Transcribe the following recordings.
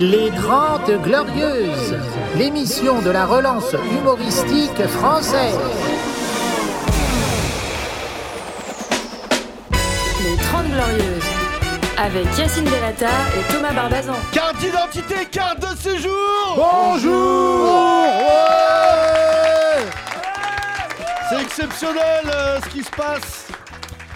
Les Grandes Glorieuses, l'émission de la relance humoristique française. Les 30 Glorieuses, avec Yacine Delata et Thomas Barbazan. Carte d'identité, carte de séjour Bonjour Ouais C'est exceptionnel euh, ce qui se passe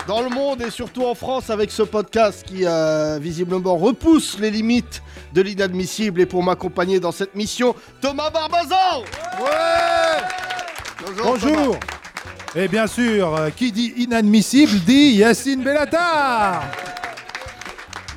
dans le monde et surtout en France avec ce podcast qui euh, visiblement repousse les limites de l'inadmissible et pour m'accompagner dans cette mission, Thomas Barbazan Bonjour, Thomas. Bonjour Et bien sûr, euh, qui dit inadmissible dit Yacine Bellatar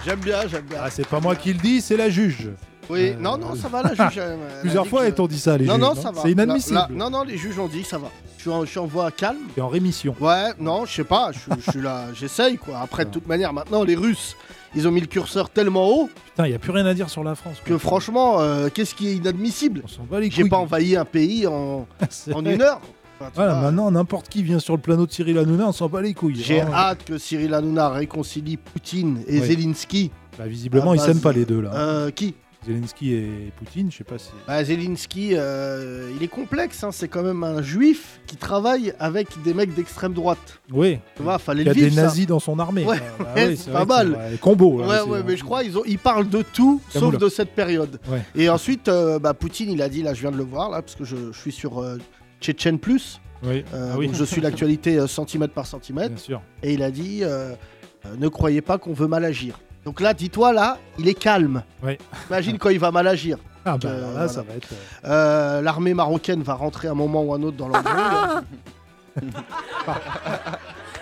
J'aime bien, j'aime bien. Ah, c'est pas moi qui le dis, c'est la juge. oui, non, Euh, non, ça va la juge. elle- elle a Plusieurs dit fois, que- est-on dit ça, les Non, juges, non, ça va. C'est inadmissible. La- la- non, non, les juges ont dit que ça va. Je suis en- je suis en voie calme. T'es en rémission. Ouais, non, je sais pas, je suis- je suis là, j'essaye quoi. Après, de toute manière, maintenant, les Russes, ils ont mis le curseur tellement haut Putain, y a plus rien à dire sur la France. quoi. que franchement, euh, qu'est-ce qui est inadmissible on s'en bat les couilles. J'ai pas envahi un pays en, C'est en vrai. une heure. Enfin, tu Voilà, vois, maintenant, n'importe qui vient sur le plateau de Cyril Hanouna, on s'en bat les couilles. Ah J'ai Vraiment. hâte que Cyril Hanouna réconcilie Poutine et Ouais. Zelensky. Bah, visiblement, Ah, ils bah, s'aiment pas c'est- les deux, là. Euh, qui Zelensky et Poutine, je sais pas si... bah, Zelensky, euh, il est complexe, hein, c'est quand même un juif qui travaille avec des mecs d'extrême droite. Oui, Tu vois, fallait il y le a vivre des ça. nazis dans son armée. Ouais, Ah, bah ouais, oui, c'est vrai pas que c'est- mal. ouais, combo, là. Ouais, c'est- ouais, mais je crois ils, ont, ils parlent de tout Camoula. sauf de cette période. Ouais. Et ensuite, euh, bah, Poutine, il a dit, là, je viens de le voir, là, parce que je, je suis sur euh, Tchétchène Plus, Oui, euh, ah oui, donc je suis l'actualité euh, centimètre par centimètre, bien sûr. et il a dit, euh, euh, ne croyez pas qu'on veut mal agir. Donc là, dis-toi, là, il est calme. Ouais. Imagine quand il va mal agir. Ah bah Euh, alors là, voilà. ça va être... euh, Euh, L'armée marocaine va rentrer à un moment ou un autre dans leur monde.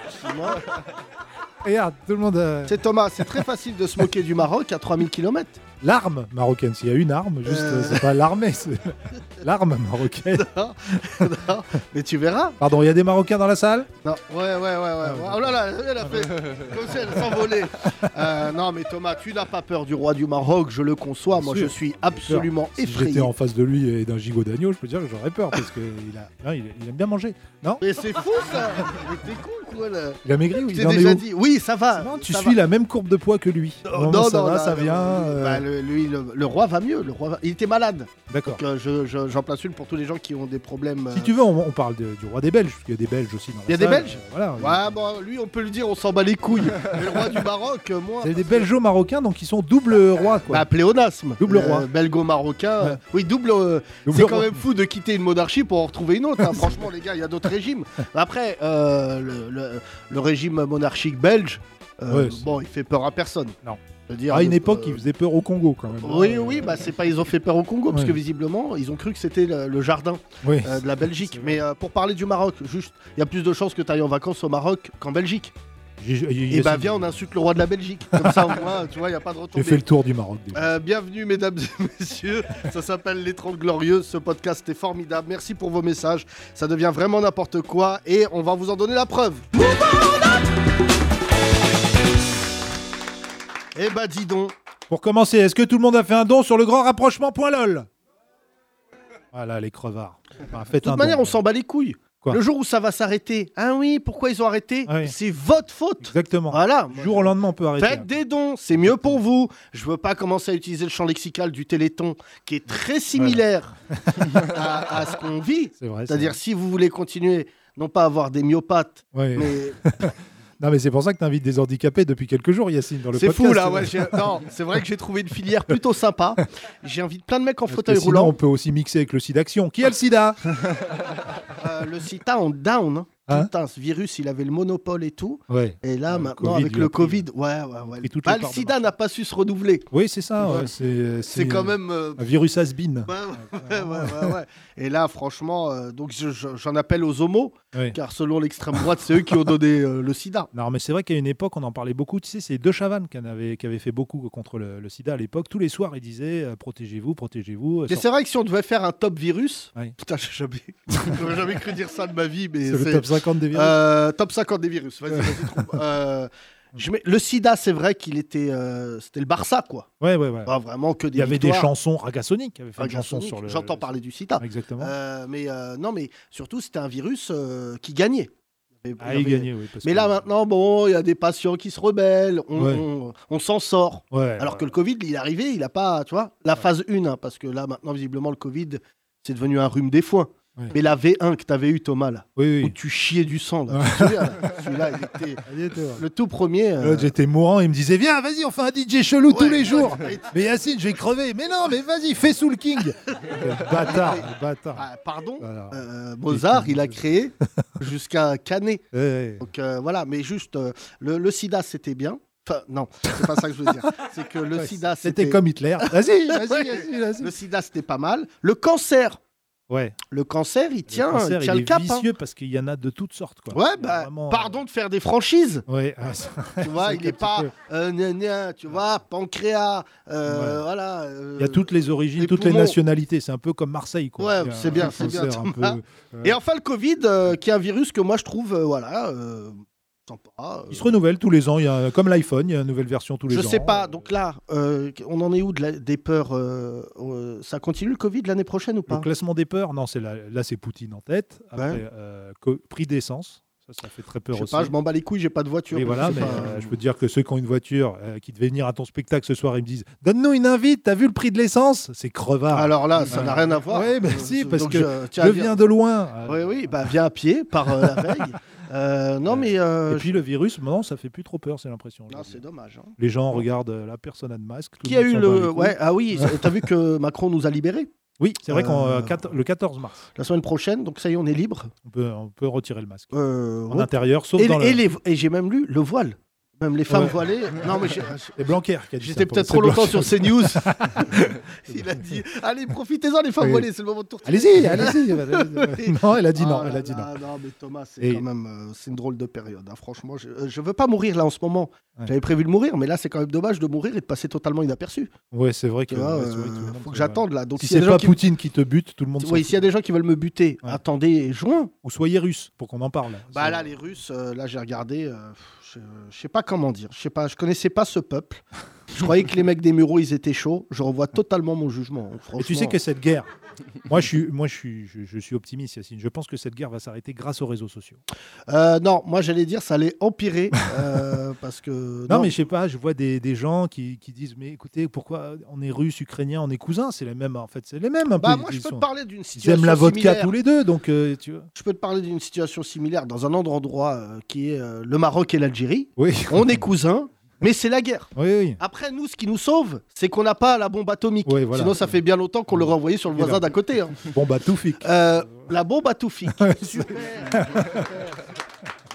Excuse-moi. Regarde, tout le monde... euh, C'est Thomas, c'est très facile de se moquer du Maroc à 3000 km. L'arme marocaine, s'il y a une arme, juste, Euh. euh, c'est pas l'armée, c'est l'arme marocaine. Mais tu verras. Pardon, il y a des Marocains dans la salle Non. Ouais, ouais, ouais, ouais. ouais. Oh là là, elle a fait comme si elle s'envolait. Euh, non, mais Thomas, tu n'as pas peur du roi du Maroc, je le conçois. Bien Ah, Moi, sûr. je suis absolument Si effrayé. j'étais en face de lui et d'un gigot d'agneau, je peux dire que j'aurais peur, parce qu'il a... non, il, il aime bien manger. Non Mais c'est fou ça Mais t'es con quoi là Il a maigri ou Je il t'ai en est déjà où dit. Oui, ça va. Non, tu ça suis va. la même courbe de poids que lui. Au Non, moment, non, ça non, va, non, ça non, vient... oui. euh, Bah, le, lui, le, le roi va mieux. Le roi va- Il était malade. D'accord. Donc, euh, je, je- j'en place une pour tous les gens qui ont des problèmes. euh, Si tu veux, on, on parle de- du roi des Belges, parce qu'il y a des Belges aussi dans la Il y a des salle, Belges euh, Voilà. Ouais, bon, lui, on peut le dire, on s'en bat les couilles. Mais le roi du Maroc, euh, moi. C'est des Belgeo-Marocains, donc ils sont double roi, quoi. Bah, pléonasme. Double Euh, roi. Belgo-marocain. euh, Ouais. Oui, double. euh, Double C'est quand roi. même fou de quitter une monarchie pour en retrouver une autre. hein. Franchement, les gars, il y a d'autres régimes. Après, euh, le, le- le régime monarchique belge, euh, Ouais, c'est- bon, il fait peur à personne. Non. Je veux dire, à une euh, époque, euh, il faisait peur au Congo, quand même. Oui, Euh, oui, bah c'est pas ils ont fait peur au Congo, parce Ouais. que visiblement, ils ont cru que c'était le, le jardin oui. euh, de la Belgique. Mais euh, pour parler du Maroc, juste, il y a plus de chances que tu ailles en vacances au Maroc qu'en Belgique. J'ai- j'ai- Et bah j'ai- viens, on insulte le roi de la Belgique. Comme ça, au moins, tu vois, il n'y a pas de retour. J'ai fait le tour du Maroc. déjà. Euh, bienvenue mesdames et messieurs, ça s'appelle Les 30 Glorieuses, ce podcast est formidable, merci pour vos messages, ça devient vraiment n'importe quoi et on va vous en donner la preuve. Eh bah dis donc, Pour commencer, est-ce que tout le monde a fait un don sur le grand rapprochement.lol Voilà, les crevards. Enfin, faites de un toute manière don. on s'en bat les couilles. Quoi le jour où ça va s'arrêter, ah oui, pourquoi ils ont arrêté Ah oui. C'est votre faute. Exactement. Voilà. Du jour au lendemain, on peut arrêter. hein. Faites des dons, c'est mieux pour vous. Je veux pas commencer à utiliser le champ lexical du Téléthon qui est très similaire à- à ce qu'on vit. C'est vrai. c'est C'est-à-dire, vrai. si vous voulez continuer, non pas avoir des myopathes, Ouais. mais. Non, mais c'est pour ça que tu invites des handicapés depuis quelques jours, Yacine, dans le C'est podcast. fou, là, ouais. j'ai- Non, c'est vrai que j'ai trouvé une filière plutôt sympa. J'invite plein de mecs en Parce que fauteuil sinon, on roulant. peut aussi mixer avec le sida Action. Qui a le sida Euh, le sida, on down. hein. Hein Putain, ce virus, il avait le monopole et tout. Ouais. Et là, Ah, le maintenant, Covid, avec lui, le a pris, euh, Covid, ouais, ouais, ouais. Et toutes Bah, les le parts de sida n'a pas su se renouveler. Oui, c'est ça. ouais, C'est C'est quand même. euh, Un virus has-been. ouais, ouais, ouais, ouais, ouais. Et là, franchement, euh, donc je- je- j'en appelle aux homos, Ouais. car selon l'extrême droite, c'est eux qui ont donné euh, le sida. Non, mais c'est vrai qu'à une époque, on en parlait beaucoup. Tu sais, c'est De Chavannes qui, en avait, qui avait fait beaucoup contre le, le sida à l'époque. Tous les soirs, il disait euh, protégez-vous, protégez-vous. euh, Mais c'est vrai que si on devait faire un top virus, Ouais. putain, j'ai jamais, j'aurais jamais cru dire ça de ma vie, mais C'est le c'est- top 50 des virus. Euh, top 50 des virus. Vas-y, vas-y, trouve. Euh, je mets- le sida, c'est vrai qu'il était, euh, c'était le Barça, quoi. ouais, ouais, ouais. Pas vraiment que des Il y avait des victoires. chansons, Ragassoni qui avait fait Ah, une chanson Gasonic, sur le. J'entends parler du sida. Exactement. Euh, mais euh, non, mais surtout, c'était un virus euh, qui gagnait. avait- Ah, il il avait- gagnait, oui. parce Mais que- là maintenant, bon, il y a des patients qui se rebellent, on, Ouais. on- on s'en sort. Ouais, Alors ouais. que le Covid, il est arrivé, il n'a pas, tu vois, la phase 1, hein, parce que là maintenant, visiblement, le Covid, c'est devenu un rhume des foins. Ouais. Mais la V1 que tu avais eu, Thomas, là, Oui, où oui. tu chiais du sang, là, tu te souviens, là celui-là, il était le tout premier. euh, L'autre, j'étais mourant, il me disait Viens, vas-y, on fait un DJ chelou tous Ouais, les jours. ouais. mais Yacine, je vais crever. Mais non, mais vas-y, fais sous le King. Le bâtard, le bâtard. ah, pardon, Voilà. euh, Mozart, il a créé jusqu'à Canet. Ouais, ouais. Donc euh, voilà, mais juste, euh, le, le sida, c'était bien. Enfin, non, c'est pas ça que je veux dire. C'est que le Ouais, sida, C'était comme Hitler. Vas-y, vas-y, Ouais. vas-y, vas-y. Le sida, c'était pas mal. Le cancer, Ouais. le cancer, il tient, le cancer, il tient il le est cap. hein. vicieux parce qu'il y en a de toutes sortes. Quoi. Ouais, Il y a bah, vraiment, euh, pardon de faire des franchises, Ouais, ah, ça- tu vois, c'est il est un petit pas peu- euh, gna gna, tu vois, pancréas, euh, Ouais. voilà. Il y a euh, toutes les origines, les toutes les poumons. nationalités. C'est un peu comme Marseille. Quoi. Ouais, Il y a c'est un bien, c'est bien, cancer un peu- euh, Thomas. Et enfin le Covid, euh, qui est un virus que moi je trouve, euh, voilà, euh, sympa. euh, Il se renouvelle tous les ans. Il y a, comme l'iPhone, il y a une nouvelle version tous les je ans. sais pas. Donc là, euh, on en est où de la- des peurs euh, euh, Ça continue le Covid l'année prochaine ou Le pas classement des peurs, non, c'est la- là, c'est Poutine en tête. Après, euh, co- prix d'essence, ça, ça fait très Je peur sais aussi. pas. Je m'en bats les couilles. J'ai pas de voiture. mais donc voilà, je sais mais pas. euh, je peux te dire que ceux qui ont une voiture, euh, qui devaient venir à ton spectacle ce soir, ils me disent Donne-nous une invite, t'as vu le prix de l'essence C'est crevard. Alors là, ça n'a rien à voir. Ouais, bah Euh, si, donc parce que je, tiens à je dire- viens de loin. Oui, Euh, oui, bah viens à pied par euh, la veille. Euh, non, Ouais. mais euh, Et puis le virus, maintenant, ça fait plus trop peur, c'est l'impression. je- non, aujourd'hui. c'est dommage. hein. Les gens regardent euh, la personne à de masque. tout Qui a monde eu s'en bat les le couilles. Ouais, ah oui, t'as vu que Macron nous a libérés Oui, c'est vrai Euh, que le 14 mars, la semaine prochaine, donc ça y est, on est libre. on peut, on peut retirer le masque. Euh, En ouais. intérieur, sauf Et, dans le... et les- et j'ai même lu le voile. Même les femmes Ouais. voilées. Non, mais j'ai- C'est Blanquer qui a dit j'étais ça, pour- peut-être c'est trop longtemps Blanquer. sur CNews. Il a dit Allez, profitez-en, les femmes Oui. voilées, c'est le moment de tourner. Allez-y, allez-y. non, elle a dit non, elle a dit non. non, mais Thomas, c'est Et- quand même euh, c'est une drôle de période. hein. Franchement, je, euh, je veux pas mourir là en ce moment. Ouais. J'avais prévu de mourir, mais là, c'est quand même dommage de mourir et de passer totalement inaperçu. Ouais, c'est vrai que. Tu vois, ouais, c'est vrai que tout le euh, monde, faut que c'est vrai. j'attende là. Donc, Si s'il y a des c'est gens pas qui- Poutine qui te bute, tout le monde. s'en Oui, fout. s'il y a des gens qui veulent me buter, Ouais. attendez juin. Ou soyez russe pour qu'on en parle. Bah C'est- là, les Russes, euh, là, j'ai regardé, euh, pff, je, je sais pas comment dire, je sais pas, je connaissais pas ce peuple. Je croyais que les mecs des Mureaux, ils étaient chauds. Je revois totalement mon jugement. hein, Et tu sais franchement. que cette guerre, moi je suis, moi je suis, je, je suis optimiste, Yacine. Je pense que cette guerre va s'arrêter grâce aux réseaux sociaux. Euh, non, moi j'allais dire, ça allait empirer euh, parce que. Non, mais je sais pas, je vois des, des gens qui, qui disent mais écoutez pourquoi on est russe, ukrainien, on est cousins, c'est les mêmes en fait, c'est les mêmes un Bah, peu. moi, ils, je peux sont- te parler d'une ils situation aiment la vodka similaire. tous les deux, donc euh, tu vois. Je peux te parler d'une situation similaire dans un autre endroit euh, qui est euh, le Maroc et l'Algérie. Oui, On est cousins, mais c'est la guerre. oui, oui. Après, nous, ce qui nous sauve, c'est qu'on n'a pas la bombe atomique. Ouais, voilà. Sinon, ça fait bien longtemps qu'on l'aurait envoyée sur le Voilà. voisin d'à côté. hein. Bon bah tout fic. Euh, la bombe à Toufik. Super.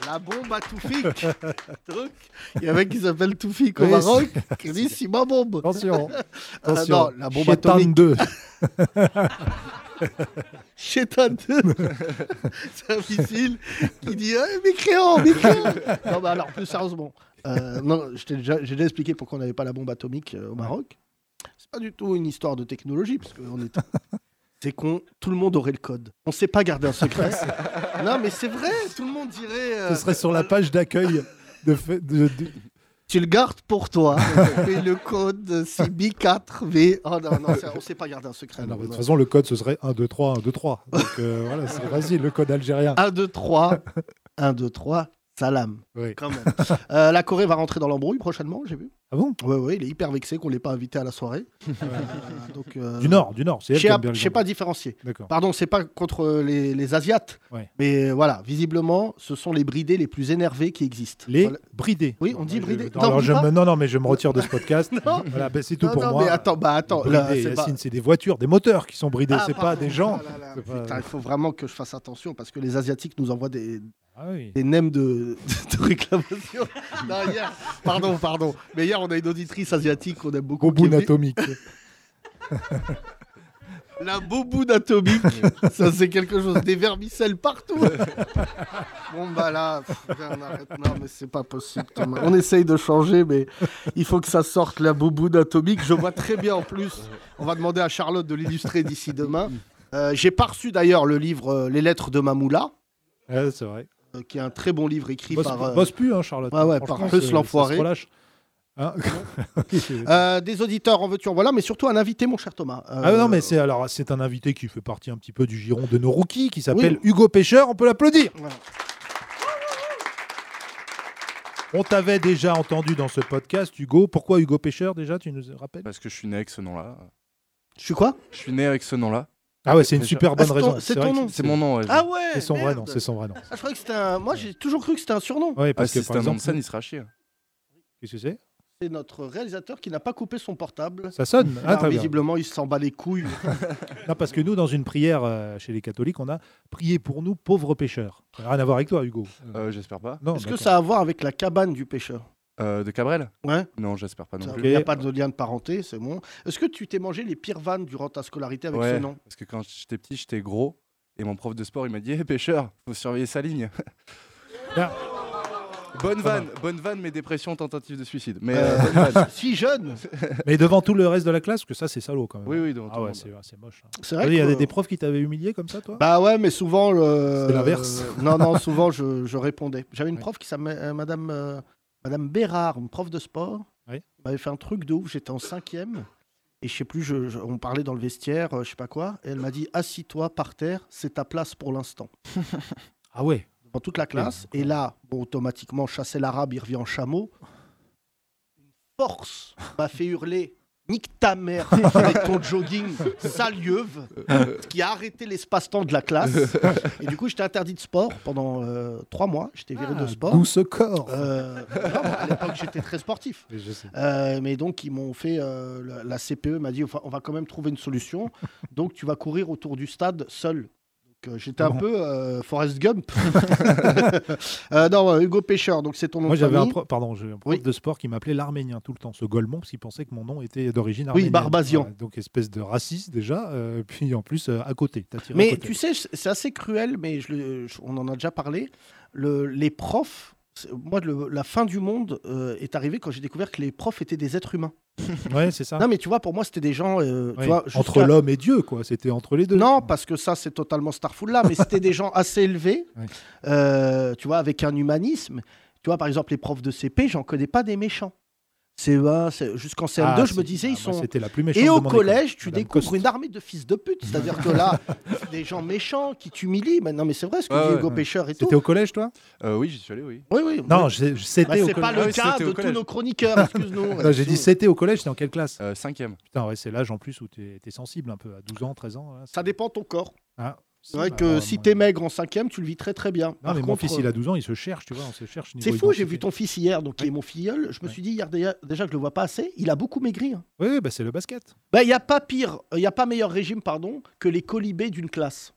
la bombe à Toufik. Truc. Il y a un mec qui s'appelle Toufik au Oui, Maroc qui dit c'est ma bombe. Attention, Euh, attention. non, la bombe Chétan atomique. 2. Chétan 2. c'est un missile qui dit eh, mes crayons, mes crayons. Non, bah, mais alors, plus sérieusement, euh, non, je t'ai déjà- j'ai déjà, expliqué pourquoi on n'avait pas la bombe atomique euh, au Maroc. C'est pas du tout une histoire de technologie, parce qu'on est. C'est qu'on, tout le monde aurait le code. On sait pas garder un secret. non, mais c'est vrai, tout le monde dirait. euh, Ce serait sur la page d'accueil de, fait- de- de- Tu le gardes pour toi. et le code, c'est B4V. Oh non, non, c'est- on sait pas garder un secret. Ah non, non, mais de toute non. façon, le code, ce serait 1, 2, 3, 1, 2, 3. Donc euh, voilà, c'est facile, le code algérien. 1, 2, 3. 1, 2, 3. Salam. Oui. Quand même. Euh, la Corée va rentrer dans l'embrouille prochainement, j'ai vu. Ah bon Oui, oui, il est hyper vexé qu'on l'ait pas invité à la soirée. Euh, donc, euh, Du Nord, du Nord. Je C'est elle qui sais aime pas- bien le je sais Nord. pas différencier. D'accord. Pardon, c'est pas contre les, les Asiates. Ouais. Mais euh, voilà, visiblement, ce sont les bridés les plus énervés qui existent. Les Voilà. bridés. Oui, on dit je- bridés. Non, Non, alors on dit je pas me- non, non, mais je me retire de ce podcast. Voilà, bah, c'est tout Non, pour non, moi. mais attends, bah attends. Les là, bridés, c'est pas- Yacine, c'est des voitures, des moteurs qui sont bridés. Ah, c'est pas pardon. des gens. Oh là là, C'est pas- putain, il faut vraiment que je fasse attention parce que les Asiatiques nous envoient des, Ah oui. des nems de, de réclamation. Non, hier- pardon, pardon. Mais hier, on a une auditrice asiatique qu'on aime beaucoup. qui Goboun est venue- atomique. La boboune atomique. ça, c'est quelque chose. Des vermicelles partout. bon, bah là, pff, putain, on arrête. Non, mais c'est pas possible. Thomas. On essaye de changer, mais il faut que ça sorte, la boboune atomique. Je vois très bien en plus. On va demander à Charlotte de l'illustrer d'ici demain. Euh, J'ai pas reçu d'ailleurs le livre euh, Les lettres de Mamoula. Ouais, c'est vrai. euh, qui est un très bon livre écrit Bosse, par. euh, bosse plus, hein, Charlotte. ouais, ouais, Franchement, par Hus c'est- l'enfoiré. ça se relâche. Hein euh, des auditeurs, en veux-tu, en voilà, mais surtout un invité, mon cher Thomas. Euh, Ah non, mais c'est alors c'est un invité qui fait partie un petit peu du giron de nos rookies, qui s'appelle Hugo Pêcheur. On peut l'applaudir. voilà. On t'avait déjà entendu dans ce podcast, Hugo. Pourquoi Hugo Pêcheur, déjà, tu nous rappelles Parce que je suis né avec ce nom-là. Je suis quoi Je suis né avec ce nom-là. Ah ouais, c'est une Pêcheur. super Ah, bonne c'est raison. ton- c'est vrai ton que nom. C'est mon nom. ouais. Ah ouais C'est son vrai merde. nom, c'est son vrai nom. Ah, je croyais que c'était un. Moi, j'ai toujours cru que c'était un surnom. Ouais, Ah, parce si que c'était par un nom de exemple, scène, il serait chier. qu'est-ce que c'est C'est notre réalisateur qui n'a pas coupé son portable. Ça sonne. Ah, Alors, très bien. visiblement, il s'en bat les couilles. Non, parce que nous, dans une prière euh, chez les catholiques, on a prié pour nous, pauvres pécheurs. Ça n'a Rien à voir avec toi, Hugo. Euh, j'espère pas. Non, Est-ce que d'accord. ça a à voir avec la cabane du pêcheur Euh, de Cabrel Ouais. Non, j'espère pas non Ça- plus. Il n'y a pas de lien de parenté, c'est bon. Est-ce que tu t'es mangé les pires vannes durant ta scolarité avec Ouais, ce nom Parce que quand j'étais petit, j'étais gros. Et mon prof de sport, il m'a dit Hé pêcheur, faut surveiller sa ligne. Bien. bonne Ça va. vanne, bonne vanne, mais dépression, tentative de suicide. Mais Euh, euh, bonne vanne. Si jeune Mais devant tout le reste de la classe, parce que ça, c'est salaud quand même. Oui, oui, devant tout Ah le ouais, monde. c'est c'est moche. hein. C'est Vas-y, vrai Il y a que- des, des profs qui t'avaient humilié comme ça, toi Bah ouais, mais souvent. le- C'est l'inverse. euh, Non, non, souvent je, je répondais. J'avais une Oui. prof qui s'appelait euh, Madame, euh, Madame Bérard, une prof de sport. Oui. Elle m'avait fait un truc de ouf. J'étais en cinquième. Et je sais plus, je- je- on parlait dans le vestiaire, euh, je sais pas quoi. Et elle m'a dit Assis-toi par terre, c'est ta place pour l'instant. Ah ouais. Devant toute la classe. Et là, bon, automatiquement, chasser l'arabe, il revient en chameau. Une force m'a fait hurler. Nique ta mère avec ton jogging, sale lieuve ce qui a arrêté l'espace-temps de la classe. et du coup, j'étais interdit de sport pendant euh, trois mois. J'étais viré de sport. Ah, D'où ce corps Euh, non, à l'époque, j'étais très sportif. Mais je sais. Euh, mais donc, ils m'ont fait. euh, la, la CPE m'a dit enfin, on va quand même trouver une solution. Donc, tu vas courir autour du stade seul. Donc, euh, j'étais un Bon. peu euh, Forrest Gump. Euh, non, euh, Hugo Pêcheur, donc c'est ton nom. Moi, de j'avais un, famille. prof- pardon, j'avais un prof Oui. de sport qui m'appelait l'arménien tout le temps, ce Golemont, parce qu'il pensait que mon nom était d'origine Oui, arménienne. Barbazian. Voilà, donc, espèce de raciste déjà, euh, puis en plus, euh, à côté. t'as tiré à Mais côté. tu sais, c'est c'est assez cruel, mais je le- je- on en a déjà parlé. Le- les profs, c'est- moi, le- la fin du monde euh, est arrivée quand j'ai découvert que les profs étaient des êtres humains. Ouais, c'est ça. Non, mais tu vois, pour moi, c'était des gens. euh, tu Ouais. vois, entre jusqu'à- l'homme et Dieu, quoi. C'était entre les deux. Non, parce que ça, c'est totalement Starful là, mais c'était des gens assez élevés, Ouais. euh, tu vois, avec un humanisme. Tu vois, par exemple, les profs de CP, j'en connais pas des méchants. C'est ben, c'est- jusqu'en CM2, Ah, je me c'est- disais, ah, ils moi, sont. C'était la plus méchante Et au de mon école, collège, tu Madame découvres Coste. une armée de fils de pute. C'est-à-dire que là, des gens méchants qui t'humilient. Mais non, mais c'est vrai ce que Ouais, dit ouais. Hugo Pêcheur et tout. C'était au collège, toi Euh, oui, j'y suis allé, oui. Oui, oui. Non, oui. je- je- Bah, c'était au c'est pas Ah collège. le oui, cas c'était au de tous collège. nos chroniqueurs, excuse-nous. Non, J'ai dit c'était au collège, c'était en quelle classe Euh, cinquième. Putain, ouais, c'est l'âge en plus où t'es t'es sensible un peu, à 12 ans, 13 ans. là, Ça dépend de ton corps. Ah, C'est vrai bah, que alors, si moi, t'es maigre en cinquième, tu le vis très très bien. Non, Par mais mon contre, fils, il a 12 ans, il se cherche, tu vois, on se cherche. C'est niveau fou, j'ai identité. vu ton fils hier, donc qui est mon filleul. Je me Ouais. suis dit hier déjà, déjà que je le vois pas assez. Il a beaucoup maigri. hein. Oui, oui, bah, c'est le basket. Bah, il n'y a pas pire, il n'y a pas meilleur régime, pardon, que les colibés d'une classe.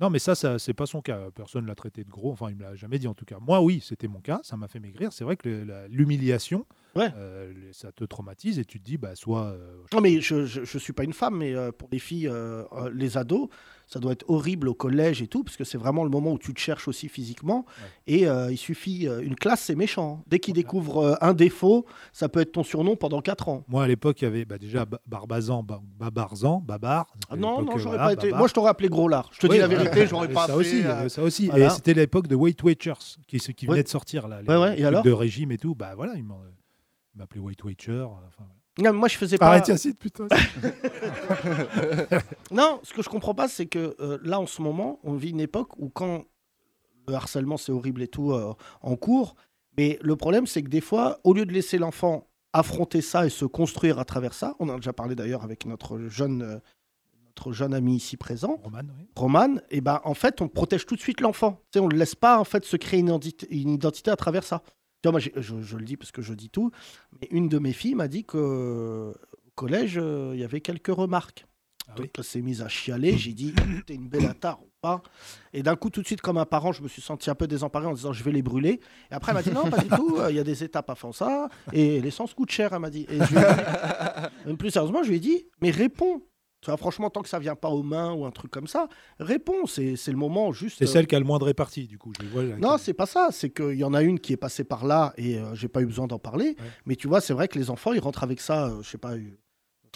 Non, mais ça, ça c'est pas son cas. Personne l'a traité de gros. Enfin, il me l'a jamais dit en tout cas. Moi, oui, c'était mon cas. Ça m'a fait maigrir. C'est vrai que le- la- l'humiliation, Ouais. euh, le- ça te traumatise et tu te dis, bah, soit. euh, Non, mais je, je, je suis pas une femme, mais euh, pour les filles, euh, euh, les ados, ça doit être horrible au collège et tout, parce que c'est vraiment le moment où tu te cherches aussi physiquement. Et euh, il suffit, euh, une classe, c'est méchant. Dès qu'ils Ouais. découvrent euh, un défaut, ça peut être ton surnom pendant 4 ans. Moi, à l'époque, il y avait bah, déjà Ba- Barbazan, Ba- Babarzan, Babar. Ah, non, non, j'aurais pas été. Moi, Moi, je t'aurais appelé gros lard. Je te dis la vérité, j'aurais pas ça fait, aussi, euh, euh, ça aussi. voilà. Et c'était l'époque de Weight Watchers qui, ce qui Ouais. venait de sortir là, les Ouais, ouais, et trucs alors de régime et tout. Bah voilà, il m'en- il m'appelait Weight Watcher. Enfin, Non, moi, je faisais pas. Arrête Yacine, putain. Non, ce que je comprends pas, c'est que euh, là, en ce moment, on vit une époque où quand le harcèlement, c'est horrible et tout euh, en cours, mais le problème, c'est que des fois, au lieu de laisser l'enfant affronter ça et se construire à travers ça, on en a déjà parlé d'ailleurs avec notre jeune, euh, notre jeune ami ici présent, Roman, oui. Roman, et ben en fait, on protège tout de suite l'enfant. Tu sais, on ne le laisse pas en fait se créer une identité, une identité à travers ça. Tu vois, moi, j'ai- je, je le dis parce que je dis tout, mais une de mes filles m'a dit que euh, au collège, euh, il y avait quelques remarques. Ah Donc oui. elle s'est mise à chialer, j'ai dit t'es une belle attard ou pas. Et d'un coup, tout de suite, comme un parent, je me suis senti un peu désemparé en disant je vais les brûler. Et après, elle m'a dit non, pas du tout, euh, il y a des étapes à faire ça. Et l'essence coûte cher, elle m'a dit. Et je lui ai dit- même plus sérieusement, je lui ai dit mais réponds. Tu vois, franchement, tant que ça vient pas aux mains ou un truc comme ça, réponds. C'est c'est le moment juste. C'est euh, celle qui a le moins de répartie, du coup. Je les vois, là, non, qui- c'est pas ça. C'est qu'il y en a une qui est passée par là et euh, j'ai pas eu besoin d'en parler. Ouais. Mais tu vois, c'est vrai que les enfants, ils rentrent avec ça. euh, je sais pas, euh,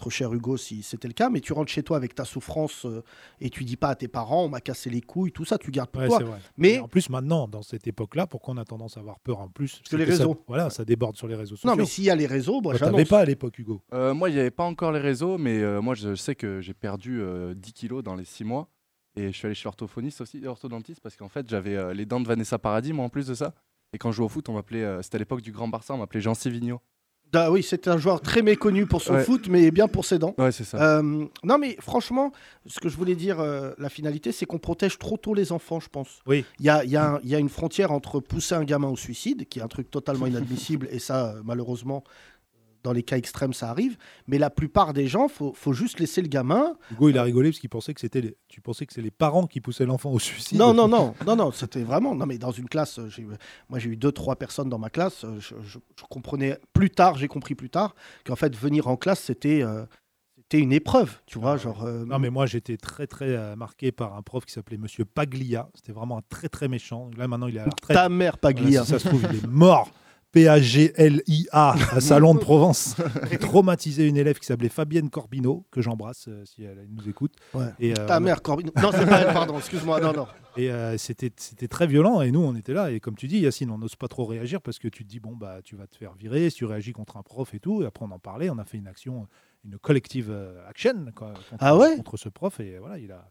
notre cher Hugo, si c'était le cas. Mais tu rentres chez toi avec ta souffrance euh, et tu dis pas à tes parents, on m'a cassé les couilles, tout ça, tu gardes pour Ouais, toi. c'est vrai. Mais- Et en plus, maintenant, dans cette époque-là, pourquoi on a tendance à avoir peur en plus que c'est les ça- réseaux. voilà, ça déborde sur les réseaux sociaux. Non, mais s'il y a les réseaux, moi Toi, j'annonce. t'avais pas à l'époque, Hugo. Euh, moi, il n'y avait pas encore les réseaux, mais euh, moi, je sais que j'ai perdu euh, 10 kilos dans les 6 mois. Et je suis allé chez l'orthophoniste aussi, orthodontiste, parce qu'en fait, j'avais euh, les dents de Vanessa Paradis, moi, en plus de ça. Et quand je jouais au foot, on m'appelait, euh, c'était à l'époque du Grand Barça, on m'appelait Jean Sivigno. Ah oui, c'est un joueur très méconnu pour son Ouais. foot, mais bien pour ses dents. Ouais, c'est ça. Euh, non, mais franchement, ce que je voulais dire, euh, la finalité, c'est qu'on protège trop tôt les enfants, je pense. Oui. Il y a, il y a un- il y a une frontière entre pousser un gamin au suicide, qui est un truc totalement inadmissible, et ça, euh, malheureusement, dans les cas extrêmes, ça arrive. Mais la plupart des gens, faut, faut juste laisser le gamin. Hugo, il a rigolé parce qu'il pensait que c'était les... tu pensais que c'est les parents qui poussaient l'enfant au suicide. Non, non, non, non, non, c'était vraiment. Non, mais dans une classe, euh, j'ai eu- moi j'ai eu deux, trois personnes dans ma classe. euh, Je, je- je comprenais plus tard, j'ai compris plus tard qu'en fait venir en classe, c'était, euh, c'était une épreuve, tu vois, genre. euh, Non, mais moi j'étais très très euh, marqué par un prof qui s'appelait Monsieur Paglia. C'était vraiment un très très méchant. Là maintenant il est à la retraite. Ta mère, Paglia. Voilà, Ah, si ça se trouve, il est mort. P-A-G-L-I-A, à Salon de Provence. J'ai traumatisé une élève qui s'appelait Fabienne Corbineau, que j'embrasse euh, si elle nous écoute. Ouais. Et, euh, Ta mère, Corbin. Non, c'est pas elle, pardon, excuse-moi. Non, non. et euh, c'était c'était très violent. Et nous, on était là. Et comme tu dis, Yacine, on n'ose pas trop réagir parce que tu te dis, bon, bah, tu vas te faire virer si tu réagis contre un prof et tout. Et après, on en parlait. On a fait une action, une collective euh, action quoi, contre, Ah ouais contre ce prof. Et voilà, il a.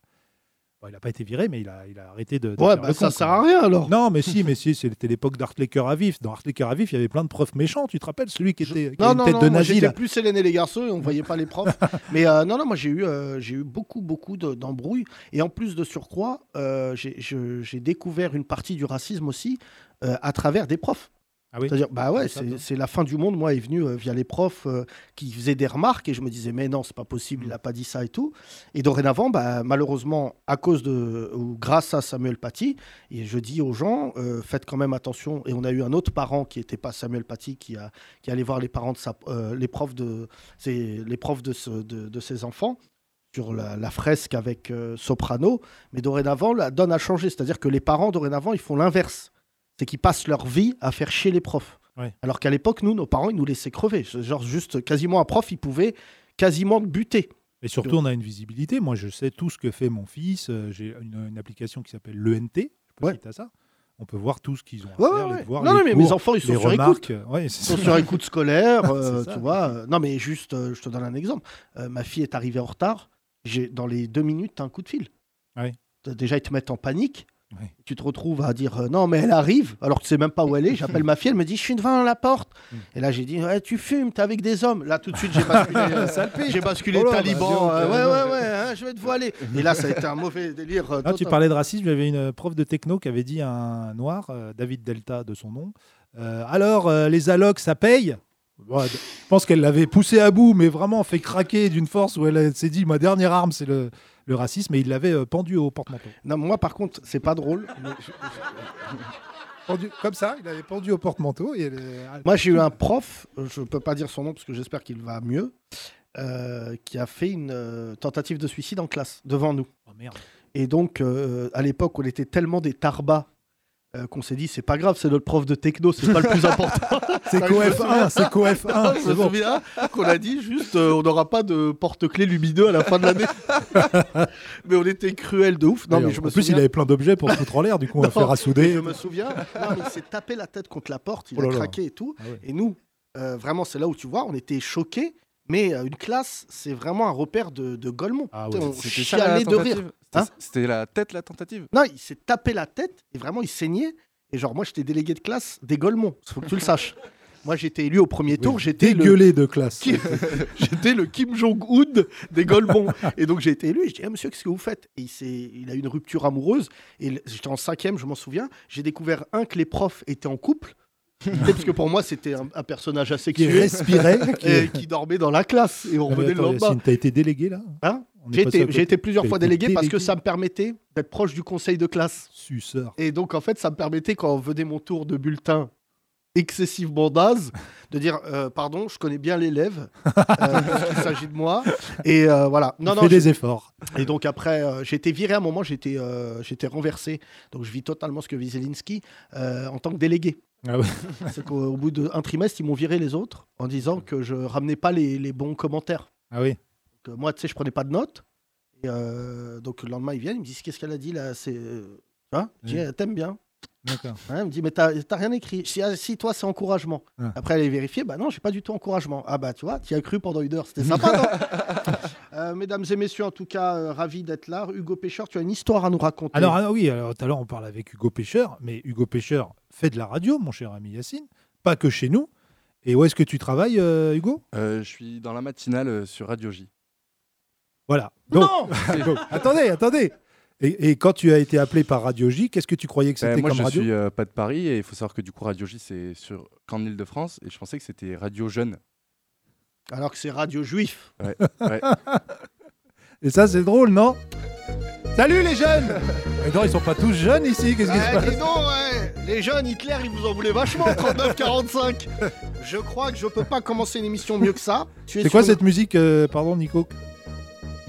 bon, il n'a pas été viré, mais il a, il a arrêté de. de Ouais, faire bah le ça con, sert quoi. à rien alors. Non, mais si, mais si, c'était l'époque d'Artlecker à vif. Dans Artlecker à vif, il y avait plein de profs méchants, tu te rappelles Celui qui, était, qui a Non, une non, tête non, de moi, nazi, j'étais là. plus Hélène et les garçons et on voyait pas les profs. Mais euh, non, non, moi j'ai eu, euh, j'ai eu beaucoup, beaucoup de- d'embrouilles. et en plus de surcroît, euh, j'ai je- j'ai découvert une partie du racisme aussi euh, à travers des profs. Ah oui C'est-à-dire, bah ouais, Ça, c'est- toi. c'est la fin du monde, moi, est venue euh, via les profs euh, qui faisaient des remarques et je me disais, mais non, c'est pas possible, il a pas dit ça et tout. Et dorénavant, bah, malheureusement, à cause de, ou grâce à Samuel Paty, et je dis aux gens, euh, faites quand même attention. Et on a eu un autre parent qui n'était pas Samuel Paty qui, a, qui allait voir les parents de sa, euh, les profs de, ses, les profs de, ce- de, de ses enfants sur la, la fresque avec euh, Soprano. Mais dorénavant, la donne a changé. C'est-à-dire que les parents, dorénavant, ils font l'inverse. C'est qu'ils passent leur vie à faire chier les profs. Ouais. Alors qu'à l'époque, nous, nos parents, ils nous laissaient crever. C'est Genre, juste quasiment un prof, il pouvait quasiment buter. Et surtout, on a une visibilité. Moi, je sais tout ce que fait mon fils. Euh, J'ai une, une application qui s'appelle l'ENT. Je sais pas Ouais. si t'as ça. On peut voir tout ce qu'ils ont à Ouais, faire, ouais, les ouais. devoirs, non, les non, mais cours, mes enfants, ils sont les sur écoute. remarques. Ouais, c'est Ils sont ça. sur écoute scolaire, euh, ça. tu vois. euh, Non, mais juste, euh, je te donne un exemple. Euh, ma fille est arrivée en retard. J'ai dans les deux minutes, t'as un coup de fil. Ouais. T'as- Déjà, ils te mettent en panique. Ouais. Tu te retrouves à dire euh, non, mais elle arrive, alors que tu sais même pas où elle est. J'appelle ma fille, elle me dit je suis devant la porte. Mm. Et là, j'ai dit ouais, tu fumes, t'es avec des hommes. Là, tout de suite, j'ai basculé. euh, j'ai basculé Oh là, bah, dis taliban. donc, euh, euh, ouais, ouais, ouais, hein, je vais te voiler. Et là, ça a été un mauvais délire. euh, Ah, tu total. parlais de racisme, j'avais une euh, prof de techno qui avait dit à un noir, euh, David Delta de son nom, euh, alors euh, les allocs ça paye Bon, Je pense qu'elle l'avait poussé à bout, mais vraiment fait craquer d'une force où elle, elle s'est dit ma dernière arme c'est le, le racisme et il l'avait euh, pendu au porte-manteau. Non, moi, par contre, c'est pas drôle. mais je- Pendu- comme ça, il l'avait pendu au porte-manteau et elle, est- Moi, j'ai eu un prof, euh, je ne peux pas dire son nom parce que j'espère qu'il va mieux, euh, qui a fait une euh, tentative de suicide en classe devant nous. Oh, merde. Et donc, euh, à l'époque, on était tellement des tarbas euh, qu'on s'est dit, c'est pas grave, c'est notre prof de techno, c'est pas le plus important. C'est CoF1, c'est CoF1, je c'est me bon. souviens qu'on a dit juste, euh, on n'aura pas de porte-clés lumineux à la fin de l'année. Mais on était cruel de ouf. Non, mais je en me plus, souviens. il avait plein d'objets pour foutre en l'air, du coup, on a Non, fait Et rassouder. je me souviens, non, mais il s'est tapé la tête contre la porte, il Oh là a là. craqué et tout. Ah ouais. Et nous, euh, vraiment, c'est là où tu vois, on était choqués. Mais euh, une classe, c'est vraiment un repère de, de Golemont. Ah Putain, ouais, on C'était ça, la chialait de tentative rire. C'était- Hein C'était la tête, la tentative Non, il s'est tapé la tête et vraiment, il saignait. Et genre, moi, j'étais délégué de classe des Golemont. Faut que tu le saches. moi, j'étais élu au premier tour. J'étais le, Dégueulé de classe. Qui- J'étais le Kim Jong-un des Golemons. Et donc j'ai été élu et je dis ah, Monsieur, qu'est-ce que vous faites Et il, s'est- il a eu une rupture amoureuse. Et le- j'étais en cinquième, je m'en souviens. J'ai découvert, un, que les profs étaient en couple. Peut-être parce que pour moi, c'était un, un personnage Qui asexué respirait. qui- et qui dormait dans la classe. Et on Ah, mais revenait le attends, lendemain. Yacine, T'as été délégué là Hein On est J'ai passé à été, côté. j'ai été plusieurs T'as fois été délégué parce que délégué. ça me permettait d'être proche du conseil de classe. Suceur. Et donc, en fait, ça me permettait, quand venait mon tour de bulletin excessivement naze, de dire euh, Pardon, je connais bien l'élève, euh, il s'agit de moi. Et euh, voilà. Non, Il non, fait j'ai- des efforts. Et donc, après, euh, j'ai été viré à un moment, j'étais euh, j'étais renversé. Donc, je vis totalement ce que vit Zelensky euh, en tant que délégué. Ah ouais. C'est qu'au au bout d'un trimestre, ils m'ont viré les autres en disant que je ramenais pas les, les bons commentaires. Ah oui. Donc, euh, moi, tu sais, je prenais pas de notes. Et, euh, donc, le lendemain, ils viennent, ils me disent Qu'est-ce qu'elle a dit là C'est. euh, tu vois Je dis, Ouais. Eh, T'aimes bien D'accord. Hein, elle me dit, mais t'as t'as rien écrit. Si, ah, si, toi, c'est encouragement. Ah. Après, elle est vérifiée. Bah non, j'ai pas du tout encouragement. Ah bah, tu vois, t'y as cru pendant une heure. C'était sympa, non Euh, Mesdames et messieurs, en tout cas, euh, ravi d'être là. Hugo Pêcheur, tu as une histoire à nous raconter. Alors, ah oui, alors tout à l'heure on parle avec Hugo Pêcheur, mais Hugo Pêcheur, Fais de la radio, mon cher ami Yacine, pas que chez nous. Et où est-ce que tu travailles, euh, Hugo Euh, je suis dans la matinale euh, sur Radio J. Voilà. Donc, non donc, attendez, attendez. Et, et quand tu as été appelé par Radio J, qu'est-ce que tu croyais que Euh, c'était moi, comme je radio suis euh, pas de Paris et il faut savoir que du coup, Radio J, c'est sur qu'en Ile-de-France et je pensais que c'était Radio Jeune. Alors que c'est Radio Juif. Et ça, c'est drôle, non Salut les jeunes Mais Eh non, ils sont pas tous jeunes ici, qu'est-ce qui se Eh, passe dis donc, ouais, les jeunes, Hitler, ils vous en voulaient vachement, 39-45. Je crois que je peux pas commencer une émission mieux que ça. Tu es C'est quoi sur- cette musique, euh, pardon Nico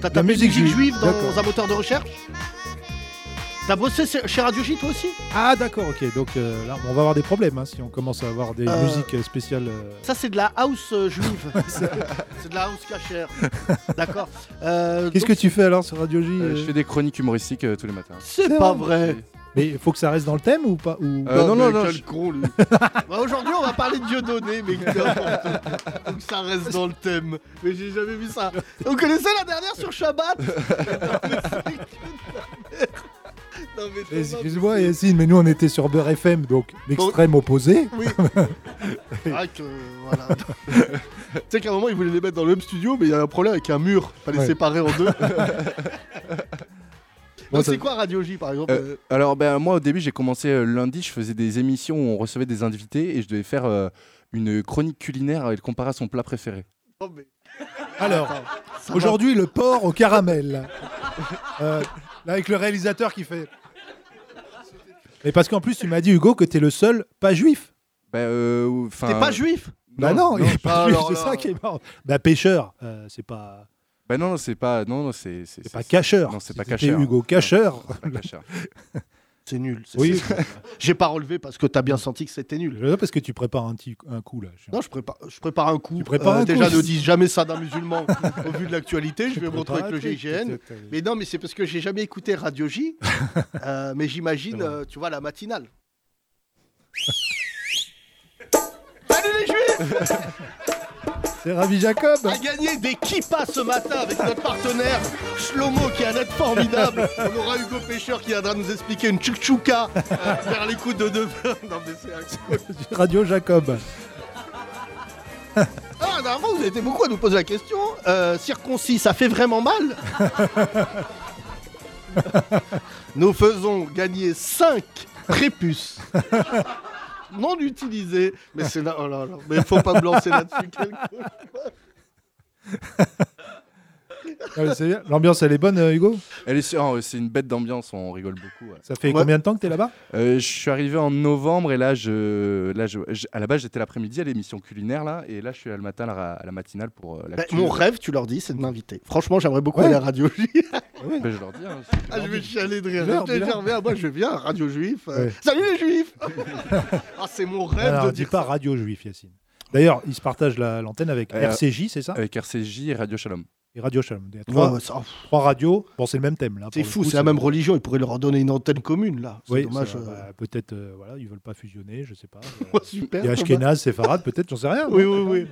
T'as tapé musique musique juive, juive, dans d'accord. un moteur de recherche T'as bossé chez Radio J, toi aussi Ah d'accord, ok, donc euh, là, on va avoir des problèmes hein, si on commence à avoir des Euh, musiques euh, spéciales. euh. Ça, c'est de la house euh, juive. c'est de la house cachère. D'accord. Euh, Qu'est-ce donc, que tu fais alors sur Radio J Euh, euh je fais des chroniques humoristiques euh, tous les matins. C'est pas vrai. Mais il faut que ça reste dans le thème ou pas ou... Euh, non, non, non. je- Bah, Aujourd'hui, on va parler de Dieudonné, mais n'importe quoi. Donc ça reste dans le thème. Mais j'ai jamais vu ça. Vous connaissez la dernière sur Shabbat Non, mais c'est que de la merde. Non, mais c'est Excuse-moi Yacine, mais nous on était sur Beurre FM, donc l'extrême opposé. Oui. C'est vrai que, euh, voilà. tu sais qu'à un moment, ils voulaient les mettre dans le même studio, mais il y a un problème avec un mur. Fallait les Ouais. séparer en deux. Donc, Bon, ça- c'est quoi Radio J, par exemple Euh, Alors, ben, moi, au début, j'ai commencé euh, lundi. Je faisais des émissions où on recevait des invités et je devais faire euh, une chronique culinaire et le comparer à son plat préféré. Non, mais Alors, ça va. aujourd'hui le porc au caramel. Euh, là, avec le réalisateur qui fait... Mais parce qu'en plus tu m'as dit Hugo que t'es le seul pas juif. Ben, euh, enfin, T'es pas juif bah non, il est pas juif, alors c'est là. ça qui est marrant. Bah pêcheur, euh, c'est pas, ben non, non, c'est pas, non, non, c'est, c'est, c'est pas cacheur. Non, c'est pas Si t'étais cacheur. Hugo cacheur. c'est pas cachère. C'est nul. c'est- Oui. c'est- J'ai pas relevé parce que t'as bien senti que c'était nul. Je- Parce que tu prépares un, petit, un coup là. Non, je prépare, je prépare un coup. Tu prépares un Euh, déjà, coup. ne dis jamais ça d'un musulman au vu de l'actualité. Je vais me retrouver avec le GIGN. GIGN. Mais non, mais c'est parce que j'ai jamais écouté Radio J. euh, mais j'imagine, euh, tu vois, la matinale. Salut les Juifs C'est Ravi Jacob. A gagné des kippas ce matin avec notre partenaire Shlomo qui a un être formidable. On aura Hugo Pêcheur qui viendra nous expliquer une tchoukchouka euh, vers les coups de 9h. Non mais c'est incroyable. Radio Jacob. Ah, la dernière fois, vous avez été beaucoup à nous poser la question. Euh, circoncis, ça fait vraiment mal Nous faisons gagner 5 prépuces non utilisés. Mais c'est là, oh là là, mais faut pas me lancer là-dessus. quel con. Ah, mais c'est bien. L'ambiance, elle est bonne, euh, Hugo Elle est sur- oh, c'est une bête d'ambiance, on rigole beaucoup. ouais. Ça fait Ouais. combien de temps que t'es là-bas Euh, je suis arrivé en novembre et là, je, là, je, je- à la base, j'étais l'après-midi à l'émission culinaire là, et là, je suis là le matin à la, à la matinale pour euh, Bah, l'actu. mon rêve, tu leur dis, c'est de m'inviter. Franchement, j'aimerais beaucoup Ouais. aller à Radio Juif. Ben, je leur dis. hein, Ah, je vais chialer de Dis-leur, rire. Je te dis-leur. jure, mais, ah, moi, je viens à Radio Juif. Euh, Ouais. Salut les Juifs Ah, c'est mon rêve Alors, de dis dire pas ça. Radio Juif, Yacine. D'ailleurs, ils se partagent la- l'antenne avec Euh, RCJ, c'est ça avec RCJ et Radio Shalom. Et Radio Shalom. Il y a Ouais, trois, ouais, ça, oh, trois radios. Bon, c'est le même thème, là. C'est pour le fou, coup, c'est la même religion. Ils pourraient leur en donner une antenne commune, là. C'est Oui, dommage. ça va. euh, Bah, peut-être, euh, voilà, ils veulent pas fusionner, je sais pas. Euh, Ouais, super. Il y a Thomas. Ashkenaz, Sepharad, peut-être, j'en sais rien. Oui, oui, oui.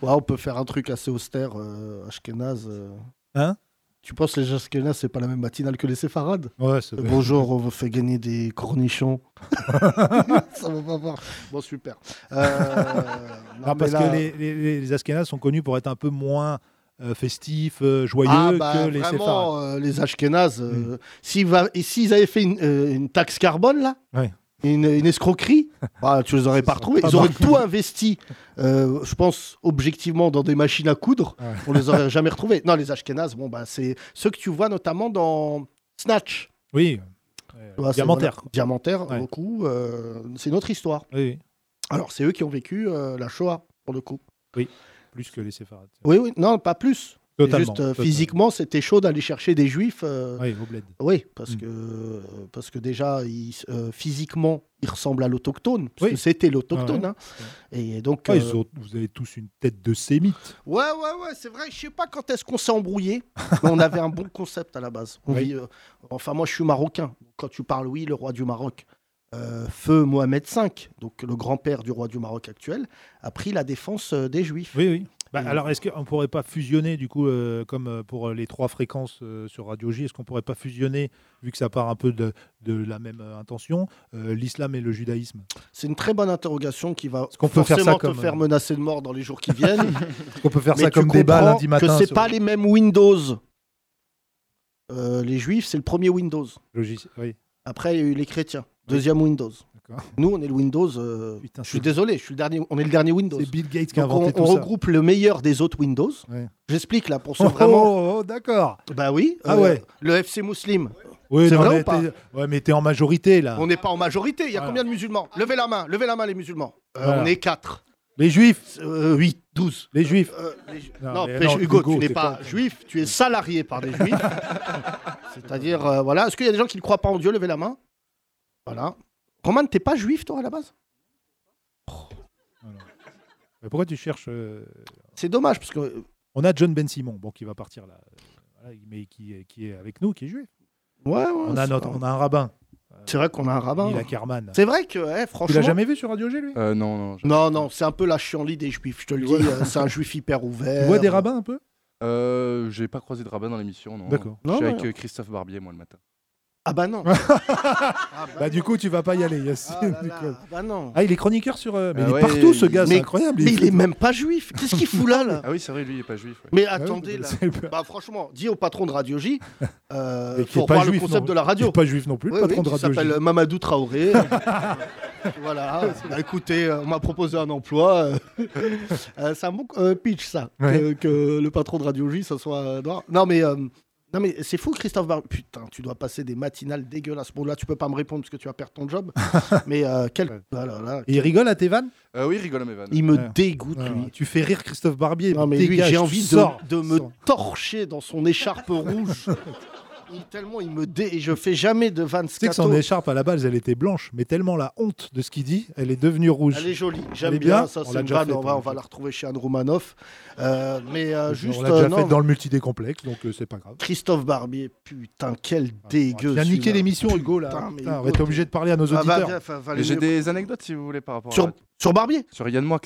Ouais, on peut faire un truc assez austère, euh, Ashkenaz. euh. Hein Tu penses que les Ashkenaz, c'est pas la même matinale que les séfarades Ouais, ça Euh, fait- Bonjour, on vous fait gagner des cornichons. Ça va pas voir. Bon, super. Euh, non, Non, mais parce là- que les, les, les Ashkénazes sont connus pour être un peu moins euh, festifs, euh, joyeux Ah, bah, que les Séfarades. vraiment, euh, les Ashkenaz, euh, s'ils va- et s'ils avaient fait une, euh, une taxe carbone, là, Ouais. une, une escroquerie, bah, tu les aurais pas Ça retrouvés. sera Ils pas auraient marqué. tout investi, euh, je pense, objectivement, dans des machines à coudre. Ouais. On les aurait jamais retrouvés. Non, les Ashkenaz, bon, bah, c'est ceux que tu vois notamment dans Snatch. Oui, Tu vois, c'est- diamantaire. voilà, diamantaire, Ouais. beaucoup. euh, c'est une autre histoire. Oui, Alors, c'est eux qui ont vécu euh, la Shoah, pour le coup. plus que les Séfarades. Oui, oui, non, pas plus. C'est Totalement. Juste, euh, totalement. physiquement, c'était chaud d'aller chercher des juifs. euh, Oui, au bled. Oui, parce, Mm. que, euh, parce que déjà, il s- euh, physiquement, il ressemble à l'autochtone, parce Oui. que c'était l'autochtone. hein. Et donc. Ah, euh, ils ont- vous avez tous une tête de sémite. Ouais, ouais, ouais, c'est vrai. Je sais pas quand est-ce qu'on s'est embrouillé, mais on avait un bon concept à la base. On Oui. vit, euh, enfin, moi, je suis marocain. Quand tu parles, oui, le roi du Maroc, euh, feu Mohamed V, donc le grand-père du roi du Maroc actuel, a pris la défense euh, des Juifs. Oui, oui. Bah, alors, est-ce qu'on pourrait pas fusionner, du coup, euh, comme euh, pour euh, les trois fréquences euh, sur Radio J, est-ce qu'on pourrait pas fusionner, vu que ça part un peu de, de la même euh, intention, euh, l'islam et le judaïsme C'est une très bonne interrogation qui va qu'on peut faire ça forcément te comme- euh, faire menacer de mort dans les jours qui viennent. Est-ce qu'on peut faire Mais ça tu comme débat comprends lundi matin que c'est sur pas les mêmes Windows. Euh, les Juifs, c'est le premier Windows. le logiciel Oui. Après, il y a eu les chrétiens. Deuxième Windows. D'accord. Nous, on est le Windows. euh, Putain, je suis c'est- désolé, je suis le dernier. On est le dernier Windows. C'est Bill Gates qui a Donc, on, inventé on tout ça. regroupe le meilleur des autres Windows. Ouais. J'explique là pour ceux Oh, vraiment. oh, oh, d'accord. Bah oui. euh, Ah ouais. Le FC Muslim. Oui, C'est non, vrai mais ou pas t'es- ouais, mais t'es en majorité là. On n'est pas en majorité. Il y a Voilà. combien de musulmans Levez la main. Levez la main les musulmans. Euh, Voilà. On est 4. Les juifs, 8, 12. les juifs. Euh, non, Non, mais après, non, Hugo, Hugo, tu n'es t'es pas pas- juif, tu es salarié par des juifs. C'est-à-dire, euh, voilà. Est-ce qu'il y a des gens qui ne croient pas en Dieu Levez la main. Voilà. Roman, t'es pas juif, toi, à la base Mais pourquoi tu cherches euh, C'est dommage, parce que. euh, On a John Ben Simon, bon, qui va partir là, euh, voilà, mais qui, est- qui est avec nous, qui est juif. Ouais, ouais, On a, c'est notre, pas- on a un rabbin, C'est vrai qu'on a un rabbin. il a Kerman. hein. C'est vrai que, eh, Tu franchement. l'as jamais vu sur Radio G, lui Euh, non, non. je- Non, non, c'est un peu la chienlit des juifs, je te le dis. euh, c'est un juif hyper ouvert. Tu vois des rabbins un peu Euh, J'ai pas croisé de rabbin dans l'émission, non. D'accord. Je Non, suis non, avec non. euh, Christophe Barbier, moi, le matin. Ah bah non. ah Bah, du coup, tu vas pas y aller, Yacine. ah là du là, coup. bah non. Ah, il est chroniqueur sur. euh, Mais Ah il est ouais, partout, ce il- gars, mais- c'est incroyable. Mais il est fait- même pas juif. Qu'est-ce qu'il fout là, là Ah oui, c'est vrai, lui, il est pas juif. ouais. Mais Ah ouais, attendez, là. c'est pas- Bah franchement, dis au patron de Radio J, euh, Et qui est faut pas revoir le juif, concept non. de la Il est radio. pas juif non plus, Oui, le patron oui, de qui Radio s'appelle G. euh, Mamadou Traoré. voilà. Bah, écoutez, euh, on m'a proposé un emploi. euh, euh, c'est un bon euh, pitch, ça. que- Que, Ouais. le patron de Radio J, ça soit euh, noir. Non, mais. euh, non mais c'est fou Christophe Barbier. Putain, tu dois passer des matinales dégueulasses. Bon là, tu peux pas me répondre parce que tu vas perdre ton job. mais euh, quel... Ouais. Ah là là. Et il rigole à tes vannes Euh, oui, rigole à mes vannes. Il me Ouais. dégoûte Ah, lui. Tu fais rire Christophe Barbier. Non, mais lui, dégage, j'ai tu envie sors, de, de me sors. torcher dans son écharpe rouge. Il- tellement il me dé... Et je fais jamais de vannes Tu sais que scato. son écharpe à la base, elle était blanche, mais tellement la honte de ce qu'il dit, elle est devenue rouge. Elle est jolie, Elle j'aime est bien, bien ça On c'est l'a une déjà vanne, fait, on va, toi, on va en la retrouver chez Anne Romanoff. Euh, mais euh, juste, on l'a euh, déjà non, fait dans le multidécomplexe, donc euh, c'est pas grave. Christophe Barbier, putain, quel dégueu. Il a niqué celui-là. l'émission, Hugo, là. Putain, mais Putain, on Hugo, va être obligé de parler à nos Ah, va- auditeurs. va- va- va- Mais J'ai mieux- des anecdotes, si vous voulez, par rapport Sur, à... sur Barbier Sur Yann Moix.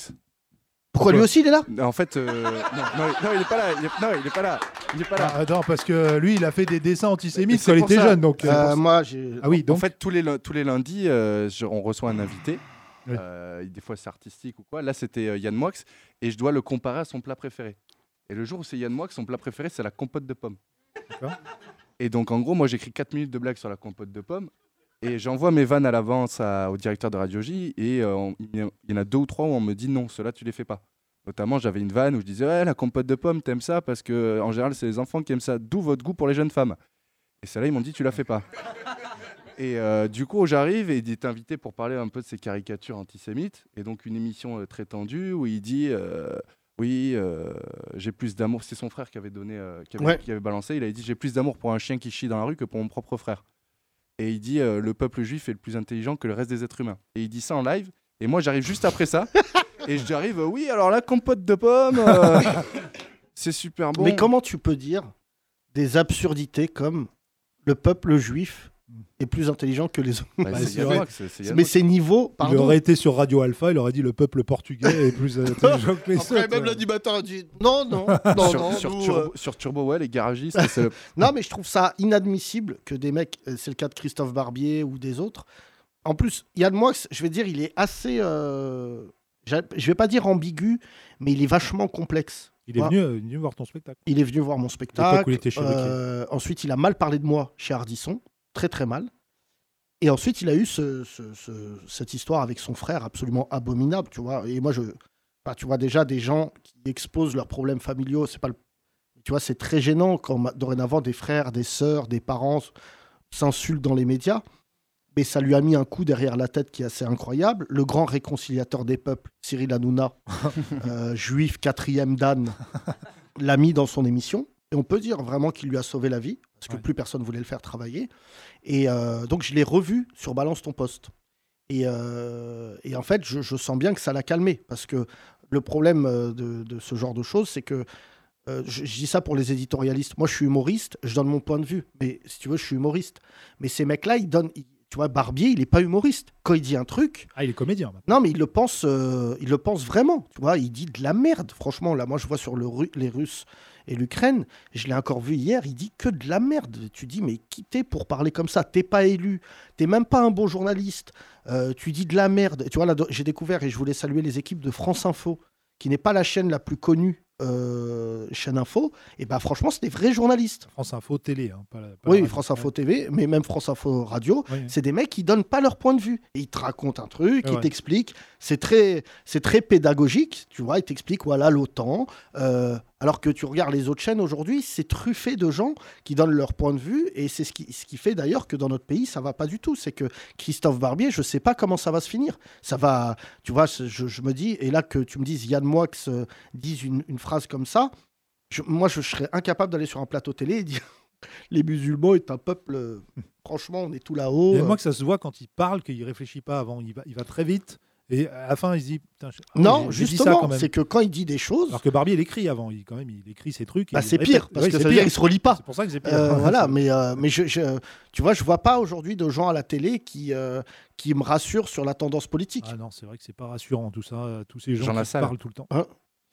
Pourquoi lui aussi il est là En fait, euh, non, non, il- non, il est pas là. il est- non, il est pas là. Il est pas là. Ah, attends, parce que lui, il a fait des dessins Mais antisémites c'est quand il pour était ça. jeune. Donc, euh, Euh, Moi j'ai... ah oui, donc. En fait, tous les, lu- tous les lundis, euh, je- on reçoit un invité. Ouais. Euh, des fois, c'est artistique ou quoi. Là, c'était euh, Yann Moix et je dois le comparer à son plat préféré. Et le jour où c'est Yann Moix, son plat préféré, c'est la compote de pommes. D'accord. Et donc, en gros, moi, j'écris 4 minutes de blague sur la compote de pommes et j'envoie mes vannes à l'avance à- au directeur de Radio J. Et euh, on- il y en- il y en a deux ou trois où on me dit non, cela, tu les fais pas. Notamment, j'avais une vanne où je disais ouais, la compote de pommes, t'aimes ça parce que euh, en général, c'est les enfants qui aiment ça. D'où votre goût pour les jeunes femmes. Et celle-là, ils m'ont dit tu la fais pas. Et euh, du coup, j'arrive et il est invité pour parler un peu de ses caricatures antisémites. Et donc, une émission euh, très tendue où il dit euh, Oui, euh, j'ai plus d'amour. C'est son frère qui avait donné, euh, qui, avait, Ouais. qui avait balancé. Il avait dit J'ai plus d'amour pour un chien qui chie dans la rue que pour mon propre frère. Et il dit euh, Le peuple juif est le plus intelligent que le reste des êtres humains. Et il dit ça en live. Et moi, j'arrive juste après ça. et j'arrive euh, Oui, alors la compote de pommes, euh, c'est super bon. Mais comment tu peux dire des absurdités comme le peuple juif est plus intelligent que les autres Bah, Bah, c'est c'est Yann vrai. Moix, c'est- c'est Yann Mais Moix. c'est niveau, Il pardon. aurait été sur Radio Alpha, il aurait dit le peuple portugais est plus intelligent que les Après, autres. même l'animateur a dit non, non, non, sur, non. sur nous, euh, Turbo, sur Turbo, ouais, les garagistes, c'est le Non, mais je trouve ça inadmissible que des mecs, euh, c'est le cas de Christophe Barbier ou des autres. En plus, Yann Moix, je vais dire, il est assez. euh, j'a- Je vais pas dire ambigu, mais il est vachement complexe. Il est venu, euh, venu voir ton spectacle. Il est venu voir mon L'époque où spectacle. il était chez Ruquier. Euh, ensuite, il a mal parlé de moi chez Ardisson, très très mal. Et ensuite, il a eu ce- ce- ce- cette histoire avec son frère absolument abominable, tu vois. Et moi, je, bah, tu vois déjà des gens qui exposent leurs problèmes familiaux, c'est pas le- tu vois, c'est très gênant quand ma- dorénavant des frères, des sœurs, des parents s- s'insultent dans les médias. Mais ça lui a mis un coup derrière la tête qui est assez incroyable. Le grand réconciliateur des peuples, Cyril Hanouna, euh, juif quatrième dan, l'a mis dans son émission. Et on peut dire vraiment qu'il lui a sauvé la vie, parce que Ouais. plus personne voulait le faire travailler. Et euh, donc je l'ai revu sur Balance ton poste. Et, euh, et en fait, je, je sens bien que ça l'a calmé, parce que le problème euh, de, de ce genre de choses, c'est que euh, je, je dis ça pour les éditorialistes. Moi, je suis humoriste, je donne mon point de vue. Mais si tu veux, je suis humoriste. Mais ces mecs-là, ils donnent. ils- Tu vois, Barbier, il n'est pas humoriste. Quand il dit un truc, Ah, il est comédien. maintenant. non, mais il le pense, euh, il le pense vraiment. Tu vois, il dit de la merde. Franchement, là, moi, je vois sur le Ru- les Russes et l'Ukraine, je l'ai encore vu hier, il dit que de la merde. Tu dis, mais qui t'es pour parler comme ça T'es pas élu, t'es même pas un bon journaliste. Euh, tu dis de la merde. Tu vois, là, j'ai découvert et je voulais saluer les équipes de France Info, qui n'est pas la chaîne la plus connue. euh, chaîne Info, et ben franchement, c'est des vrais journalistes. France Info Télé. hein, pas la- pas la Oui, radio. France Info TV, mais même France Info Radio, Oui, oui. c'est des mecs qui donnent pas leur point de vue. Et ils te racontent un truc, Ouais, ils ouais. t'expliquent. C'est très, c'est très pédagogique, tu vois. Ils t'expliquent, voilà, l'OTAN. euh, alors que tu regardes les autres chaînes aujourd'hui, c'est truffé de gens qui donnent leur point de vue. Et c'est ce qui, ce qui fait d'ailleurs que dans notre pays, ça va pas du tout. C'est que Christophe Barbier, je sais pas comment ça va se finir. Ça va, tu vois, je, je me dis, et là que tu me dises Yann Moix euh, dise une, une phrase comme ça, je- moi je serais incapable d'aller sur un plateau télé et dire les musulmans est un peuple, euh, franchement, on est tout là-haut. euh. Et moi que ça se voit quand il parle qu'il réfléchit pas avant, il va, il va très vite et à la fin il se dit putain, je- ah oui, Non, j'ai- j'ai dit ça quand justement, même. c'est que quand il dit des choses, Alors que Barbier il écrit avant, il quand même il écrit ses trucs. et bah, il c'est répète. pire, parce Ouais, que c'est ça veut dire pire. qu'il se relie pas. C'est pour ça que c'est pire. Euh, voilà, mais, euh, mais je, je- tu vois, je vois pas aujourd'hui de gens à la télé qui, euh, qui me rassurent sur la tendance politique. Ah non, c'est vrai que c'est pas rassurant tout ça, euh, tous ces gens Jean qui Lassalle. parlent tout le temps. Hein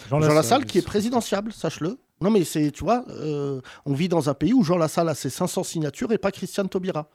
Jean Jean Lassalle qui est c'est- présidentiable, sache-le. Non mais c'est, tu vois, euh, on vit dans un pays où Jean Lassalle a ses 500 signatures et pas Christiane Taubira.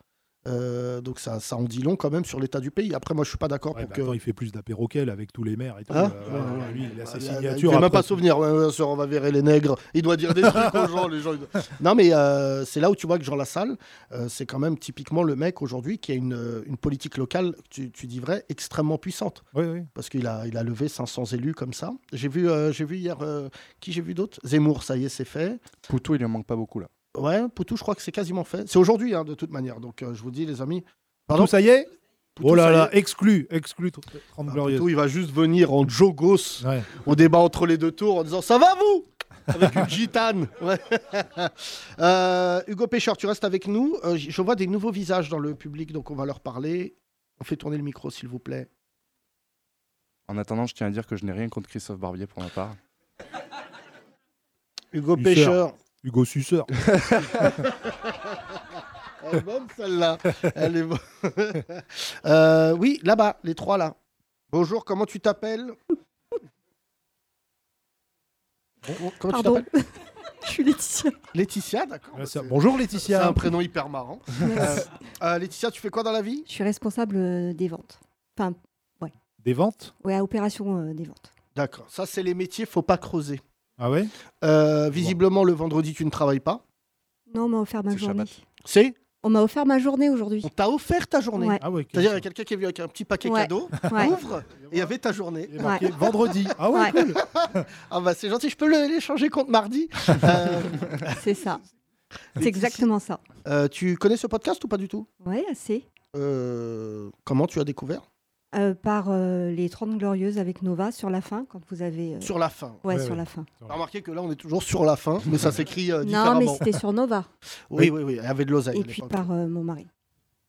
Euh, donc ça, ça en dit long quand même sur l'état du pays. Après moi je suis pas d'accord Ouais, pour bah, que... attends, il fait plus d'apéro qu'elle avec tous les maires et tout. Hein euh, ouais, Ouais, ouais, lui, il a ses Il a- il signatures. fait même après. pas souvenir. Ouais, ouais, sœur, on va verrer les nègres. Il doit dire des trucs aux gens. Les gens ils- Non, mais euh, c'est là où tu vois que Jean Lassalle, euh, c'est quand même typiquement le mec aujourd'hui qui a une, euh, une politique locale, tu, tu dis vrai, extrêmement puissante. Ouais, ouais. Parce qu'il a, il a levé 500 élus comme ça. J'ai vu, euh, j'ai vu hier. euh, qui j'ai vu d'autre Zemmour, ça y est, c'est fait. Poutou, il en manque pas beaucoup là. Ouais, Poutou, je crois que c'est quasiment fait. C'est aujourd'hui, hein, de toute manière. Donc euh, je vous dis, les amis. Pardon Tout ça y est. Poutou, oh là ça y là, est exclu, exclu, 30 Ah, glorieuses. Poutou, il va juste venir en jogos. Ouais. au débat entre les deux tours en disant Ça va vous Avec une gitane. Ouais. Euh, Hugo Pêcheur, tu restes avec nous. Euh, j- je vois des nouveaux visages dans le public, donc on va leur parler. On fait tourner le micro, s'il vous plaît. En attendant, je tiens à dire que je n'ai rien contre Christophe Barbier pour ma part. Hugo Pêcheur. Pêcheur. Hugo Suceur. Elle est bonne celle-là. Elle est bonne. Euh, oui, là-bas, les trois là. Bonjour, comment tu t'appelles Bon, Comment tu Pardon. t'appelles Je suis Laetitia. Laetitia, d'accord. Là, c'est- C'est- Bonjour C'est Laetitia. un prénom hyper marrant. Merci. Euh, Laetitia, tu fais quoi dans la vie Je suis responsable euh, des ventes. Enfin, Des ventes ouais, à opération euh, des ventes. D'accord. Ça, c'est les métiers, faut pas creuser. Ah ouais Euh, visiblement, le vendredi, tu ne travailles pas. Non, on m'a offert ma C'est journée. Shabbat. C'est On m'a offert ma journée aujourd'hui. On t'a offert ta journée. Ouais. Ah ouais. C'est-à-dire, il y a quelqu'un qui est venu avec un petit paquet Ouais. cadeau, Ouais. ouvre, et il y avait ta journée. Il est marqué vendredi. Ah Ouais. ouais, cool. Ah bah, c'est gentil, je peux le- l'échanger contre mardi. Euh, C'est ça. C'est Laetitia. exactement ça. euh, tu connais ce podcast ou pas du tout Ouais, assez. Euh, Comment tu as découvert Euh, par euh, les 30 Glorieuses avec Nova sur la fin, quand vous avez. euh, Sur la fin. Ouais, Ouais, sur ouais. la fin. T'as remarqué que là, on est toujours sur la fin, mais ça s'écrit euh, Non, mais différemment. c'était sur Nova. oui, oui, oui, il y avait de l'oseille. Et à puis l'époque. par euh, mon mari,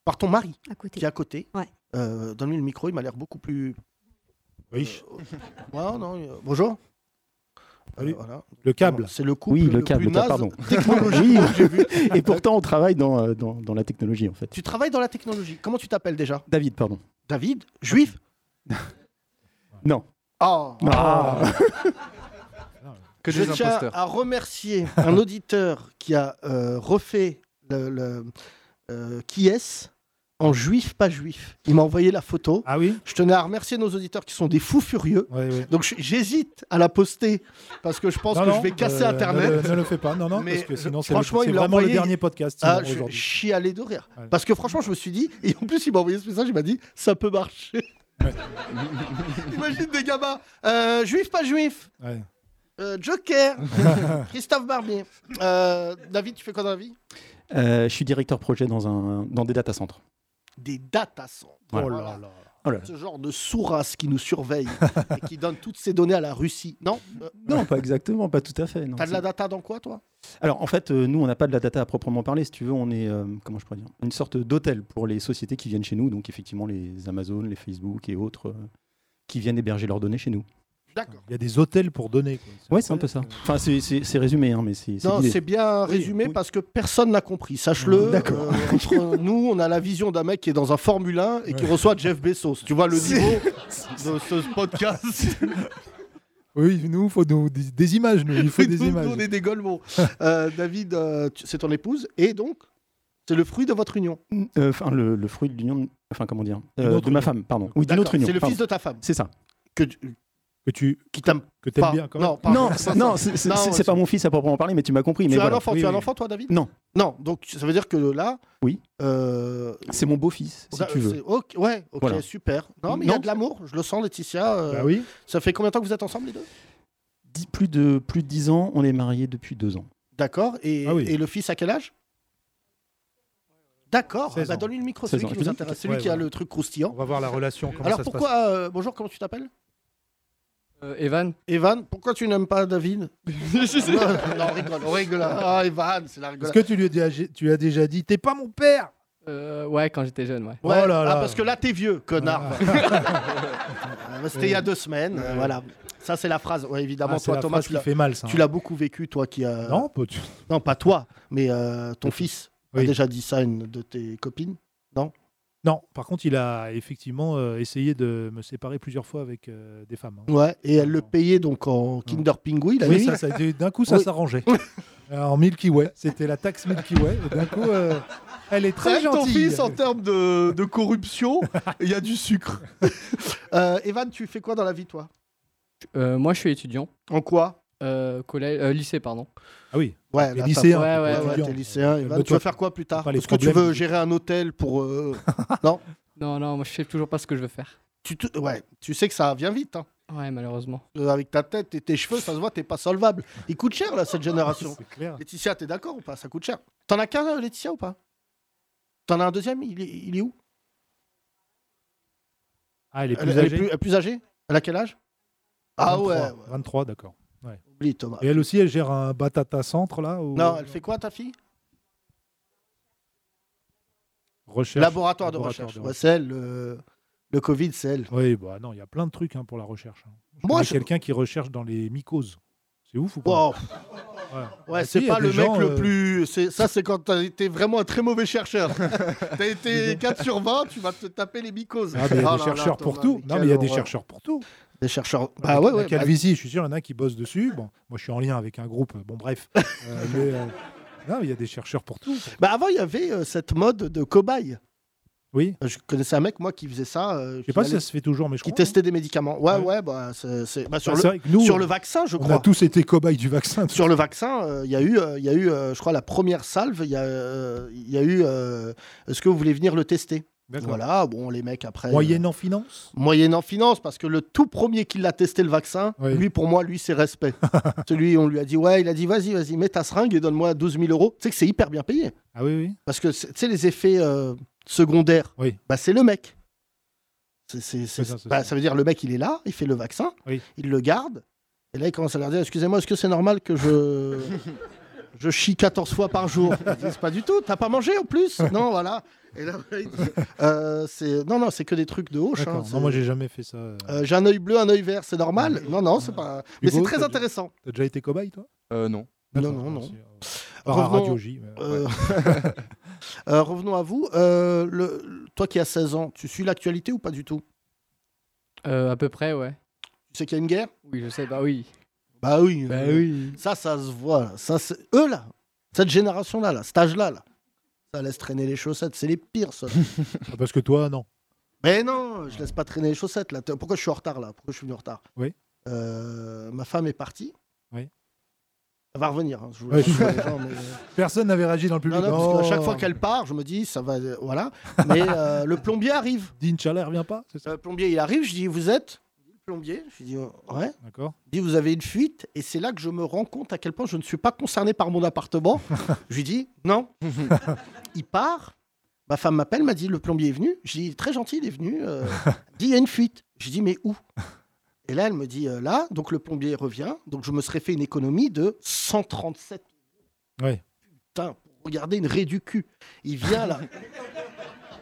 Par ton mari, à côté. qui est à côté. Ouais. Euh, Donne-lui le micro, il m'a l'air beaucoup plus. Riche. Ouais, non, euh, Bonjour. Euh, Salut. voilà. Le câble. C'est le couple Oui, le le câble, plus naze pardon. technologiquement Oui. que j'ai vu. Et pourtant, on travaille dans, euh, dans, dans la technologie, en fait. Tu travailles dans la technologie. Comment tu t'appelles déjà David, pardon. David Juif Non. Oh. Que Je des tiens imposteurs. à remercier un auditeur qui a euh, refait le, le, euh, qui est en juif, pas juif. Il m'a envoyé la photo. Ah oui Je tenais à remercier nos auditeurs qui sont des fous furieux. Ouais, ouais. Donc je- j'hésite à la poster parce que je pense Non, que non, je vais casser euh, Internet. Ne le, ne le fais pas, non, non, Mais parce que je- sinon c'est franchement, c'est il l'a vraiment le envoyé- dernier podcast sinon, Ah, je aujourd'hui. chialais de rire. Ouais. Parce que franchement, je me suis dit, et en plus, il m'a envoyé ce message, il m'a dit, ça peut marcher. Imagine des gamins, euh, juif, pas juif, Ouais. euh, Joker, Christophe Barbier. Euh, David, tu fais quoi dans la vie Euh, je suis directeur projet dans, un, dans des data centers. Des data centers. Voilà. Voilà. Oh là là. Ce genre de sourasse qui nous surveille et qui donne toutes ses données à la Russie. Non Euh, Non, pas exactement, pas tout à fait. non. T'as de la data dans quoi, toi Alors, en fait, euh, nous, on n'a pas de la data à proprement parler. Si tu veux, on est, euh, comment je pourrais dire, une sorte d'hôtel pour les sociétés qui viennent chez nous. Donc, effectivement, les Amazon, les Facebook et autres euh, qui viennent héberger leurs données chez nous. D'accord. Il y a des hôtels pour donner. quoi. Ouais, c'est un peu ça. Enfin, c'est- c'est c'est résumé, hein, mais c'est. c'est Non, l'idée. c'est bien Oui, résumé oui. Ah, parce que personne n'a compris, sache-le. D'accord. Euh, entre nous, on a la vision d'un mec qui est dans un Formule 1 et qui reçoit Jeff Bezos. Tu vois le niveau de ce podcast Oui, nous, faut nous- des, des images, nous. Il faut Nous, des nous, images. on est des golemons. Euh, David, euh, tu- c'est ton épouse et donc, c'est le fruit de votre union. Euh, Enfin, le, le fruit de l'union. Enfin, comment dire euh, D'une autre De ma union. femme, pardon. Oui, d'une D'accord, autre union. C'est le pardon. fils de ta femme C'est ça. que tu- Que tu qui t'aime que pas. aimes bien quand même. non, pardon. Non, c'est- non, c'est- c'est Non, c'est- ouais, c'est pas c'est- mon fils à proprement parler, mais tu m'as compris. Tu Mais as voilà. un enfant, Oui, tu as oui. un enfant toi, David Non. Non, donc ça veut dire que là. Oui. euh, C'est mon beau-fils, si ça- tu veux. c'est- oh. ok, ouais, ok, Voilà. super. Non, mais il y a Non. de l'amour, je le sens, Laetitia. euh, Bah oui. Ça fait combien de temps que vous êtes ensemble les deux Dix- Plus de plus de dix ans, on est mariés depuis deux ans. D'accord. Et, Ah oui. et le fils à quel âge D'accord. 16 Bah, ans. Donne-lui le micro, 16 celui ans. qui nous intéresse, celui Ouais, qui a ouais. le truc On croustillant. va voir la relation. Comment Alors ça se passe. pourquoi euh, Bonjour, comment tu t'appelles Euh, Evan Evan, pourquoi tu n'aimes pas David non, non, on rigole, on rigole. Ah, Evan, c'est la rigolade. Est-ce que tu lui as, déjà- tu lui as déjà dit T'es pas mon père Euh, Ouais, quand j'étais jeune, ouais. Ouais, Oh là là. Ah, parce que là, t'es vieux, connard. Euh, C'était il y a deux semaines. euh, Voilà. Ça, c'est la phrase. Ouais, évidemment, Ah, c'est toi, la Thomas, phrase tu qui l'as- fait mal, ça. hein. tu l'as beaucoup vécu, toi qui as. Non, pas du- Non, pas toi, mais euh, ton fils a Oui. déjà dit ça à une de tes copines. non. Par contre, il a effectivement euh, essayé de me séparer plusieurs fois avec euh, des femmes. hein. Ouais, et elle le payait donc en Kinder Pinguin. Il avait Oui, ça. ça, ça a été- d'un coup, ça Oui. s'arrangeait. Euh, en Milky Way, c'était la taxe Milky Way. Et D'un coup, euh, elle est très Avec ton gentille. fils, en termes de, de corruption, il y a du sucre. Euh, Evan, tu fais quoi dans la vie, toi Euh, moi, je suis étudiant. En quoi Euh, collège, euh, lycée, pardon. Ah oui, Ouais, les là, lycéens. ouais, ouais, t'as- t'es pas ouais, étudiant. t'es lycéen, Evan. Calme-toi. Tu vas faire quoi plus tard Pas les Est-ce que tu problèmes. veux gérer un hôtel pour... euh, Non, non, moi, je sais toujours pas ce que je veux faire. tu te- Ouais, tu sais que ça vient vite. hein. Ouais, malheureusement. Euh, Avec ta tête et tes cheveux, ça se voit, t'es pas solvable. Il coûte cher, là, cette génération. C'est clair. Laetitia, t'es d'accord ou pas Ça coûte cher. T'en as qu'un, euh, Laetitia, ou pas T'en as un deuxième Il est, il est où Ah, elle est elle, plus elle est âgée. plus, elle est plus âgée Elle a quel âge Ah 23, ouais, ouais. 23, d'accord. oublie Thomas. Et elle aussi, elle gère un batata centre là ou Non, elle fait quoi ta fille recherche. Laboratoire de Laboratoire recherche. de Ouais, c'est elle, le... le Covid, c'est elle. Oui, bah non, il y a plein de trucs hein, pour la recherche. hein. Je Moi, connais je- quelqu'un qui recherche dans les mycoses. C'est ouf ou pas Wow. Ouais, Et c'est puis, il Bah, y a pas des le mec gens, le euh, plus. c'est- Ça, c'est quand t'as été vraiment un très mauvais chercheur. t'as été 4 sur 20, tu vas te taper les mycoses. Ah, mais il y Oh a là des là, chercheurs pour Thomas, tout. Non, mais il y a quelle des horreur. chercheurs pour tout. Des chercheurs. Bah La- ouais, la ouais. bah, Calvitie, je suis sûr, il y en a qui bossent dessus. Bon, moi, je suis en lien avec un groupe. Bon, bref. Euh, mais, euh, non, mais il y a des chercheurs pour tout. bah, avant, il y avait euh, cette mode de cobaye. Euh, Oui. Je connaissais un mec, moi, qui faisait ça. euh, Je qui sais pas si allait- ça se fait toujours, mais je qui crois. testait des médicaments. Ouais, Ouais. ouais, bah, c'est- c'est- bah, Bah, sur, c'est le... vrai que nous, sur le vaccin, je on crois. a tous été cobayes du vaccin. Sur le vaccin, euh, il y a eu, euh, il y a eu euh, je crois, la première salve. Il y, a, euh, il y a eu. euh, Est-ce que vous voulez venir le tester D'accord. Voilà, bon, les mecs, après. euh, Moyennant finance Moyennant finance, parce que le tout premier qui l'a testé le vaccin, Oui. lui, pour moi, lui, c'est respect. Celui, on lui a dit, ouais, il a dit, vas-y, vas-y, mets ta seringue et donne-moi 12 000 euros. Tu sais que c'est hyper bien payé. Ah oui, oui. Parce que, c'est- tu sais, les effets euh, secondaires, Oui. bah, c'est le mec. C'est- c'est- c'est- ça, c'est bah, ça. ça veut dire, le mec, il est là, il fait le vaccin, Oui. il le garde, et là, il commence à leur dire, excusez-moi, est-ce que c'est normal que je. Je chie 14 fois par jour. Ils disent, pas du tout, t'as pas mangé en plus Non, voilà. Et là, il dit, euh, c'est- non, non, c'est que des trucs de hoche. hein, D'accord. c'est- Non, moi, j'ai jamais fait ça. euh. euh, j'ai un œil bleu, un œil vert, c'est normal Non, non, c'est pas. Mais Hugo, c'est très t'as- intéressant. T'as déjà été cobaye, toi Euh, non. Non, D'accord, non, non. c'est, euh, Par la Revenons- radio J. mais- Euh, euh, revenons à vous. Euh, le- le- Toi qui as 16 ans, tu suis l'actualité ou pas du tout Euh, à peu près, ouais. Tu sais qu'il y a une guerre Oui, je sais, bah oui. Bah oui. Bah euh, oui. Ça, ça se voit. là. Ça, c'est- Eux, là, cette génération-là, là, cet âge-là, là, ça laisse traîner les chaussettes. C'est les pires, ça. Ah, Parce que toi, non. Mais non, je laisse pas traîner les chaussettes. Là. T'as- Pourquoi je suis en retard là Pourquoi je suis venu en retard Oui. Euh, ma femme est partie. Oui. Elle va revenir. hein, Je vous Ouais. je vous- les gens, mais- euh, Personne n'avait réagi dans le public. Non, non, parce qu'à Oh. chaque fois qu'elle part, je me dis, ça va, euh, voilà. Mais euh, le plombier arrive. D'inch'Allah, elle revient pas, c'est ça Le plombier, il arrive, je dis, vous êtes Le plombier, je dis, euh, ouais. D'accord. Il dit, vous avez une fuite. Et c'est là que je me rends compte à quel point je ne suis pas concerné par mon appartement. je lui dis, non. il part. Ma femme m'appelle, m'a dit, le plombier est venu. Je dis, très gentil, il est venu. euh. Elle dit, il y a une fuite. Je dis, mais où Et là, elle me dit, euh, là. Donc le plombier revient. Donc je me serais fait une économie de 137 Ouais. Putain, pour regarder une raie du cul. Il vient là.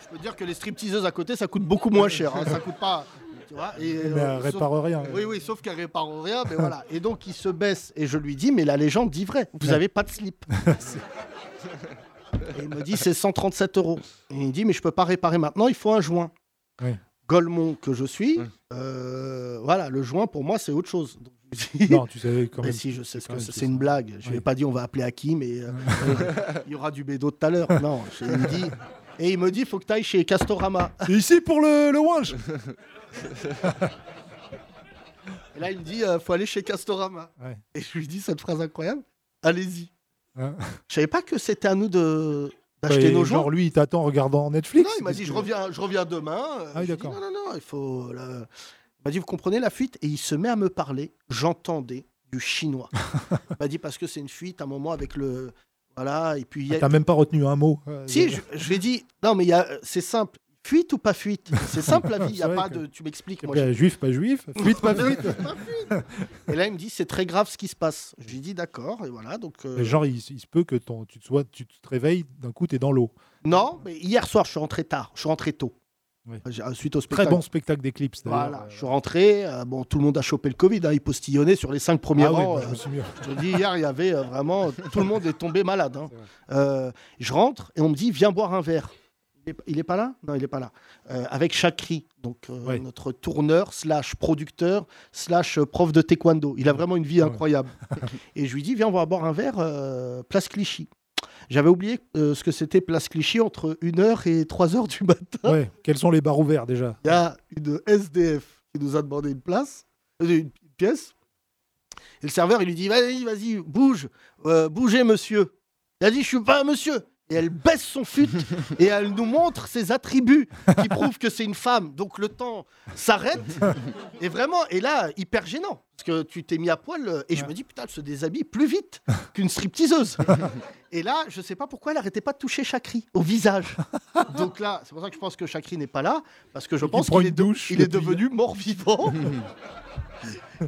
Je peux dire que les stripteaseuses à côté, ça coûte beaucoup moins cher. hein. Ça coûte pas. tu vois. Et, Mais euh, elle sauf- répare rien. Oui, oui, sauf qu'elle répare rien, mais voilà. Et donc, il se baisse, et je lui dis, mais la légende dit vrai, vous Ouais. n'avez pas de slip. et il me dit, c'est 137 euros. Et il me dit, mais je peux pas réparer maintenant, il faut un joint. Ouais. Golemont que je suis, Ouais. euh, voilà, le joint, pour moi, c'est autre chose. Donc, je lui dis, Non, tu savais quand mais même. si, je sais ce quand que même c'est. tout C'est une ça. blague. Je lui ai Ouais. pas dit on va appeler Hakim mais euh, il y aura du bédo tout à l'heure. Non, je- il me dit. Et il me dit faut que tu ailles chez Castorama. Et Ici pour le, le Walsh Et là, il me dit euh, faut aller chez Castorama. Ouais. Et je lui dis cette phrase incroyable allez-y. Hein Je savais pas que c'était à nous de d'acheter Ouais, nos Genre, jours. lui, il t'attend en regardant Netflix Non, il m'a dit je reviens, je reviens demain. Euh, Ah je oui, lui ai dit, d'accord. Non, non, non, il faut. là- Il m'a dit vous comprenez la fuite et il se met à me parler. J'entendais du chinois. il m'a dit parce que c'est une fuite à un moment avec le voilà et puis il y Ah, a- T'as même pas euh, retenu un mot. Si, je, je lui ai dit, non, mais il y a- euh, c'est simple. Fuite ou pas fuite C'est simple la vie, il y a C'est vrai pas que- de. Tu m'expliques, Eh moi. ben, Juif, pas juif. Fuite, pas fuite. je- Et là, il me dit, c'est très grave ce qui se passe. Je lui ai dit, d'accord, et voilà. Donc, euh, Mais Genre, il, il se peut que ton, tu, te sois, tu te réveilles, d'un coup, t'es dans l'eau. Non, mais hier soir, je suis rentré tard, je suis rentré tôt. Oui. J'ai- Suite au Très spectacle. bon spectacle d'Eclipse, d'ailleurs. Voilà, je suis rentré. euh, bon, tout le monde a chopé le Covid, hein, il postillonnait sur les cinq premiers Ah oui, rangs. bah, je euh, me suis mis- Je te dis, hier, il y avait euh, vraiment. Tout le monde est tombé malade. hein. Euh, je rentre et on me dit, viens boire un verre. Il est, il est pas là Non, il est pas là. Euh, avec Chakri, donc euh, Ouais. notre tourneur, slash producteur, slash euh, prof de taekwondo. Il a vraiment une vie Ouais. incroyable. et je lui dis, viens, on va boire un verre, euh, place Clichy. J'avais oublié euh, ce que c'était place Clichy entre 1h et 3h du matin. Ouais. Quels sont les bars ouverts, déjà Il y a une SDF qui nous a demandé une place, euh, une pièce. Et le serveur, il lui dit Vas-y, vas-y, bouge, euh, bougez, monsieur. Il a dit Je suis pas un monsieur. Et elle baisse son fut et elle nous montre ses attributs qui prouvent que c'est une femme. Donc le temps s'arrête. Et vraiment, et là, hyper gênant. Parce que tu t'es mis à poil euh, et je me dis Putain, elle se déshabille plus vite qu'une stripteaseuse. Et là, je sais pas pourquoi elle arrêtait pas de toucher Chakri au visage. Donc là, c'est pour ça que je pense que Chakri n'est pas là. Parce que je pense prend qu'il une est de- douche, il le est devenu mort-vivant.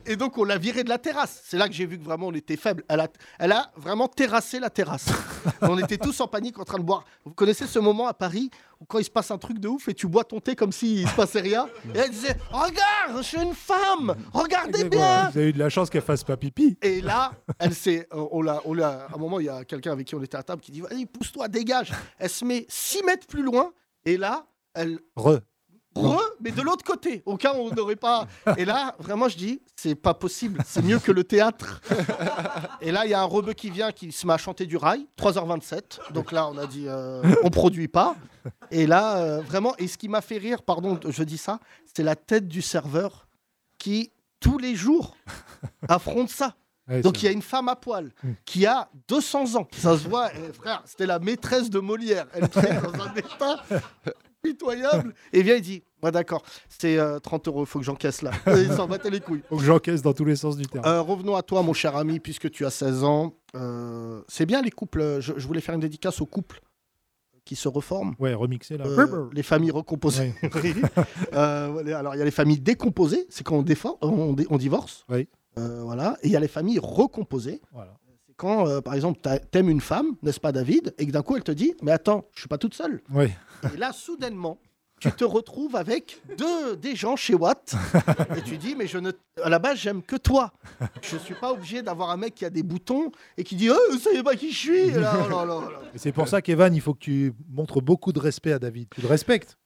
Et donc, on l'a viré de la terrasse. C'est là que j'ai vu que vraiment on était faible. Elle a, elle a vraiment terrassé la terrasse. on était tous en panique en train de boire. Vous connaissez ce moment à Paris où quand il se passe un truc de ouf et tu bois ton thé comme s'il se passait rien. Et elle disait Regarde, je suis une femme Regardez bien Vous avez eu de la chance qu'elle fasse pas pipi. et là, elle s'est, euh, on l'a, on l'a, à un moment, il y a quelqu'un avec qui on était à table qui dit, vas-y, pousse-toi, dégage. Elle se met 6 mètres plus loin, et là, elle Re. re, mais de l'autre côté, au cas où on n'aurait pas. Et là, vraiment, je dis, c'est pas possible, c'est mieux que le théâtre. Et là, il y a un rebeu qui vient, qui se met à chanter du rail, 3h27. Donc là, on a dit, euh, on produit pas. Et là, euh, vraiment, et ce qui m'a fait rire, pardon, je dis ça, c'est la tête du serveur qui, tous les jours, affronte ça. Ouais, Donc il c'est- y a une femme à poil Mm. qui a 200 ans. Ça se voit, eh, frère, c'était la maîtresse de Molière. Elle était dans un état pitoyable. Et vient, il dit Ouais, d'accord, c'est euh, 30 euros, faut que j'encaisse là. Et il s'en battait les couilles. Faut que j'encaisse dans tous les sens du terme. Euh, revenons à toi, mon cher ami, puisque tu as 16 ans. Euh, c'est bien les couples. euh, Je, je voulais faire une dédicace aux couples qui se reforment. Ouais, remixer là. euh, les familles recomposées. Ouais. Oui. Euh, voilà, alors, il y a les familles décomposées, c'est quand on, défend- on, dé- on divorce. Oui. Euh, voilà. Et il y a les familles recomposées. Voilà. C'est quand, euh, par exemple, t'a- t'aimes une femme, n'est-ce pas, David, et que d'un coup, elle te dit Mais attends, je suis pas toute seule. Ouais. Et là, soudainement, tu te retrouves avec deux, des gens chez Watt. Et tu dis Mais je ne, à la base, j'aime que toi. Je suis pas obligé d'avoir un mec qui a des boutons et qui dit Oh, vous savez pas qui je suis. Et là, oh là là là. Et C'est pour ça qu'Evan, il faut que tu montres beaucoup de respect à David. Tu le respectes.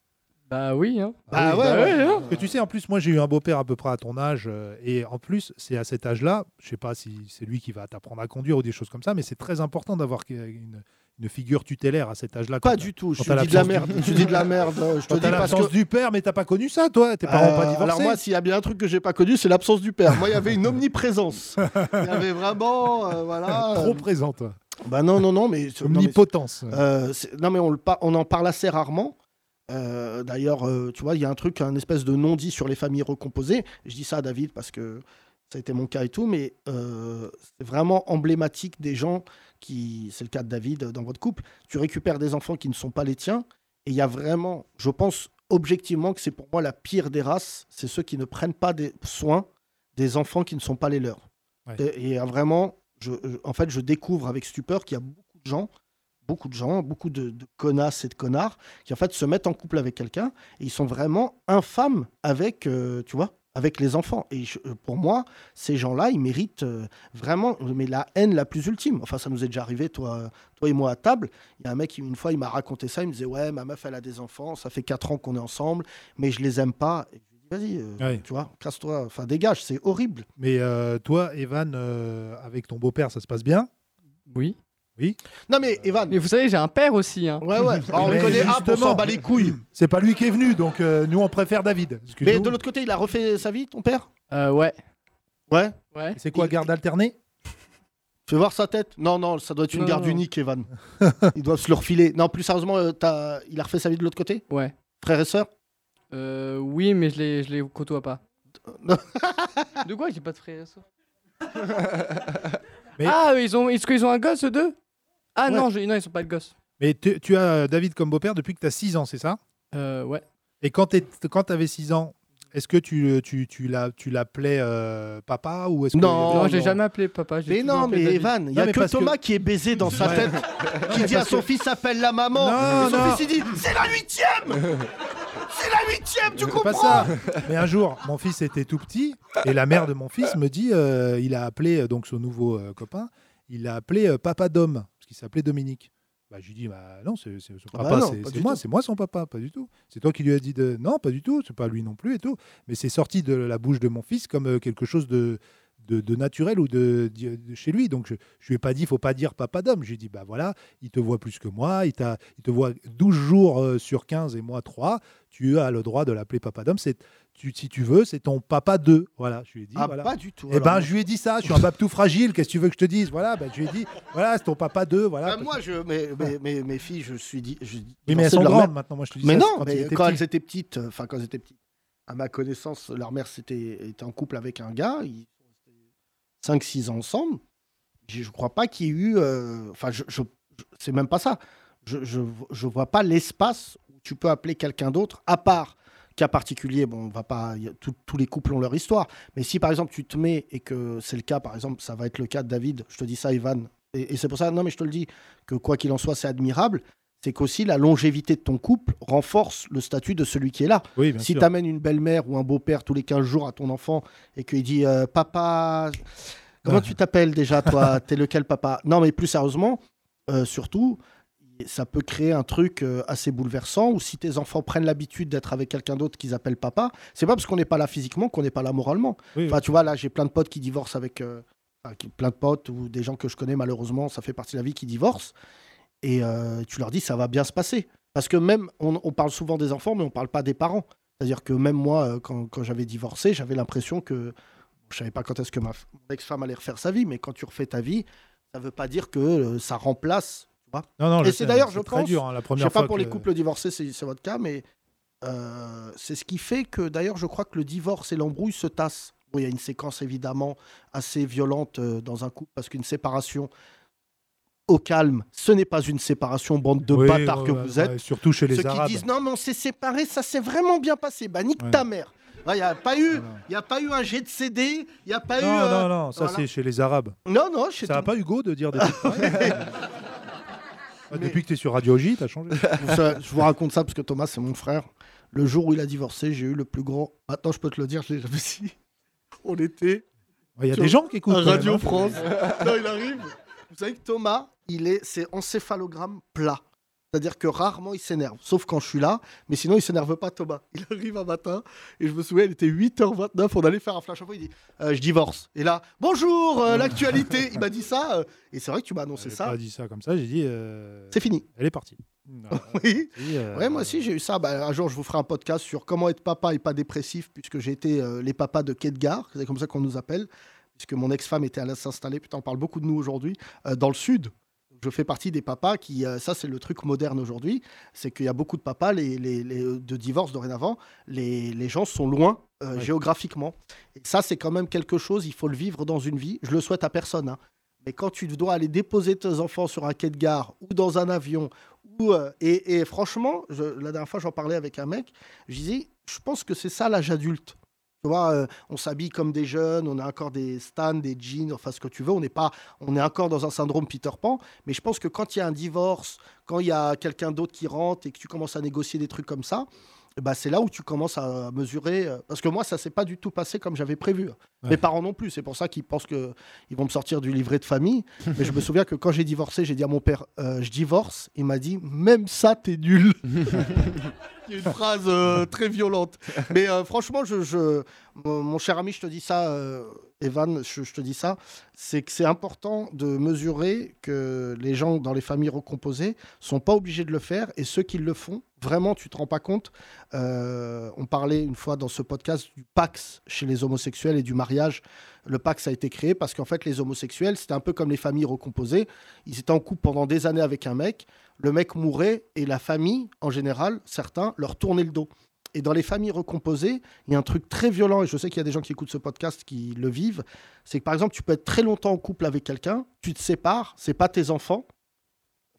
Bah oui, hein. Ah oui, ouais, bah ouais, oui. hein. Parce que tu sais, en plus, moi, j'ai eu un beau-père à peu près à ton âge. euh, et en plus, c'est à cet âge-là, je sais pas si c'est lui qui va t'apprendre à conduire ou des choses comme ça, mais c'est très important d'avoir que- une, une figure tutélaire à cet âge-là. Pas quand du tout. Je quand te t'as dis de la l'absence merde. du- Je dis de la merde. hein. Je te Toi, dis t'as parce que. l'absence du père, mais t'as pas connu ça, toi Tes parents Euh, pas divorcés Alors moi, s'il y a bien un truc que j'ai pas connu, c'est l'absence du père. Moi, il y avait une omniprésence. Il y avait vraiment, euh, voilà. Trop euh, présent, toi. Bah non, non, non, mais non, mais- Omnipotence. Euh, c'est- non, mais on, le par- on en parle assez rarement. Euh, D'ailleurs, euh, tu vois, il y a un truc, un espèce de non-dit sur les familles recomposées. Je dis ça à David parce que ça a été mon cas et tout, mais euh, c'est vraiment emblématique des gens qui, c'est le cas de David euh, dans votre couple, tu récupères des enfants qui ne sont pas les tiens, et il y a vraiment, je pense objectivement que c'est pour moi la pire des races, c'est ceux qui ne prennent pas des soins des enfants qui ne sont pas les leurs. Ouais. Et, et, euh, vraiment, je- je- en fait, je découvre avec stupeur qu'il y a beaucoup de gens beaucoup de gens, beaucoup de, de connasses et de connards qui en fait se mettent en couple avec quelqu'un et ils sont vraiment infâmes avec, euh, tu vois, avec les enfants. Et je- euh, pour moi, ces gens-là, ils méritent euh, vraiment mais la haine la plus ultime. Enfin, ça nous est déjà arrivé, toi, euh, toi et moi à table. Il y a un mec, qui, une fois, il m'a raconté ça. Il me disait Ouais, ma meuf, elle a des enfants. Ça fait 4 ans qu'on est ensemble, mais je les aime pas. Et je lui dis, Vas-y, euh, Ouais. tu vois, casse-toi. Enfin, dégage, c'est horrible. Mais euh, toi, Evan, euh, avec ton beau-père, ça se passe bien Oui. Non, mais Evan. Mais vous savez, j'ai un père aussi. Hein. Ouais, ouais. Ah, on Mais le connaît un, on justement. s'en bat les couilles. C'est pas lui qui est venu, donc euh, nous on préfère David. Excuse-nous. Mais de l'autre côté, il a refait sa vie, ton père Euh, ouais. Ouais. Ouais. C'est quoi, garde alternée Tu veux voir sa tête Non, non, ça doit être une Non, garde non. unique, Evan. Ils doivent se le refiler. Non, plus sérieusement, euh, t'as- il a refait sa vie de l'autre côté Ouais. Frère et sœur Euh, oui, mais je les, je les côtoie pas. non. de quoi J'ai pas de frère et sœur. Mais- Ah, ils ont, est-ce qu'ils ont un gosse, eux deux Ah Ouais. non, je- non, ils sont pas de gosse. Mais tu, tu as euh, David comme beau-père depuis que tu as 6 ans, c'est ça Euh, ouais. Et quand tu avais 6 ans, est-ce que tu, tu, tu l'as- tu l'appelais euh, papa ou est-ce que- Non, non, j'ai jamais appelé papa. Ah, j'ai Mais toujours non, appelé mais David. Evan, il y a mais que parce que- Thomas qui est baisé dans sa Ouais. tête, qui dit à parce son fils appelle la maman. Non, et son non. fils il dit C'est la huitième C'est la huitième, tu C'est comprends pas ça. Mais un jour, mon fils était tout petit et la mère de mon fils me dit, euh, il a appelé euh, donc son nouveau euh, copain, il l'a appelé euh, Papa Dom parce qu'il s'appelait Dominique. Bah, je lui dis, bah non, c'est c'est son Ah bah papa, non, c'est- pas c'est du moi, tout. c'est moi son papa, pas du tout. C'est toi qui lui as dit de non, pas du tout, c'est pas lui non plus et tout. Mais c'est sorti de la bouche de mon fils comme euh, quelque chose de de, de naturel ou de, de- de chez lui. Donc je, je lui ai pas dit, faut pas dire papa Dom. Je lui ai dit, bah voilà, il te voit plus que moi, il, t'a- il te voit 12 jours euh, sur 15 et moi 3, tu as le droit de l'appeler papa d'homme, c'est tu, si tu veux, c'est ton papa 2. Voilà, je lui ai dit Ah, voilà. pas du tout. Eh alors. ben, je lui ai dit ça, je suis un pape tout fragile, qu'est-ce que tu veux que je te dise Voilà, ben, je lui ai dit, voilà, c'est ton papa 2, voilà. Bah, moi, je, mais, mais- mais- mes filles, je suis dit. Je, Oui, mais elles divorcé sont de leur mère. grandes maintenant, moi je te dis Mais ça, non, c'est quand mais il était quand petit. elles étaient petites, euh, enfin quand elles étaient petites, à ma connaissance, leur mère était, était en couple avec un gars, ils sont restés 5-6 ans ensemble. Je je crois pas qu'il y ait eu. euh, Enfin, je, je- je- c'est même pas ça. Je, je, je vois pas l'espace où tu peux appeler quelqu'un d'autre, à part cas particulier, bon, on va pas. y a- tout- tous les couples ont leur histoire. Mais si par exemple tu te mets et que c'est le cas, par exemple, ça va être le cas de David, je te dis ça, Ivan, et, et c'est pour ça, non mais je te le dis, que quoi qu'il en soit, c'est admirable c'est qu'aussi la longévité de ton couple renforce le statut de celui qui est là. Oui, bien si sûr. tu amènes une belle-mère ou un beau-père tous les 15 jours à ton enfant et qu'il dit euh, Papa, comment tu t'appelles déjà toi T'es lequel papa Non, mais plus sérieusement, euh, surtout, ça peut créer un truc euh, assez bouleversant où si tes enfants prennent l'habitude d'être avec quelqu'un d'autre qu'ils appellent papa, c'est pas parce qu'on n'est pas là physiquement qu'on n'est pas là moralement. Oui, oui. Enfin, tu vois, là, j'ai plein de potes qui divorcent avec. euh, enfin, qui- plein de potes ou des gens que je connais, malheureusement, ça fait partie de la vie, qui divorcent. Et euh, tu leur dis, ça va bien se passer. Parce que même, on, on parle souvent des enfants, mais on parle pas des parents. C'est-à-dire que même moi, euh, quand, quand j'avais divorcé, j'avais l'impression que. Je savais pas quand est-ce que ma f- mon ex-femme allait refaire sa vie, mais quand tu refais ta vie, ça veut pas dire que euh, ça remplace. tu vois. Non, non, Et je c'est sais, d'ailleurs, je très pense- dur, hein, la Je première sais pas fois pour que- les couples divorcés, c'est c'est votre cas, mais euh, c'est ce qui fait que d'ailleurs, je crois que le divorce et l'embrouille se tassent. Bon, il y a une séquence évidemment assez violente euh, dans un couple parce qu'une séparation au calme, ce n'est pas une séparation bande de Oui, bâtards ouais, que ouais, vous êtes. ouais, surtout chez les Ceux Arabes. qui disent non, mais on s'est séparés, ça s'est vraiment bien passé. Bah, nique Ouais. ta mère. Il n'y a, pas eu- Non, non. y a pas eu un jet de CD, il n'y a pas eu. Non, euh, non, non, ça voilà. c'est chez les Arabes. Non, non, je sais Ça va pas. pas Hugo de dire des trucs pareils Ah, Depuis que tu es sur Radio J, t'as changé. Ça, je vous raconte ça parce que Thomas, c'est mon frère. Le jour où il a divorcé, j'ai eu le plus grand. Maintenant, je peux te le dire, je l'ai jamais dit. On était Il y a Sur- des gens qui écoutent. à quand même, Radio hein. France. non, il arrive. Vous savez que Thomas, il est, c'est encéphalogramme plat. C'est-à-dire que rarement il s'énerve, sauf quand je suis là, mais sinon il s'énerve pas Thomas. Il arrive un matin, et je me souviens, il était 8h29, on allait faire un flash info, il dit euh, Je divorce. Et là, bonjour, euh, l'actualité Il m'a dit ça, euh, et c'est vrai que tu m'as annoncé J'ai ça, pas dit ça comme ça, j'ai dit. euh, c'est fini. Elle est partie. Oui. Oui, euh, Ouais, moi aussi j'ai eu ça. Bah, un jour, je vous ferai un podcast sur comment être papa et pas dépressif, puisque j'ai été euh, les papas de Kedgar, c'est comme ça qu'on nous appelle, puisque mon ex-femme était allée s'installer, putain, on parle beaucoup de nous aujourd'hui, euh, dans le sud. Je fais partie des papas qui, euh, ça c'est le truc moderne aujourd'hui, c'est qu'il y a beaucoup de papas les, les- les- euh, de divorce dorénavant, les, les gens sont loin euh, Ouais. géographiquement. Et ça c'est quand même quelque chose, il faut le vivre dans une vie, je le souhaite à personne. hein. Mais quand tu dois aller déposer tes enfants sur un quai de gare ou dans un avion ou, euh, et, et franchement, je- la dernière fois, j'en parlais avec un mec. Je disais, je pense que c'est ça l'âge adulte. Tu vois, euh, on s'habille comme des jeunes, on a encore des stands, des jeans, enfin ce que tu veux. On n'est pas, on est encore dans un syndrome Peter Pan. Mais je pense que quand il y a un divorce, quand il y a quelqu'un d'autre qui rentre et que tu commences à négocier des trucs comme ça, eh ben, c'est là où tu commences à mesurer. euh, Parce que moi, ça s'est pas du tout passé comme j'avais prévu. Mes parents non plus. C'est pour ça qu'ils pensent que ils vont me sortir du livret de famille. Mais je me souviens que quand j'ai divorcé, j'ai dit à mon père, euh, je divorce. Il m'a dit, même ça, t'es nul. Il y a une phrase euh, très violente. Mais euh, franchement, je, je- mon mon cher ami, je te dis ça, euh, Evan, je, je te dis ça, c'est que c'est important de mesurer que les gens dans les familles recomposées sont pas obligés de le faire et ceux qui le font, vraiment, tu te rends pas compte. Euh, on parlait une fois dans ce podcast du Pax chez les homosexuels et du mariage. Le Pax a été créé parce qu'en fait, les homosexuels, c'était un peu comme les familles recomposées. Ils étaient en couple pendant des années avec un mec. Le mec mourait et la famille, en général, certains, leur tournaient le dos. Et dans les familles recomposées, il y a un truc très violent, et je sais qu'il y a des gens qui écoutent ce podcast qui le vivent, c'est que par exemple, tu peux être très longtemps en couple avec quelqu'un, tu te sépares, c'est pas tes enfants,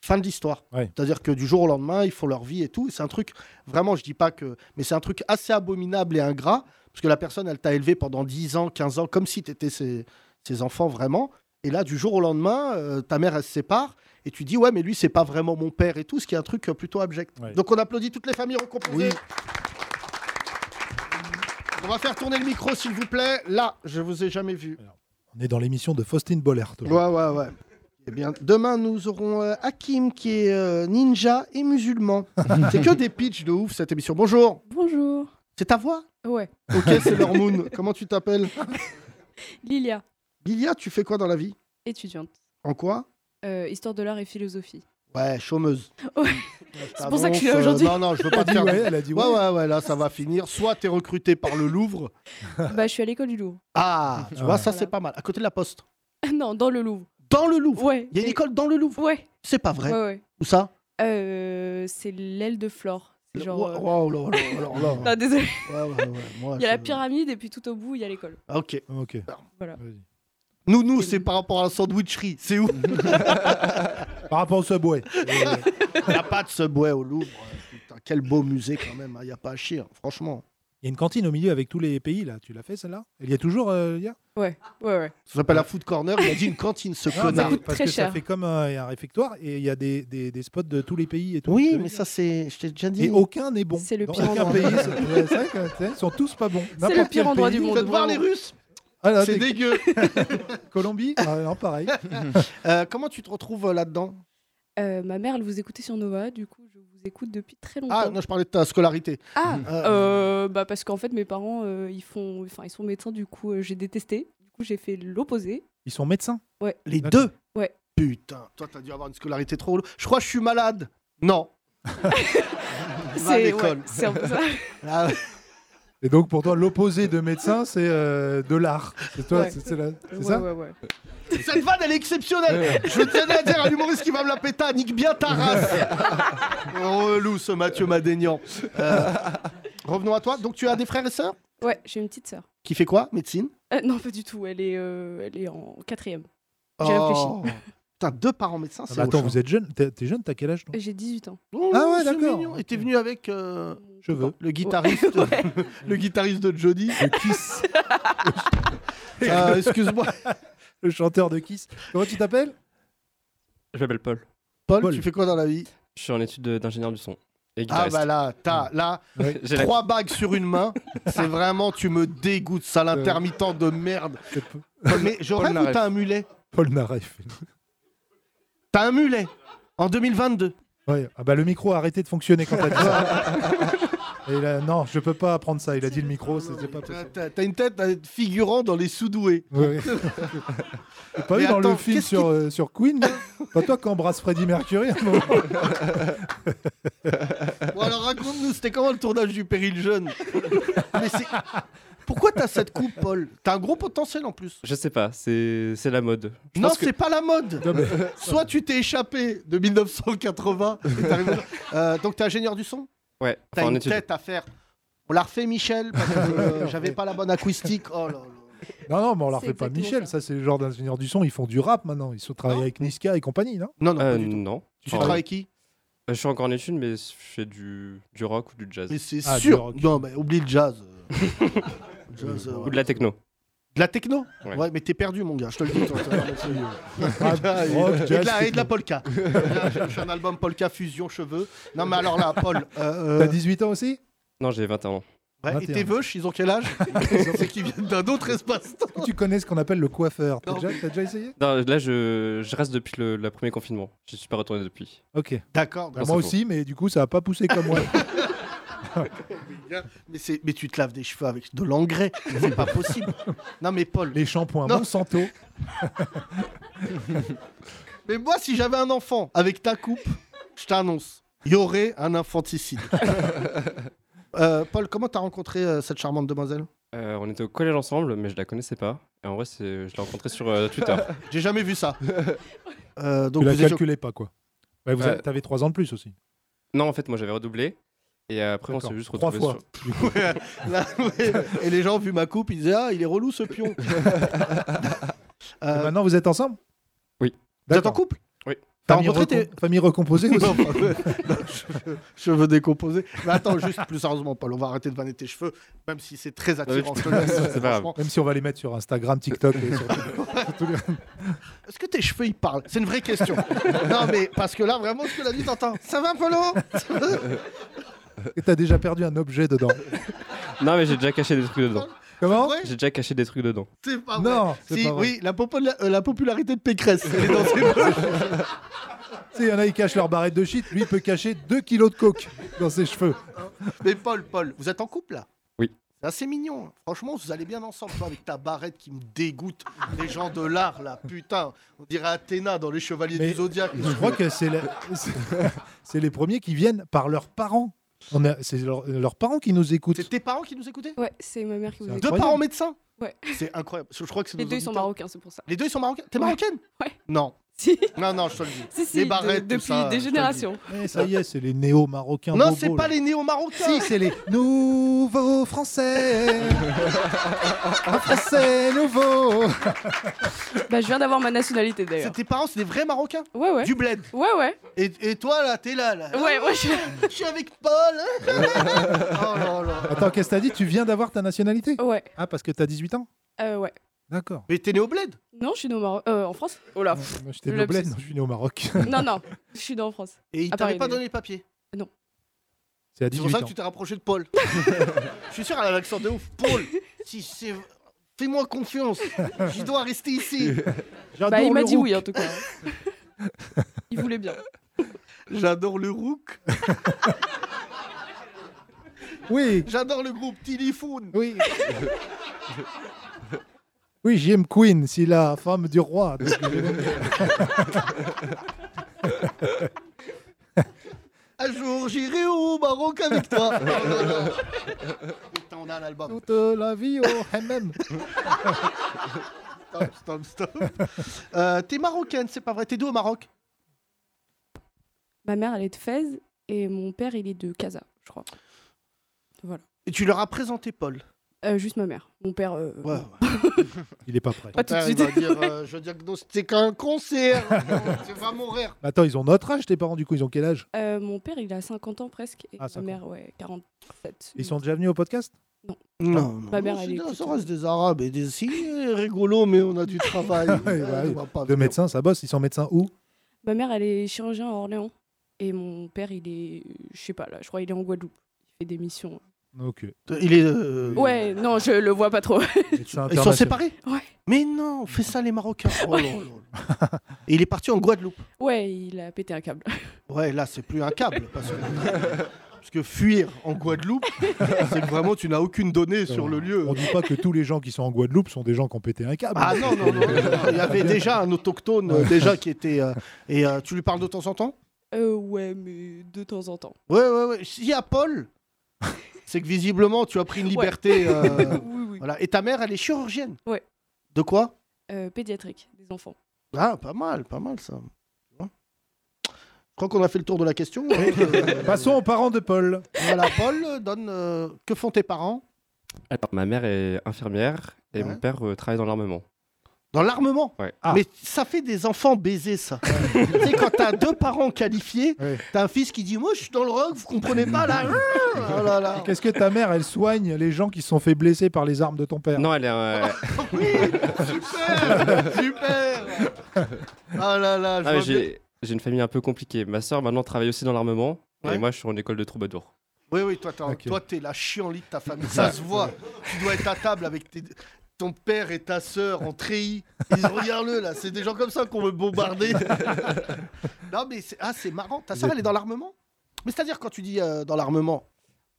fin de l'histoire. Ouais. C'est-à-dire que du jour au lendemain, ils font leur vie et tout. C'est un truc, vraiment, je dis pas que. Mais c'est un truc assez abominable et ingrat, parce que la personne, elle t'a élevé pendant 10 ans, 15 ans, comme si tu étais ses, ses enfants vraiment. Et là, du jour au lendemain, euh, ta mère, elle se sépare, et tu dis, ouais, mais lui, c'est pas vraiment mon père et tout, ce qui est un truc euh, plutôt abject. Ouais. Donc on applaudit toutes les familles recomposées. On va faire tourner le micro, s'il vous plaît. Là, je vous ai jamais vu. On est dans l'émission de Faustine Bollert. Ouais, ouais, ouais. Eh bien, demain, nous aurons euh, Hakim, qui est euh, ninja et musulman. c'est que des pitchs de ouf, cette émission. Bonjour. Bonjour. C'est ta voix Ouais. Ok, c'est leur moon. Comment tu t'appelles Lilia, Lilia, tu fais quoi dans la vie étudiante. En quoi Euh, histoire de l'art et philosophie. Ouais, chômeuse. Ouais. C'est pour ça que je suis là aujourd'hui. non, non, je veux pas te faire... ouais, elle a dit Ouais, ouais. ouais, ouais, là, ça va finir. Soit t'es recruté par le Louvre. bah, je suis à l'école du Louvre. Ah, tu Ah. vois, ça, Voilà. c'est pas mal. À côté de la poste. non, dans le Louvre. Dans le Louvre Ouais. Il y a une école dans le Louvre Ouais. C'est pas vrai. Ouais, ouais. Où ça Euh, c'est l'aile de Flore. C'est genre. euh, Wow, wow, wow, wow, wow, wow. Non, désolé. Ouais, ouais, ouais, moi, Il y a je- la pyramide et puis tout au bout, il y a l'école. Ah, Ok. Ok. Voilà. Vas-y. Nous, nous, c'est par rapport à la sandwicherie. C'est où Par rapport au Subway. Euh, Il n'y a pas de Subway au Louvre. Putain, quel beau musée quand même. hein. Il n'y a pas à chier, franchement. Il y a une cantine au milieu avec tous les pays là. Tu l'as fait celle-là Il y a toujours euh, Lia Ouais, ouais. Ça s'appelle la Food Corner. Il a dit une cantine, ce Non, connard. mais coûte parce très que ça cher. fait comme euh, il y a un réfectoire et il y a des, des, des spots de tous les pays et tout. Oui, Tu mais vois ça, c'est. Je t'ai déjà dit. Et aucun n'est bon. C'est le Dans pire aucun endroit. pays. c'est- ouais, c'est vrai que, tu sais, Ils sont tous pas bons. C'est le pire endroit du Vous monde. faites voir les vraiment. Russes Ah, là, C'est des- dégueu. Colombie Ah, Non, pareil. Euh, comment tu te retrouves euh, là-dedans Euh, ma mère, elle vous écoutait sur Nova, du coup, je vous écoute depuis très longtemps. Ah, non, je parlais de ta scolarité. Ah, Euh. euh, bah parce qu'en fait mes parents euh, ils font enfin ils sont médecins du coup euh, j'ai détesté. Du coup j'ai fait l'opposé. Ils sont médecins. Les D'accord. deux Ouais. Bah, Putain, toi, t'as dû avoir une scolarité trop. lourde. Je crois que je suis malade. Non. Va à C'est ouais, l'école. c'est un peu ça. Ah, Et donc pour toi, l'opposé de médecin, c'est euh, de l'art. C'est toi, Ouais. c'est c'est la- c'est Ouais, ça ouais, ouais. Cette vanne, elle est exceptionnelle. Je tenais à dire à l'humoriste qui va me la péter, nique bien ta race. Relou ce Mathieu Madénian. Euh, revenons à toi. Donc, tu as des frères et sœurs Ouais, j'ai une petite sœur. qui fait quoi Médecine Euh, non pas du tout, elle est euh, elle est en quatrième. J'ai Oh. Putain, deux parents médecins, Ah, c'est bah, Attends, au vous êtes jeune. T'es t'es jeune, t'as quel âge toi J'ai 18 ans. choix. Oh, Ah c'est ouais, d'accord. mignon. Et t'es venu avec euh, Cheveux. le guitariste, le guitariste de Johnny. Kiss. Euh, Excuse-moi, Le chanteur de Kiss. Comment tu t'appelles Je m'appelle Paul. Paul, Paul. tu fais quoi dans la vie Je suis en étude de- d'ingénieur du son. Et Ah guitariste. bah là, t'as là J'ai la- trois bagues sur une main. C'est vraiment, tu me dégoûtes, sale intermittent de merde. C'est P- Mais je Paul rêve ou Naref. t'as un mulet Paul Naref. T'as un mulet en 2022. Ouais. Ah bah le micro a arrêté de fonctionner quand t'as dit ça. Et là, non, je peux pas prendre ça. Il a dit le micro, c'était pas T'as- possible. T'as t'as une tête d'un figurant dans les sous-doués. Ouais. T'as pas Mais vu dans attends, le film qu'est-ce sur, euh, sur Queen là Pas toi qu'embrasse Freddie Mercury à un moment Bon alors raconte-nous, c'était comment le tournage du Péril Jeune Mais c'est... Pourquoi t'as cette coupe, Paul T'as un gros potentiel en plus. Je sais pas, c'est c'est la mode. Je non, pense que- c'est pas la mode. Non, mais- Soit tu t'es échappé de 1980. et t'es arrivé- Euh, donc t'es ingénieur du son Ouais, T'as enfin, en une étude. tête à faire. On l'a refait, Michel, parce que euh, j'avais pas la bonne acoustique. Oh là là. Non, non, mais on leur C'est fait pas exactement Michel. ça. Ça, c'est le genre d'ingénieurs du son. Ils font du rap maintenant. Ils sont travaillés avec Niska et compagnie, non Non, non, Euh, pas du tout. non. Tu Enfin, travailles avec qui euh, Je suis encore en étude, mais je fais du, du rock ou du jazz. Mais c'est Ah, du sûr. rock. Non, mais oublie le jazz. Jazz, euh, Ou de la techno. de la techno ouais. Ouais. mais t'es perdu, mon gars, je te le dis. toi, t'as vraiment essayé. Ah, rock, et, de jazz, la, et de la techno. polka. J'ai- J'ai un album polka fusion cheveux. Non, mais alors là, Paul, euh, T'as euh, 18 ans aussi Non, j'ai 21 ans. ouais, et 21. tes veuches, ils ont quel âge C'est qu'ils viennent d'un autre espace. Est-ce que tu connais ce qu'on appelle le coiffeur T'as Non. déjà, t'as déjà essayé Non, là, je, je reste depuis le, le premier confinement. Je suis pas retourné depuis. Ok. D'accord, Bah, d'accord. moi c'est aussi, mais du coup, ça a pas poussé comme moi. Mais, c'est- mais tu te laves des cheveux avec de l'engrais, c'est pas possible. Non, mais Paul, Les shampoings Non. Monsanto. Mais moi, si j'avais un enfant avec ta coupe, je t'annonce, il y aurait un infanticide. Euh, Paul, comment t'as rencontré euh, cette charmante demoiselle Euh, on était au collège ensemble, mais je la connaissais pas. Et en vrai, c'est- je l'ai rencontrée sur euh, Twitter. J'ai jamais vu ça. Euh, donc tu la vous Euh, étiez- calculais pas, quoi. Ouais, vous Ouais. avez- T'avais 3 ans de plus aussi. non, en fait, moi, j'avais redoublé. Et après, on D'accord. s'est juste Trois retrouvés fois. sur... Là, ouais. Et les gens ont vu ma coupe, ils disaient Ah, il est relou ce pion. Et Euh, maintenant, vous êtes ensemble Oui. vous êtes en D'accord. couple Oui. T'as Famille rencontré recom- tes. Famille recomposée aussi. Non, pas vrai. Non, cheveux, cheveux décomposés. Mais attends, juste plus sérieusement, Paul, on va arrêter de vanner tes cheveux, même si c'est très attirant. je- je te le dis, Bah c'est pas grave. franchement. Même si on va les mettre sur Instagram, TikTok. et sur- Est-ce que tes cheveux ils parlent C'est une vraie question. non mais parce que là vraiment ce que la dit t'entends. Ça va Polo Et T'as déjà perdu un objet dedans. Non, mais j'ai déjà caché des trucs dedans. Comment Ouais, J'ai déjà caché des trucs dedans. c'est pas vrai. Non, c'est Si, pas vrai. oui, la, popula- euh, la popularité de Pécresse, elle est dans ses poches. Tu sais, il y en a, ils cachent leur barrette de shit. Lui, il peut cacher 2 kilos de coke dans ses cheveux. Mais Paul, Paul, vous êtes en couple là Oui. C'est assez mignon. Franchement, vous allez bien ensemble, toi, avec ta barrette qui me dégoûte. Les gens de l'art, là, putain. On dirait Athéna dans Les Chevaliers Mais- du Zodiac. Je crois que c'est la- c'est- c'est les premiers qui viennent par leurs parents. On a- C'est leur- leurs parents qui nous écoutent. C'est tes parents qui nous écoutaient Ouais, c'est ma mère qui vous C'est a Deux Incroyable. parents médecins Ouais. C'est incroyable. Je crois que c'est Les nos deux ils sont auditeurs. marocains, c'est pour ça. Les deux, ils sont marocains T'es Ouais. marocaine Ouais. Non. Si, Non, non, je te le dis. si, si, Les de- barrettes, tout depuis ça, je te le des dis. générations. Eh, ça y est, c'est les néo-marocains. Non, bobos, c'est là. pas les néo-marocains. Si, c'est les nouveaux français. Un français nouveau. Bah, je viens d'avoir ma nationalité C'est d'ailleurs. tes parents, c'est des vrais Marocains Ouais, ouais. Du bled. Ouais, ouais. Et, et toi, là, t'es là, là. Ouais, ouais, je- Je suis avec Paul. hein. oh là là. Attends, qu'est-ce que t'as dit Tu viens d'avoir ta nationalité Ouais, Ah, parce que t'as 18 ans euh, ouais. D'accord. Mais t'es né au bled Non, je suis né au Maroc. Euh, en France Oh là. pff. Moi, j'étais Le né au bled, lapsus. non, je suis né au Maroc. non, non, je suis né en France. et il t'avait À Paris, pas mais- donné les papiers. C'est à C'est pour 18 ça ans. que tu t'es rapproché de Paul. Je suis sûr, elle a l'accent de ouf. Paul, si c'est. Fais-moi confiance. Je dois rester ici. J'adore Bah, il m'a le dit roux. oui en tout cas. il voulait bien. J'adore le rook. Oui, J'adore le groupe Téléphone. oui. Oui, j'aime Queen, c'est la femme du roi. Donc, euh, Un jour, j'irai au Maroc avec toi. Oh là là. Putain, on a l'album. toute la vie au hammam. Stop, stop, stop. Euh, t'es marocaine, c'est pas vrai. T'es d'où au Maroc Ma mère, elle est de Fès et mon père, il est de Casa, je crois. Et tu leur as présenté Paul. Euh, juste ma mère. Mon père. euh, non. Il est pas prêt. Pas tout de Ah, il suite. va dire, euh, je diagnostique un cancer. Non, tu vas mourir. Attends, ils ont notre âge, tes parents, du coup, ils ont quel âge Euh, mon père, il a 50 ans presque. Et Ah, ma 50. mère, ouais, 47. Ils sont déjà venus au podcast Non, non. Ma mère, elle c'est- écoute. ça reste des Arabes et des si rigolos, mais on a du travail. Ouais, bah oui. On va pas Deux venir. médecins, ça bosse. Ils sont médecins où Ma mère, elle est chirurgien à Orléans. Et mon père, il est. Je sais pas, là, je crois il est en Guadeloupe. Il fait des missions. Ok. Il est. euh, Ouais, non, je le vois pas trop. Médecins Ils sont internationaux. séparés Ouais. Mais non, fais ça les Marocains. Oh là là là. Et il est parti en Guadeloupe. Ouais, il a pété un câble. Ouais, là, c'est plus un câble. Parce que, parce que fuir en Guadeloupe, c'est que vraiment, tu n'as aucune donnée sur le lieu. On dit pas que tous les gens qui sont en Guadeloupe sont des gens qui ont pété un câble. Ah non, non, non, non, il y avait déjà un autochtone euh, déjà qui était... euh, et euh, tu lui parles de temps en temps Euh, ouais, mais de temps en temps. Ouais, ouais, ouais. S'il y a Paul, c'est que visiblement, tu as pris une liberté. euh, Oui, oui. voilà. Et ta mère, elle est chirurgienne Ouais. De quoi Euh, pédiatrique, des enfants. Ah, pas mal, pas mal ça. Hein Je crois qu'on a fait le tour de la question. Euh, Passons aux parents de Paul. Voilà, Paul, euh, donne... euh, que font tes parents Alors, ma mère est infirmière et Ouais. mon père euh, travaille dans l'armement. Dans l'armement Ouais. Ah. Mais ça fait des enfants baisés, ça. tu sais, quand t'as deux parents qualifiés, Ouais. t'as un fils qui dit Moi, je suis dans le rock, vous comprenez pas là. Oh là là. Qu'est-ce que ta mère, elle soigne les gens qui se sont fait blesser par les armes de ton père Non, elle est. euh, Oui, super Super Oh là là, je Ah, mais vois bien- j'ai j'ai une famille un peu compliquée. Ma sœur maintenant travaille aussi dans l'armement Ouais. et moi je suis en école de troubadour. Oui, oui, toi, t'es Ok. toi, t'es la chienlit de ta famille. Ça se voit. Tu dois être à table avec tes- ton père et ta sœur en treillis. Ils disent, regarde-le, là, c'est des gens comme ça qu'on veut bombarder. non, mais c'est ah, c'est marrant. Ta sœur, elle est dans l'armement Mais c'est-à-dire, quand tu dis euh, dans l'armement,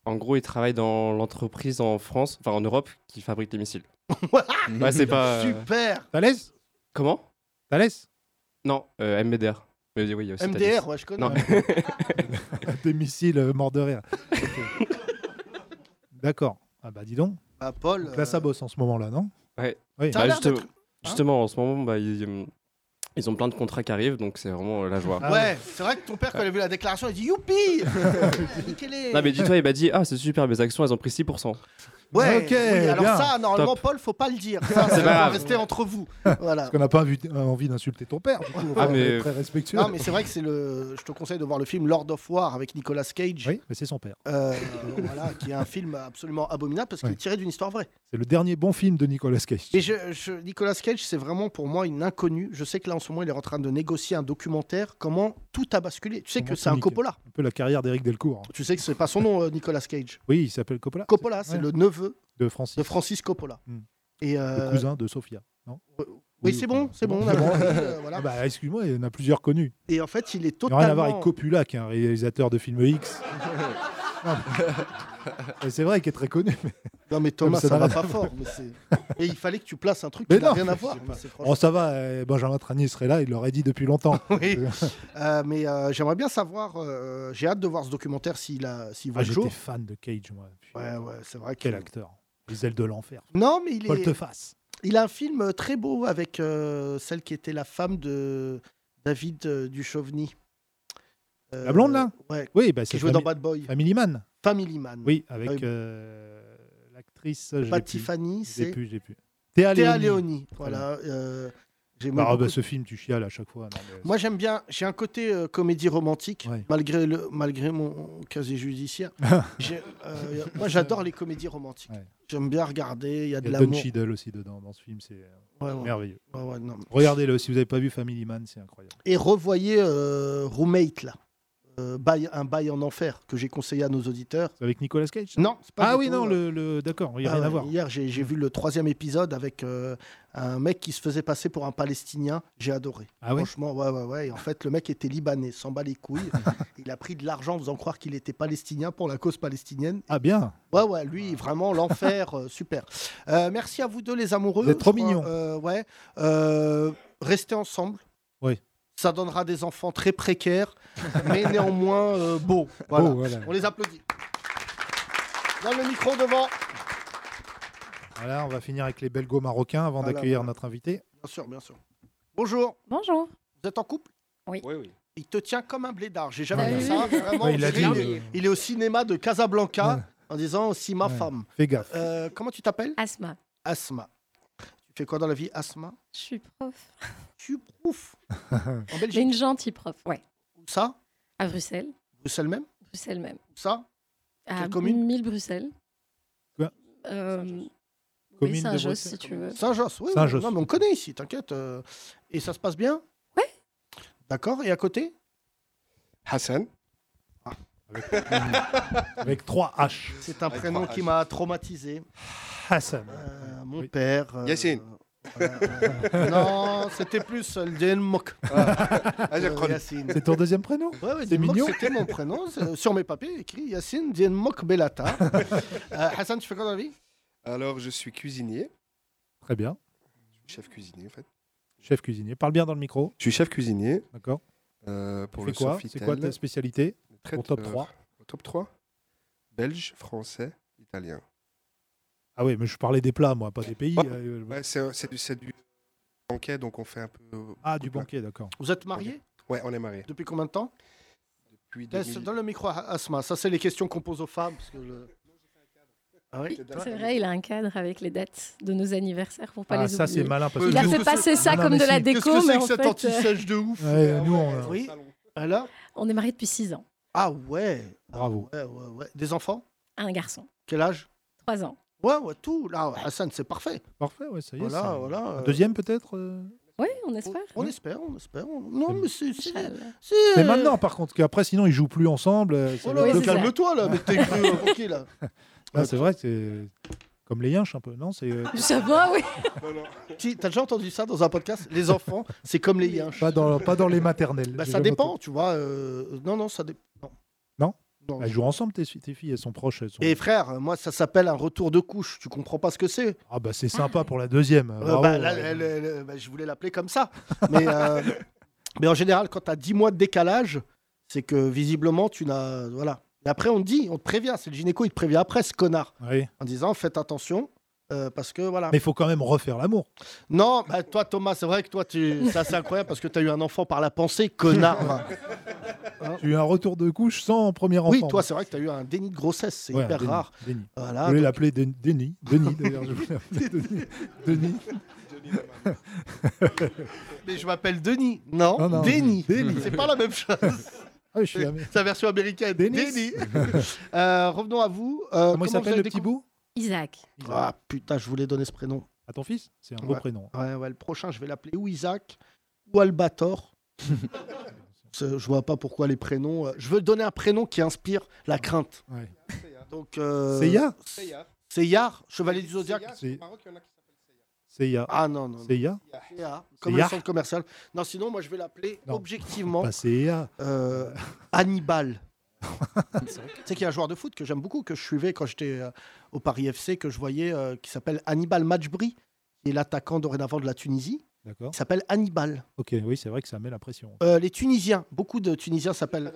En gros, il travaille dans l'entreprise en France, enfin en Europe, qui fabrique les missiles. ouais, c'est pas. euh, super Thalès Comment Thalès Non, euh, MDR. Mais oui, il y a aussi MDR, Thalys. ouais, je connais. Non, Des missiles euh, morts de rire. Ok. D'accord. Ah bah dis donc. Bah, Paul. Donc Là ça euh, bosse en ce moment là, non ça a Bah, l'air justement, d'être- justement, en ce moment, bah, ils, euh, ils ont plein de contrats qui arrivent, donc c'est vraiment euh, la joie. Ah Ouais, c'est vrai que ton père, quand il a vu la déclaration, il dit Youpi Nickel est- Non, mais dis-toi, il m'a dit Ah, c'est super, mes actions, elles ont pris 6%. Ouais, Ok, oui, alors bien. ça, normalement, Paul, faut pas le dire. Ça, C'est ça pas doit grave. rester entre vous. Voilà. Parce qu'on n'a pas envie- euh, envie d'insulter ton père. Du coup, Ah, Enfin, on mais- est très respectueux. Non, mais c'est vrai que c'est le. Je te conseille de voir le film Lord of War avec Nicolas Cage, Oui, mais c'est son père. euh, voilà, qui est un film absolument abominable parce qu'il Ouais. est tiré d'une histoire vraie. C'est le dernier bon film de Nicolas Cage. Et je, je- Nicolas Cage, c'est vraiment pour moi une inconnue. Je sais que là en ce moment, il est en train de négocier un documentaire. Comment tout a basculé Tu sais Comment que tout c'est un niquer. Coppola. Un peu la carrière d'Éric Delcourt. hein. Tu sais que c'est pas son nom, euh, Nicolas Cage. Oui, il s'appelle Coppola. Coppola, c'est Ouais. le neveu de Francis, de Francis Coppola. Hmm. Et euh, le cousin de Sofia. Non oui, c'est bon, c'est bon. on a compris, euh, voilà. Ah bah, excuse-moi, il y en a plusieurs connus. Et en fait, il est Il n'y a totalement. rien à voir avec Coppola, qui est un réalisateur de films X. Non, mais- c'est vrai qu'il est très connu. mais- Non mais Thomas, Comme ça, ça, va dans pas fort. Mais c'est- Et il fallait que tu places un truc Mais qui n'a non, rien à je voir. sais mais pas. c'est franchement- Oh, ça va, euh, Benjamin Tranier serait là, il l'aurait dit depuis longtemps. Oui. Euh, mais euh, j'aimerais bien savoir. euh, J'ai hâte de voir ce documentaire s'il a, s'il voit Ah, le J'étais jour. fan de Cage, moi. Puis, Ouais, ouais, c'est vrai Quel qu'il acteur. Les ailes de l'enfer. Non, mais il, est- Volte-face. il a un film très beau avec euh, celle qui était la femme de David euh, Duchovny. Euh, La blonde, là Ouais, Oui, bah, c'est qui jouait dans Fami- Bad Boy. Family Man. Family Man. Oui, Ah oui. avec euh, l'actrice. je l'ai Pas plus. Tiffany, Je l'ai c'est plus, je l'ai plus. Théa Théa Léoni. Léoni. Voilà. euh, j'ai même Ah, bah, beaucoup- ce film, tu chiales à chaque fois. non, mais- Moi, j'aime bien. J'ai un côté euh, comédie romantique, Ouais. malgré, le, malgré mon casier judiciaire. J'ai- euh, moi, j'adore les comédies romantiques. Ouais. J'aime bien regarder. Il y a Il y de a Don l'amour. Cheadle aussi dedans, dans ce film, c'est euh, Ouais, ouais, merveilleux. ouais, ouais, non. Regardez-le, si vous n'avez pas vu Family Man, c'est incroyable. Et revoyez euh, Roommate, là. Euh, bail- un bail en enfer que j'ai conseillé à nos auditeurs. C'est avec Nicolas Cage ça Non, c'est pas Ah du oui, tout, non, euh, le, le- d'accord, il n'y a ah rien à ouais, voir. Hier, j'ai j'ai vu le troisième épisode avec euh, un mec qui se faisait passer pour un Palestinien. J'ai adoré. Ah oui Franchement, ouais, ouais, ouais. Et en fait, le mec était libanais, s'en bat les couilles. il a pris de l'argent en faisant croire qu'il était palestinien pour la cause palestinienne. Ah bien Ouais, ouais, lui, vraiment, l'enfer, euh, super. Euh, merci à vous deux, les amoureux. Vous êtes trop Je crois, mignons. euh, ouais. Euh, restez ensemble. Oui. Ça donnera des enfants très précaires, mais néanmoins euh, beaux. Voilà. Oh, voilà. On les applaudit. Dans le micro devant. Voilà, on va finir avec les belgo-marocains avant Voilà, d'accueillir voilà. notre invité. Bien sûr, bien sûr. Bonjour, Bonjour. vous êtes en couple Oui, oui. Il te tient comme un blédard. J'ai jamais Bah Ouais. vu ça. Vraiment, Ouais, il a on dirait dit, qu'il est- euh, il est au cinéma de Casablanca Ouais. en disant aussi ma Ouais. femme. Fais gaffe. Euh, comment tu t'appelles Asma. Asma. Tu fais quoi dans la vie, Asma Je suis prof. Tu prouf En J'ai Belgique une gentille prof, ouais. Où ça À Bruxelles. Bruxelles même Bruxelles même. Où ça À Quelle commune 1000 Bruxelles. Quoi euh, Commune Oui, de Saint-Jos, Bruxelles. si tu veux. Saint-Josse, oui. Saint-Josse. Non, mais on connaît ici, t'inquiète. euh. Et ça se passe bien Ouais. D'accord, et à côté Hassan Ah. Avec 3 H. C'est un Ouais, prénom trois qui H. m'a traumatisé. Hassan. Euh, mon Oui. père. euh, Yacine. voilà, euh, non, c'était plus euh, le Delmok. Ah, euh, Yacine. C'est ton deuxième prénom Ouais, ouais, C'est Dianmok, mignon. C'était mon prénom. c'est- euh, Sur mes papiers, écrit Yacine Dianmok Belata. Euh, Hassan, tu fais quoi dans la vie Alors, je suis cuisinier, Très bien. chef cuisinier en fait. Chef cuisinier. Parle bien dans le micro, Je suis chef cuisinier d'accord euh, Tu pour fais le quoi C'est Sofitel. quoi ta spécialité Traite, Ton top euh, 3 au top 3 Belge, français, italien. Ah oui, mais je parlais des plats, moi, pas des pays. Ouais. euh, Ouais, c'est c'est du, c'est du banquet, donc on fait un peu. euh, Ah, du banquet, d'accord. Vous êtes mariés Ouais, on est mariés. Depuis combien de temps Depuis Laisse- 2000. Donne le micro à Asma. Ça, c'est les questions qu'on pose aux femmes. Parce que le- C'est vrai, il a un cadre avec les dates de nos anniversaires pour pas Ah, les ça, oublier. c'est malin, Euh, parce que- il a Qu'est-ce fait que passer c'est- ça Non, non, comme mais de la si. déco, Qu'est-ce que mais c'est en que cet fait, euh, anti-sèche de ouf Ouais, nous, on a- Oui. Alors On est mariés depuis 6 ans. Ah ouais. Bravo. Ouais, ouais, ouais. Des enfants Un garçon. Quel âge 3 ans. Ouais, ouais, tout. Là, Hassan, c'est parfait. Parfait, ouais, ça y est. Voilà, ça- voilà, Un euh, Deuxième, peut-être Oui, on espère. On espère, on espère. on- Non, mais c'est. c'est- c'est, Mais euh, maintenant, par contre, qu'après, sinon, ils jouent plus ensemble. euh, ça Oh doit là, être- calme-toi, là, mais t'es cru, euh, pour qui, là Ah, c'est vrai que c'est comme les yinches un peu, non c'est... euh, Ça va, oui. Si, T'as déjà entendu ça dans un podcast Les enfants, c'est comme les yinches. Pas dans, pas dans les maternelles. Bah, J'ai ça jamais dépend, tu vois. euh, Non, non, ça dépend. Non Elles jouent ensemble, tes, tes filles, elles sont proches. elles sont- Et frère, moi, ça s'appelle un retour de couche. Tu comprends pas ce que c'est Ah bah c'est sympa pour la deuxième. Euh, Ah, bravo. bah, là, elle, elle, elle, bah, je voulais l'appeler comme ça. Mais, euh, mais en général, quand tu as 10 mois de décalage, c'est que visiblement, tu n'as. Voilà. Et après, on te dit, on te prévient. C'est le gynéco, il te prévient après, ce connard. Oui. En disant, faites attention. euh, parce que voilà. Mais il faut quand même refaire l'amour. Non, bah, toi, Thomas, c'est vrai que toi, tu... ça, c'est incroyable parce que tu as eu un enfant par la pensée, connard. va. Tu as eu un retour de couche sans premier enfant. Hein? Oui, toi, c'est vrai que tu as eu un déni de grossesse. C'est Ouais, un hyper déni, rare. déni. Voilà, je voulais donc- l'appeler Den- Denis. Denis, d'ailleurs. je voulais l'appeler Denis. Denis. Mais je m'appelle Denis. Non, Non, non, Denis. Denis. C'est pas la même chose. Ah, je suis amé- Sa version américaine. Denis. Denis. Euh, revenons à vous. Euh, Comment il vous s'appelle, avez le petit découvert- bout Isaac. Ah putain, je voulais donner ce prénom. À ton fils C'est un beau Ouais. prénom. hein. Ouais, ouais, le prochain, je vais l'appeler ou Isaac ou Albator. C'est- je vois pas pourquoi les prénoms. euh, Je veux donner un prénom qui inspire la crainte. Ouais. Donc. euh, Seiya C'est Yar, chevalier du zodiaque. C'est- Seiya. Ah non, non. non. Seiya Seiya, Yar commerçant commercial. Non, sinon, moi, je vais l'appeler objectivement Pas Seiya. euh, Hannibal. tu sais qu'il y a un joueur de foot que j'aime beaucoup, que je suivais quand j'étais euh, au Paris FC, que je voyais, euh, qui s'appelle Hannibal Majbri, qui est l'attaquant dorénavant de la Tunisie. D'accord. Il s'appelle Hannibal. Ok, oui, c'est vrai que ça met la pression. Euh, les Tunisiens, beaucoup de Tunisiens s'appellent.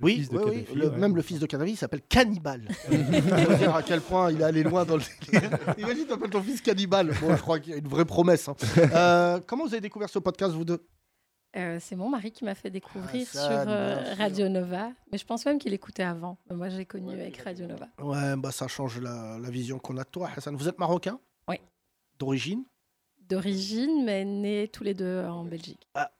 Le Oui, fils de oui, oui, Kadhafi, le- ouais. même le fils de Kadhafi il s'appelle Cannibal. Pour dire à quel point il est allé loin dans le. Imagine, t'appelles ton fils Cannibal. Bon, je crois qu'il y a une vraie promesse. hein. Euh, comment vous avez découvert ce podcast, vous deux Euh, c'est mon mari qui m'a fait découvrir Ah, ça, sur euh, bien sûr. Radio Nova, mais je pense même qu'il écoutait avant. Mais moi, j'ai connu avec Radio Nova. Ouais, bah, ça change la, la vision qu'on a de toi, Hassan. Vous êtes marocain Oui. D'origine D'origine, mais nés tous les deux en Belgique. Ah,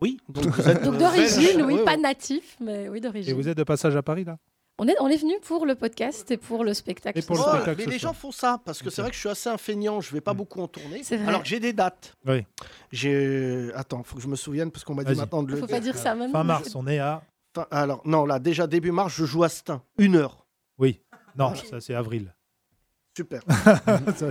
Oui. Donc, vous êtes, Donc euh, d'origine, belge. oui, Ouais, pas ouais. natif, mais oui Et d'origine. vous êtes de passage à Paris, là On est, on est venu pour le podcast et pour le spectacle. Et pour le ce soir. Oh, spectacle mais ce les soir. gens font ça parce que c'est vrai que je suis assez infeignant, je vais pas beaucoup en tourner. C'est vrai. Alors que j'ai des dates. Mm. Oui. J'ai attends, faut que je me souvienne parce qu'on m'a dit Vas-y. maintenant de le Faut pas dire. dire ça maintenant. Fin mars, on est à. Attends, Alors non, là déjà début mars, je joue à Stein, une heure. Oui. Non, ça c'est avril. Super. Ça-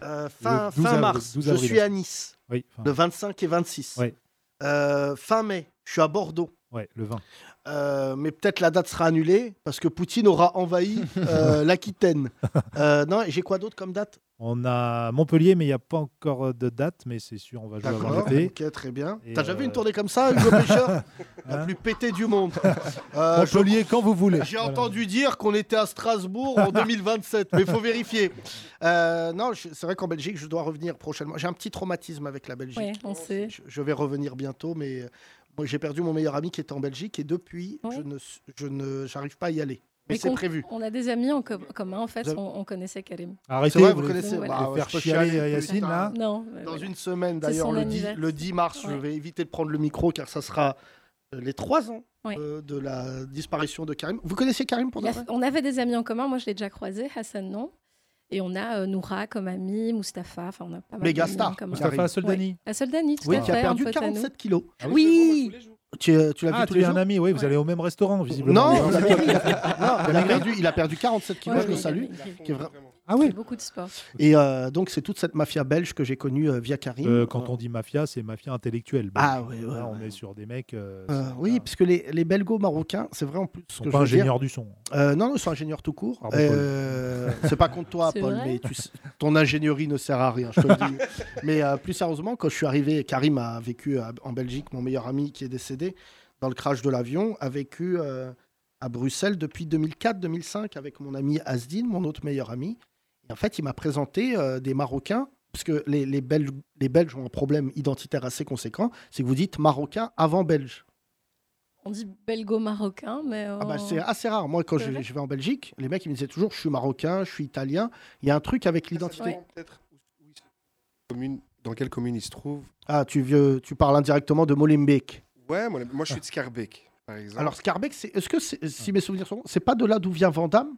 Euh, fin Le 12 fin avril- mars, 12 je avril. suis à Nice, Oui, fin- le 25 et 26. Ouais. Euh, fin mai, je suis à Bordeaux. ouais, le 20. Euh, mais peut-être la date sera annulée parce que Poutine aura envahi euh, l'Aquitaine. Euh, non, et j'ai quoi d'autre comme date On a Montpellier, mais il n'y a pas encore euh, de date, mais c'est sûr, on va jouer avant D'accord, l'été. ok, très bien. Et, T'as déjà euh, vu une tournée comme ça, Hugo Pécheur La Hein plus pétée du monde. Euh, je- Montpellier, quand vous voulez. J'ai Voilà. entendu dire qu'on était à Strasbourg en 2027, mais il faut vérifier. Euh, non, je- c'est vrai qu'en Belgique, je dois revenir prochainement. J'ai un petit traumatisme avec la Belgique. Ouais, on sait. Je, je vais revenir bientôt, mais euh, moi, j'ai perdu mon meilleur ami qui était en Belgique et depuis, Oui. je ne, s- je ne, j'arrive pas à y aller. Mais, Mais c'est qu'on- prévu. On a des amis en com- commun, en fait, Vous avez- on, on connaissait Karim. Arrêtez, C'est vrai, vous voulez- connaissez. bah, Voilà. Faire ouais, je peux chialer chialer, Yacine, putain. là. Non. mais Dans voilà. une semaine, C'est d'ailleurs, son le 10, anniversaire. le 10 mars, je Ouais. vais éviter de prendre le micro car ça sera euh, les trois ans Ouais. euh, de la disparition de Karim. Vous connaissez Karim pour Il de a- vrai on avait des amis en commun, moi je l'ai déjà croisé, Hassan non. Et on a euh, Noura comme ami, Mustapha, enfin on a pas mal Méga d'amis star, en commun. Mustapha Mustafa Soldani. La Soldani, tout Oui, à qui fait, a un perdu pote à nous. Ah 47 kilos. Oui, Tu, euh, tu l'as Ah, vu tous tu les es un jours ami, oui, vous Ouais. allez au même restaurant, visiblement. Non, non, il a perdu, il a perdu 47 kilos, Ouais, je le oui, salue. il a- il a- qui est vra- Ah il fait oui beaucoup de sport. Et euh, donc, c'est toute cette mafia belge que j'ai connue euh, via Karim. Euh, Quand on dit mafia, c'est mafia intellectuelle. Bon, Ah, ouais, ouais, là, on ouais. est sur des mecs. euh, Euh, c'est- oui, puisque les, les belgo-marocains, c'est vrai en plus. Ils Ce sont que pas je veux dire. ingénieurs du son. Ah, Euh, non, non, ils sont ingénieurs tout court. Pardon, Euh, c'est pas contre toi, C'est Paul, vrai mais tu sais- ton ingénierie ne sert à rien, je te le dis. mais euh, plus sérieusement, quand je suis arrivé, Karim a vécu à- en Belgique, mon meilleur ami qui est décédé dans le crash de l'avion, a vécu euh, à Bruxelles depuis 2004-2005 avec mon ami Asdin, mon autre meilleur ami. Et en fait, il m'a présenté euh, des Marocains, parce que les, les, Belges, les Belges ont un problème identitaire assez conséquent, c'est que vous dites Marocain avant Belge. On dit belgo-marocain, mais. Ah bah, euh, c'est assez rare. Moi, quand c'est je, vrai je vais en Belgique, les mecs, ils me disaient toujours je suis marocain, je suis italien. Il y a un truc Ah, avec l'identité. Ouais. Commune, dans quelle commune il se trouve Ah, tu, vieux, tu parles indirectement de Molenbeek. Ouais, moi, moi, je suis de Scarbeck, par exemple. Alors, Scarbeck, c'est- est-ce que, c'est- Ah. si mes souvenirs sont bons, c'est pas de là d'où vient Vandamme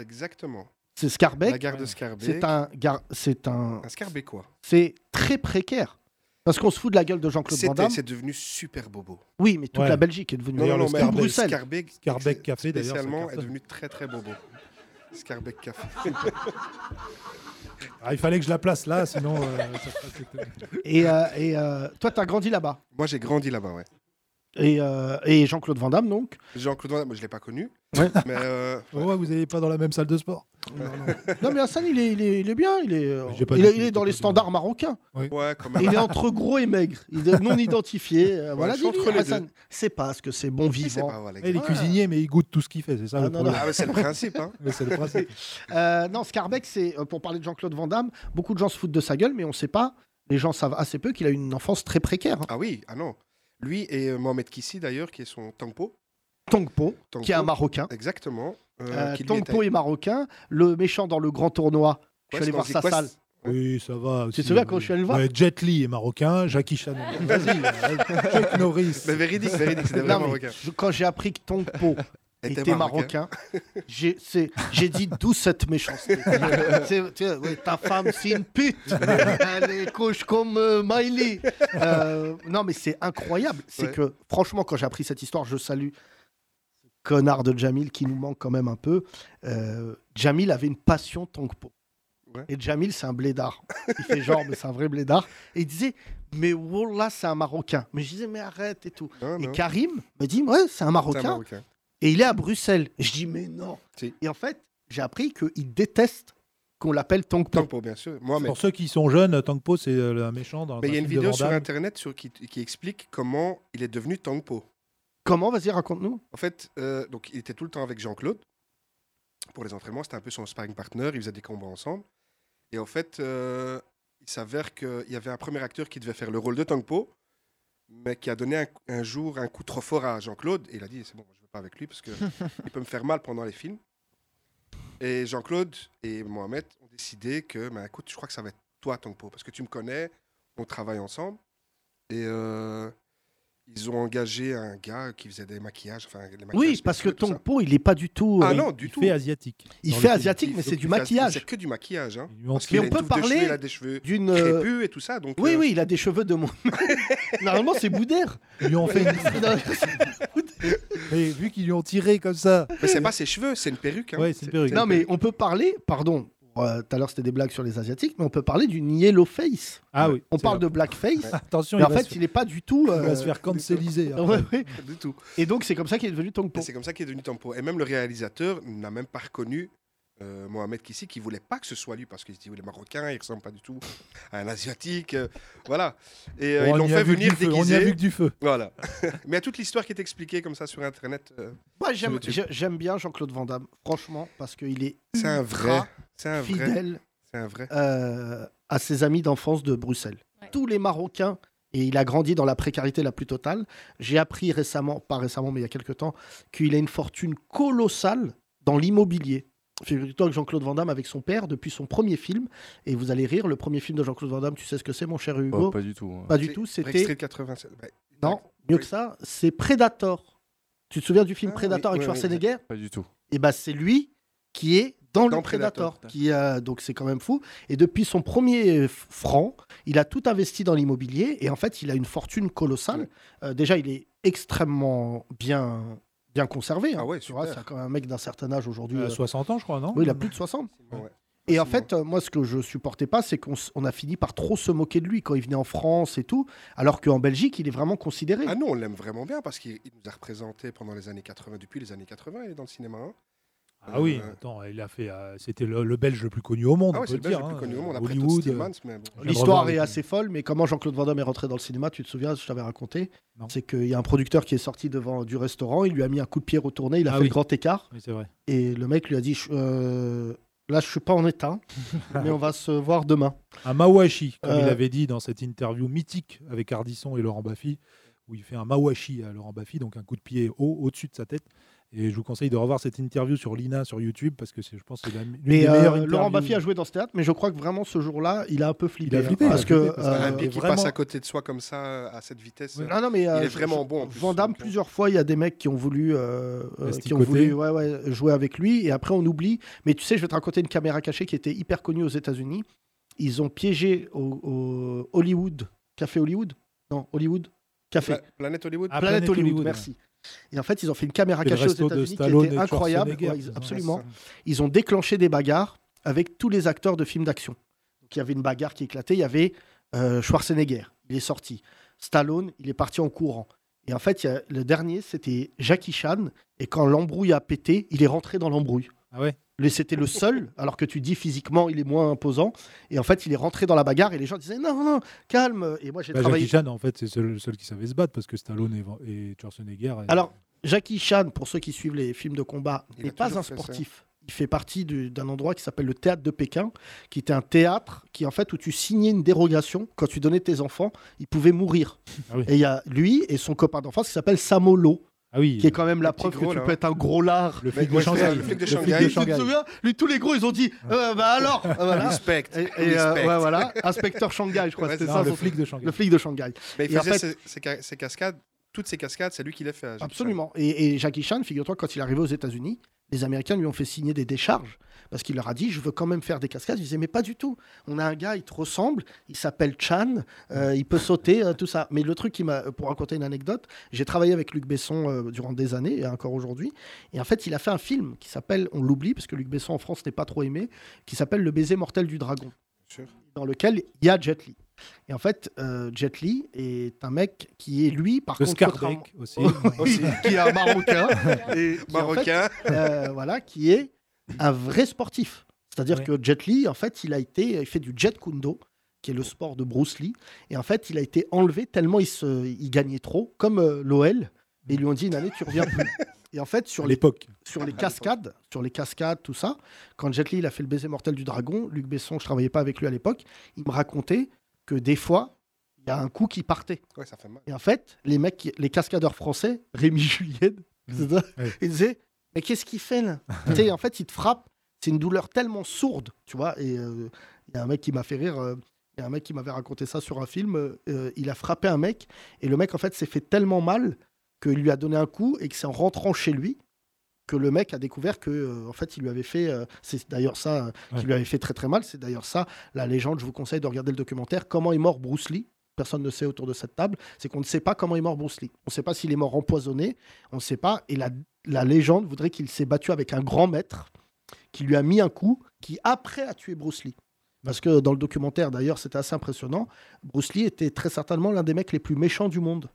Exactement. C'est Scarbeck. La gare de Scarbeck. C'est un, gar- c'est un. Un Scarbeckois. C'est très précaire. Parce qu'on se fout de la gueule de Jean-Claude Van C'était- Damme. C'est devenu super bobo. Oui, mais toute la Belgique est devenue. Non, non, non, mais tout Bruxelles. Scarbeck, Scarbeck Café, d'ailleurs, ça spécialement, est cartonne. devenu très très bobo. Scarbeck Café. Ah, il fallait que je la place là, sinon. euh, ça serait- c'était- Et, euh, et euh, toi, t'as grandi là-bas. Moi, j'ai grandi là-bas, ouais. Et, euh, et Jean-Claude Van Damme, donc. Jean-Claude Van Damme, je ne l'ai pas connu. Ouais. Mais Ah. euh, Ouais, vous n'allez pas dans la même salle de sport. Non, mais Hassan, il est, il est- il est bien. Il est, euh, J'ai pas il dit est- qu'il il est dans les standards marocains. ouais, quand même. Il est entre gros et maigre. Il est non identifié. euh, Ouais, voilà, je suis dis-lui, entre les Hassan, deux. c'est pas ce que c'est bon vivant. pas, voilà, Eh, il est cuisinier, mais il goûte tout ce qu'il fait, c'est ça Ah, le non, non. problème. Ah ouais, c'est le principe, hein. Mais c'est le principe. Euh, non, Scarbeck, c'est euh, pour parler de Jean-Claude Van Damme, beaucoup de gens se foutent de sa gueule, mais on sait pas. Les gens savent assez peu qu'il a eu une enfance très précaire. hein. Ah oui, ah non. Lui et euh, Mohamed Kissi, d'ailleurs, qui est son tangpo. Tongpo, Tangpo, qui est un Marocain. Exactement. Euh, Euh, qui lui Tongpo est est marocain. Le méchant dans le grand tournoi. Je suis Ouais, allé c'est voir dans sa Equest. salle. Oui, ça va. Tu te aussi. souviens quand je suis allé le voir Ouais, Jet Li est marocain, Jackie Chan. est- Vas-y, euh, Chuck Norris. Mais véridique, véridique, c'était Non, vraiment mais marocain. je- quand j'ai appris que Tongpo Était était marocain. marocain, j'ai c'est- j'ai dit d'où cette méchanceté. C'est- tu vois, ouais, ta femme, c'est une pute. Elle est couche comme euh, Miley. Euh, non, mais c'est incroyable. C'est Ouais. que, franchement, quand j'ai appris cette histoire, je salue ce connard de Jamil qui nous manque quand même un peu. Euh, Jamil avait une passion Tongpo. Ouais. Et Jamil, c'est un blédard. Il fait genre, mais c'est un vrai blédard. Et il disait, mais Wallah, c'est un Marocain. Mais je disais, mais arrête et tout. Non, Et non, Karim me dit, ouais, c'est un c'est un Marocain. marocain. Et il est à Bruxelles. Je dis, mais non. Si. Et en fait, j'ai appris qu'il déteste qu'on l'appelle Tongpo. Tangpo, bien sûr. Mohamed. Pour ceux qui sont jeunes, Tangpo, c'est euh, un méchant dans Mais il y a un une film de vidéo Van sur Damme. Internet sur, qui, qui explique comment il est devenu Tangpo. Comment Vas-y, raconte-nous. En fait, euh, donc, il était tout le temps avec Jean-Claude. Pour les entraînements, c'était un peu son sparring partner. Ils faisaient des combats ensemble. Et en fait, euh, il s'avère qu'il y avait un premier acteur qui devait faire le rôle de Tangpo, mais qui a donné un, un jour un coup trop fort à Jean-Claude. Et il a dit C'est bon, je ne veux pas avec lui parce qu'il peut me faire mal pendant les films. Et Jean-Claude et Mohamed ont décidé que, ben, écoute, je crois que ça va être toi, Tangpo, parce que tu me connais, on travaille ensemble. Et. euh, ils ont engagé un gars qui faisait des maquillages. Enfin, les maquillages Oui, parce que spéciaux, tout ça. Tongpo, il est pas du tout. Ah euh, non, du Il tout. fait asiatique. Il Dans fait le film. asiatique, mais c'est du C'est maquillage. que du maquillage. Hein. Il lui en Mais Il on a une peut touffe de parler cheveux, il a des cheveux D'une. euh, crépus et tout ça. Donc, Oui, euh, oui, il a des cheveux de mon. Normalement, c'est Boudère. Ils lui ont fait une- Non, Mais vu qu'ils lui ont tiré comme ça. Mais c'est pas ses cheveux, c'est une perruque. hein. Ouais, c'est une perruque. non, mais on peut parler, pardon, euh, tout à l'heure c'était des blagues sur les Asiatiques, mais on peut parler d'une yellow face. Ah oui. On c'est parle vrai. de blackface, Attention, mais il, en va, fait, se... il est pas du tout. il va euh, se faire hein. canceliser. après. ouais, ouais. Pas du tout. Et donc, c'est comme ça qu'il est devenu Et Tongpo. c'est comme ça qu'il est devenu Tempo. Et même le réalisateur n'a même pas reconnu euh, Mohamed Kissi, qui voulait pas que ce soit lui, parce qu'il se dit, oui, les Marocains, ils ressemblent pas du tout à un Asiatique. euh, voilà. Et euh, Bon, ils on l'ont y a fait vu que du venir feu, On y a vu déguisé. que du feu. Voilà. Mais il y a toute l'histoire qui est expliquée comme ça sur Internet. euh, Moi, j'aime, YouTube. j'ai- j'aime bien Jean-Claude Van Damme, franchement, parce qu'il est C'est un vrai. ultra C'est un vrai. fidèle C'est un vrai. euh, à ses amis d'enfance de Bruxelles. Ouais. Tous les Marocains, et il a grandi dans la précarité la plus totale. J'ai appris récemment, pas récemment, mais il y a quelque temps, qu'il a une fortune colossale dans l'immobilier. Figure-toi que Jean-Claude Van Damme avec son père depuis son premier film, et vous allez rire, le premier film de Jean-Claude Van Damme, tu sais ce que c'est, mon cher Hugo Oh, pas du tout. hein. Pas du C'est Bah, tout, Extrait c'était. de 87. Ouais. Non, mieux que ça, c'est Predator. Tu te souviens du film Ah, Predator oui, avec oui, oui. Schwarzenegger Pas du tout. et ben c'est lui qui est dans, Dans le Predator, Predator. qui euh, donc c'est quand même fou. Et depuis son premier euh, f- franc, il a tout investi dans l'immobilier et en fait il a une fortune colossale. Ouais. Euh, déjà il est extrêmement bien bien conservé. hein. Ah ouais, tu vois, super. c'est quand même un mec d'un certain âge aujourd'hui. Euh, euh, 60 ans, je crois, non oui, il a plus de 60. Ouais. Et en Facilement. fait, euh, moi, ce que je supportais pas, c'est qu'on s- on a fini par trop se moquer de lui quand il venait en France et tout, alors qu'en Belgique, il est vraiment considéré. Ah non, on l'aime vraiment bien parce qu'il il nous a représenté pendant les années 80, depuis les années 80, il est dans le cinéma. hein. Ah oui, Euh, attends, il a fait. euh, C'était le, le Belge le plus connu au monde, Ah on ouais, c'est peut le le belge dire. le plus hein, connu au monde. Après Todd Hollywood. Stevens, mais bon. viens de revoir L'histoire les est films. assez folle, mais comment Jean-Claude Van Damme est rentré dans le cinéma, tu te souviens, je t'avais raconté, Non. c'est qu'il y a un producteur qui est sorti devant du restaurant, il lui a mis un coup de pied retourné, il a Ah fait oui. le grand écart, Oui, c'est vrai. et le mec lui a dit, Je- euh, là je suis pas en état, mais on va se voir demain. À Mawashi, comme Euh, il avait dit dans cette interview mythique avec Ardisson et Laurent Baffy, où il fait un mawashi à Laurent Baffy, donc un coup de pied haut, au-dessus de sa tête. Et je vous conseille de revoir cette interview sur l'INA sur YouTube parce que c'est- je pense que c'est la- l'une Mais des euh, meilleures Laurent interviews. Baffy a joué dans ce théâtre, mais je crois que vraiment ce jour-là, il a un peu flippé. Il a hein, flippé, il a parce que flippé, parce euh, que un mec qui vraiment- passe à côté de soi comme ça, à cette vitesse. Non, non, mais il euh, est je- vraiment je- bon. en plus. euh. Van Damme, plusieurs fois, il y a des mecs qui ont voulu, euh, euh, qui ont Sticoter. voulu ouais, ouais, jouer avec lui, et après on oublie. Mais tu sais, je vais te raconter une caméra cachée qui était hyper connue aux États-Unis. Ils ont piégé au, au Hollywood, Café Hollywood, non Hollywood Café. Pla- Planète Hollywood. Ah, Planète Hollywood, merci. Et en fait, ils ont fait une caméra C'est le cachée aux resto de États-Unis qui Stallone et était de incroyable. Schwarzenegger, Ouais, ils- c'est ça. absolument. Ouais, Ils ont déclenché des bagarres avec tous les acteurs de films d'action. Donc il y avait une bagarre qui éclatait. Il y avait euh, Schwarzenegger. Il est sorti. Stallone, il est parti en courant. Et en fait, il y a- le dernier, c'était Jackie Chan. Et quand l'embrouille a pété, il est rentré dans l'embrouille. Ah ouais. Mais C'était le seul, alors que tu dis physiquement, il est moins imposant. Et en fait, il est rentré dans la bagarre et les gens disaient non, non, calme. Et moi, j'ai Bah, travaillé. Jackie Chan, en fait, c'est seul- le seul qui savait se battre parce que Stallone et, et Schwarzenegger. et- Alors, Jackie Chan, pour ceux qui suivent les films de combat, Il n'est a pas toujours un fait ça. sportif. Il fait partie du- d'un endroit qui s'appelle le théâtre de Pékin, qui était un théâtre qui en fait où tu signais une dérogation quand tu donnais tes enfants, ils pouvaient mourir. Ah oui. Ah Et il y a lui et son copain d'enfance qui s'appelle Samolo. qui est quand même la preuve gros, que tu là, peux hein. être un gros lard. Le flic de Shanghai. Ah. Le flic de Le flic de Shanghai. Tu te Shanghai. souviens Lui, tous les gros, ils ont dit euh, Bah alors euh, voilà. Respect. Et, et, euh, Respect. ouais, voilà. Inspecteur Shanghai, je crois. Ouais, c'était c'est ça, ça, le son- flic de Shanghai. Le flic de Shanghai. Mais il Et en faisait fait- ses- ses ca- ses cascades, toutes ces cascades, c'est lui qui les fait. Jackie Chan. Absolument. Et, et Jackie Chan, figure-toi, quand il est arrivé aux États-Unis, les Américains lui ont fait signer des décharges parce qu'il leur a dit Je veux quand même faire des cascades. Ils disaient Mais pas du tout. On a un gars, il te ressemble, il s'appelle Chan, euh, il peut sauter, euh, tout ça. Mais le truc qui m'a. Pour raconter une anecdote, j'ai travaillé avec Luc Besson euh, durant des années et encore aujourd'hui. Et en fait, il a fait un film qui s'appelle On l'oublie, parce que Luc Besson en France n'est pas trop aimé, qui s'appelle Le baiser mortel du dragon dans lequel il y a Jet Li. Et en fait, euh, Jet Li est un mec qui est lui, par Le contre, Scarbeck contrairement- aussi. Oui, qui est un Marocain, et qui, en Marocain. fait, euh, voilà, qui est un vrai sportif. C'est-à-dire Oui. que Jet Li, en fait, il a été, il fait du Jet Kundo, qui est le sport de Bruce Lee, et en fait, il a été enlevé tellement il se, il gagnait trop, comme l'OL, et ils lui ont dit une année, tu reviens plus. Et en fait, sur À les- l'époque. sur les cascades, sur les cascades, tout ça, quand Jet Li il a fait le baiser mortel du dragon, Luc Besson, je travaillais pas avec lui à l'époque, il me racontait que des fois, il y a un coup qui partait. Ouais, ça fait mal. Ah. Et en fait, les mecs, qui- les cascadeurs français, Rémi Julien, c'est ça, ils disaient Mais qu'est-ce qu'il fait là Tu sais, En fait, il te frappe. C'est une douleur tellement sourde, tu vois. Et euh, il y a un mec qui m'a fait rire. euh, Il y a un mec qui m'avait raconté ça sur un film. euh, euh, il a frappé un mec et le mec, en fait, s'est fait tellement mal qu'il lui a donné un coup et que c'est en rentrant chez lui que le mec a découvert que euh, en fait il lui avait fait euh, c'est d'ailleurs ça euh, Ouais. qui lui avait fait très très mal c'est d'ailleurs ça la légende je vous conseille de regarder le documentaire comment est mort Bruce Lee personne ne sait autour de cette table c'est qu'on ne sait pas comment est mort Bruce Lee on ne sait pas s'il est mort empoisonné on ne sait pas et la, la légende voudrait qu'il s'est battu avec un grand maître qui lui a mis un coup qui après a tué Bruce Lee parce que dans le documentaire d'ailleurs c'était assez impressionnant Bruce Lee était très certainement l'un des mecs les plus méchants du monde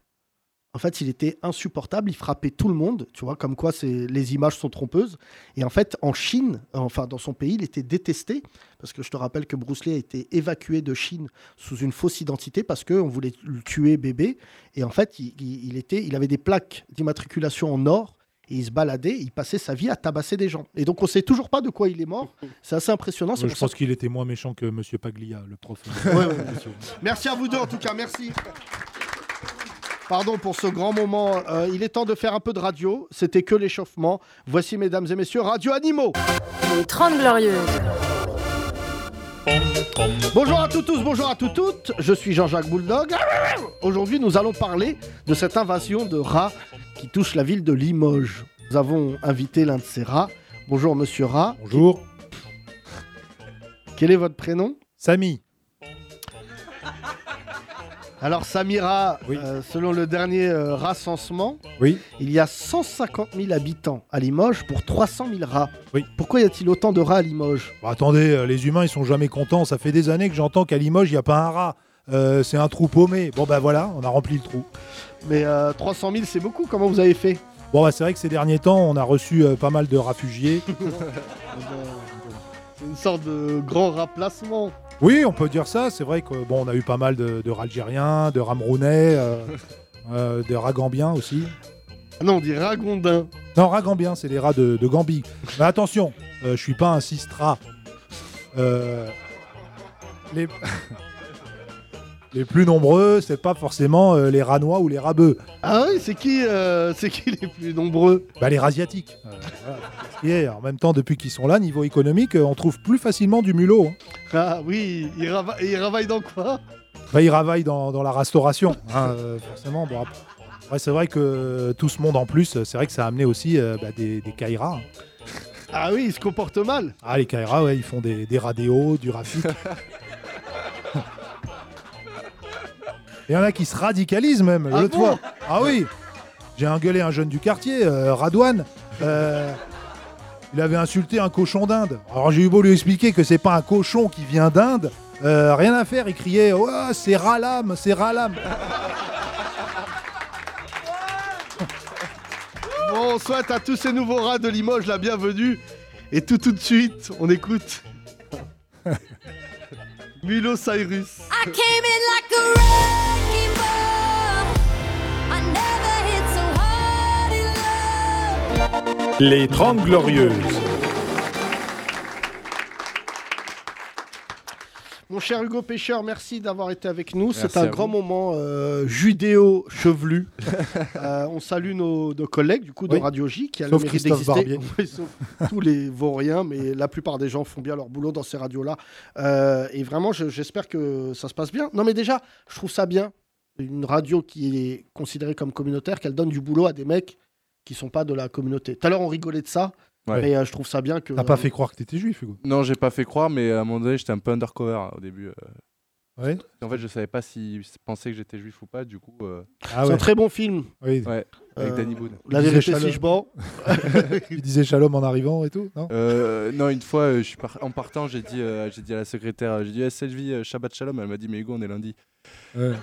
en fait, il était insupportable, il frappait tout le monde, tu vois, comme quoi c'est- les images sont trompeuses. Et en fait, en Chine, euh, enfin dans son pays, il était détesté, parce que je te rappelle que Bruce Lee a été évacué de Chine sous une fausse identité, parce qu'on voulait le tuer bébé. Et en fait, il, il- il était, il avait des plaques d'immatriculation en or, et il se baladait, il passait sa vie à tabasser des gens. Et donc, on sait toujours pas de quoi il est mort. C'est assez impressionnant. c'est Euh, je pour ça pense qu'il était moins méchant que Monsieur Paglia, le prof. Merci à vous deux en tout cas, merci. Pardon pour ce grand moment. Euh, il est temps de faire un peu de radio. C'était que l'échauffement. Voici, mesdames et messieurs, Radio Animaux. Les 30 Glorieuses. Bonjour à tous, tous, bonjour à toutes, toutes. Je suis Jean-Jacques Bulldog. Aujourd'hui, nous allons parler de cette invasion de rats qui touche la ville de Limoges. Nous avons invité l'un de ces rats. Bonjour, monsieur rat. Bonjour. Quel est votre prénom Samy. Alors Samira, euh, selon le dernier euh, recensement, Oui. il y a 150 000 habitants à Limoges pour 300 000 rats. Pourquoi y a-t-il autant de rats à Limoges Bah, attendez, euh, les humains, ils sont jamais contents. Ça fait des années que j'entends qu'à Limoges, il n'y a pas un rat. Euh, c'est un trou paumé. Bon, bah voilà, on a rempli le trou. Mais euh, 300 000, c'est beaucoup. Comment vous avez fait Bon, bah, c'est vrai que ces derniers temps, on a reçu euh, pas mal de réfugiés. C'est une sorte de grand raplacement. oui, on peut dire ça. C'est vrai que bon, on a eu pas mal de, de rats algériens, de rats marounais, euh, euh, de rats gambiens aussi. Ah non, on dit rats gondins. Non, rats gambiens, c'est les rats de, de Gambie. Mais attention, euh, je suis pas un cistra. Euh, les... les plus nombreux, c'est pas forcément euh, les ranois ou les rabeux. Ah oui, c'est qui, euh, c'est qui les plus nombreux Bah les rasiatiques. Euh, voilà. Et en même temps, depuis qu'ils sont là, niveau économique, euh, on trouve plus facilement du mulot. hein. Ah oui, ils rava- ils ravaillent dans quoi Bah, ils ravaillent dans, dans la restauration, hein, euh, forcément. Bon, après, ouais, c'est vrai que euh, tout ce monde en plus, euh, c'est vrai que ça a amené aussi euh, bah, des, des kairas. hein. Ah oui, ils se comportent mal. Ah, les kairas, ouais, ils font des, des radéos, du rafik. Il y en a qui se radicalisent même, Ah le bon toit. Ah oui J'ai engueulé un jeune du quartier, euh, Radouane. euh, il avait insulté un cochon d'Inde. Ah, Alors j'ai eu beau lui expliquer que c'est pas un cochon qui vient d'Inde. euh, rien à faire, il criait Ouah, c'est Ralam, c'est Ralam. Bon, on souhaite à tous ces nouveaux rats de Limoges la bienvenue. Et tout tout de suite, on écoute. Mulot Cyrus. I came in like a wrecking ball. I never hit so hard in love. Les 30 Glorieuses. Mon cher Hugo Pêcheur, merci d'avoir été avec nous. C'est Merci un à grand vous. moment euh, judéo-chevelu. Euh, on salue nos, nos collègues du coup de Oui. Radio J qui a Sauf le mérite Christophe d'exister. Barbier. Oui, sauf tous les vauriens, mais la plupart des gens font bien leur boulot dans ces radios-là. Euh, et vraiment, je- j'espère que ça se passe bien. Non, mais déjà, je trouve ça bien. Une radio qui est considérée comme communautaire, qu'elle donne du boulot à des mecs qui sont pas de la communauté. Tout à l'heure, on rigolait de ça, Ouais. mais euh, je trouve ça bien que. T'as pas fait croire que t'étais juif, Hugo. Non, j'ai pas fait croire, mais à un moment donné, j'étais un peu undercover hein, au début. euh. Ouais. En fait, je savais pas si je pensais que j'étais juif ou pas, du coup. euh, Ah C'est ouais. un très bon film. Oui. Ouais, avec Euh, Danny Boone. La Il disait vérité, Shalom. si je mens. il disait Shalom en arrivant et tout, non Euh, non, une fois, euh, je suis par- en partant, j'ai dit, euh, j'ai dit à la secrétaire, euh, j'ai dit SLV, euh, Shabbat Shalom. Elle m'a dit, mais Hugo, on est lundi. Ouais.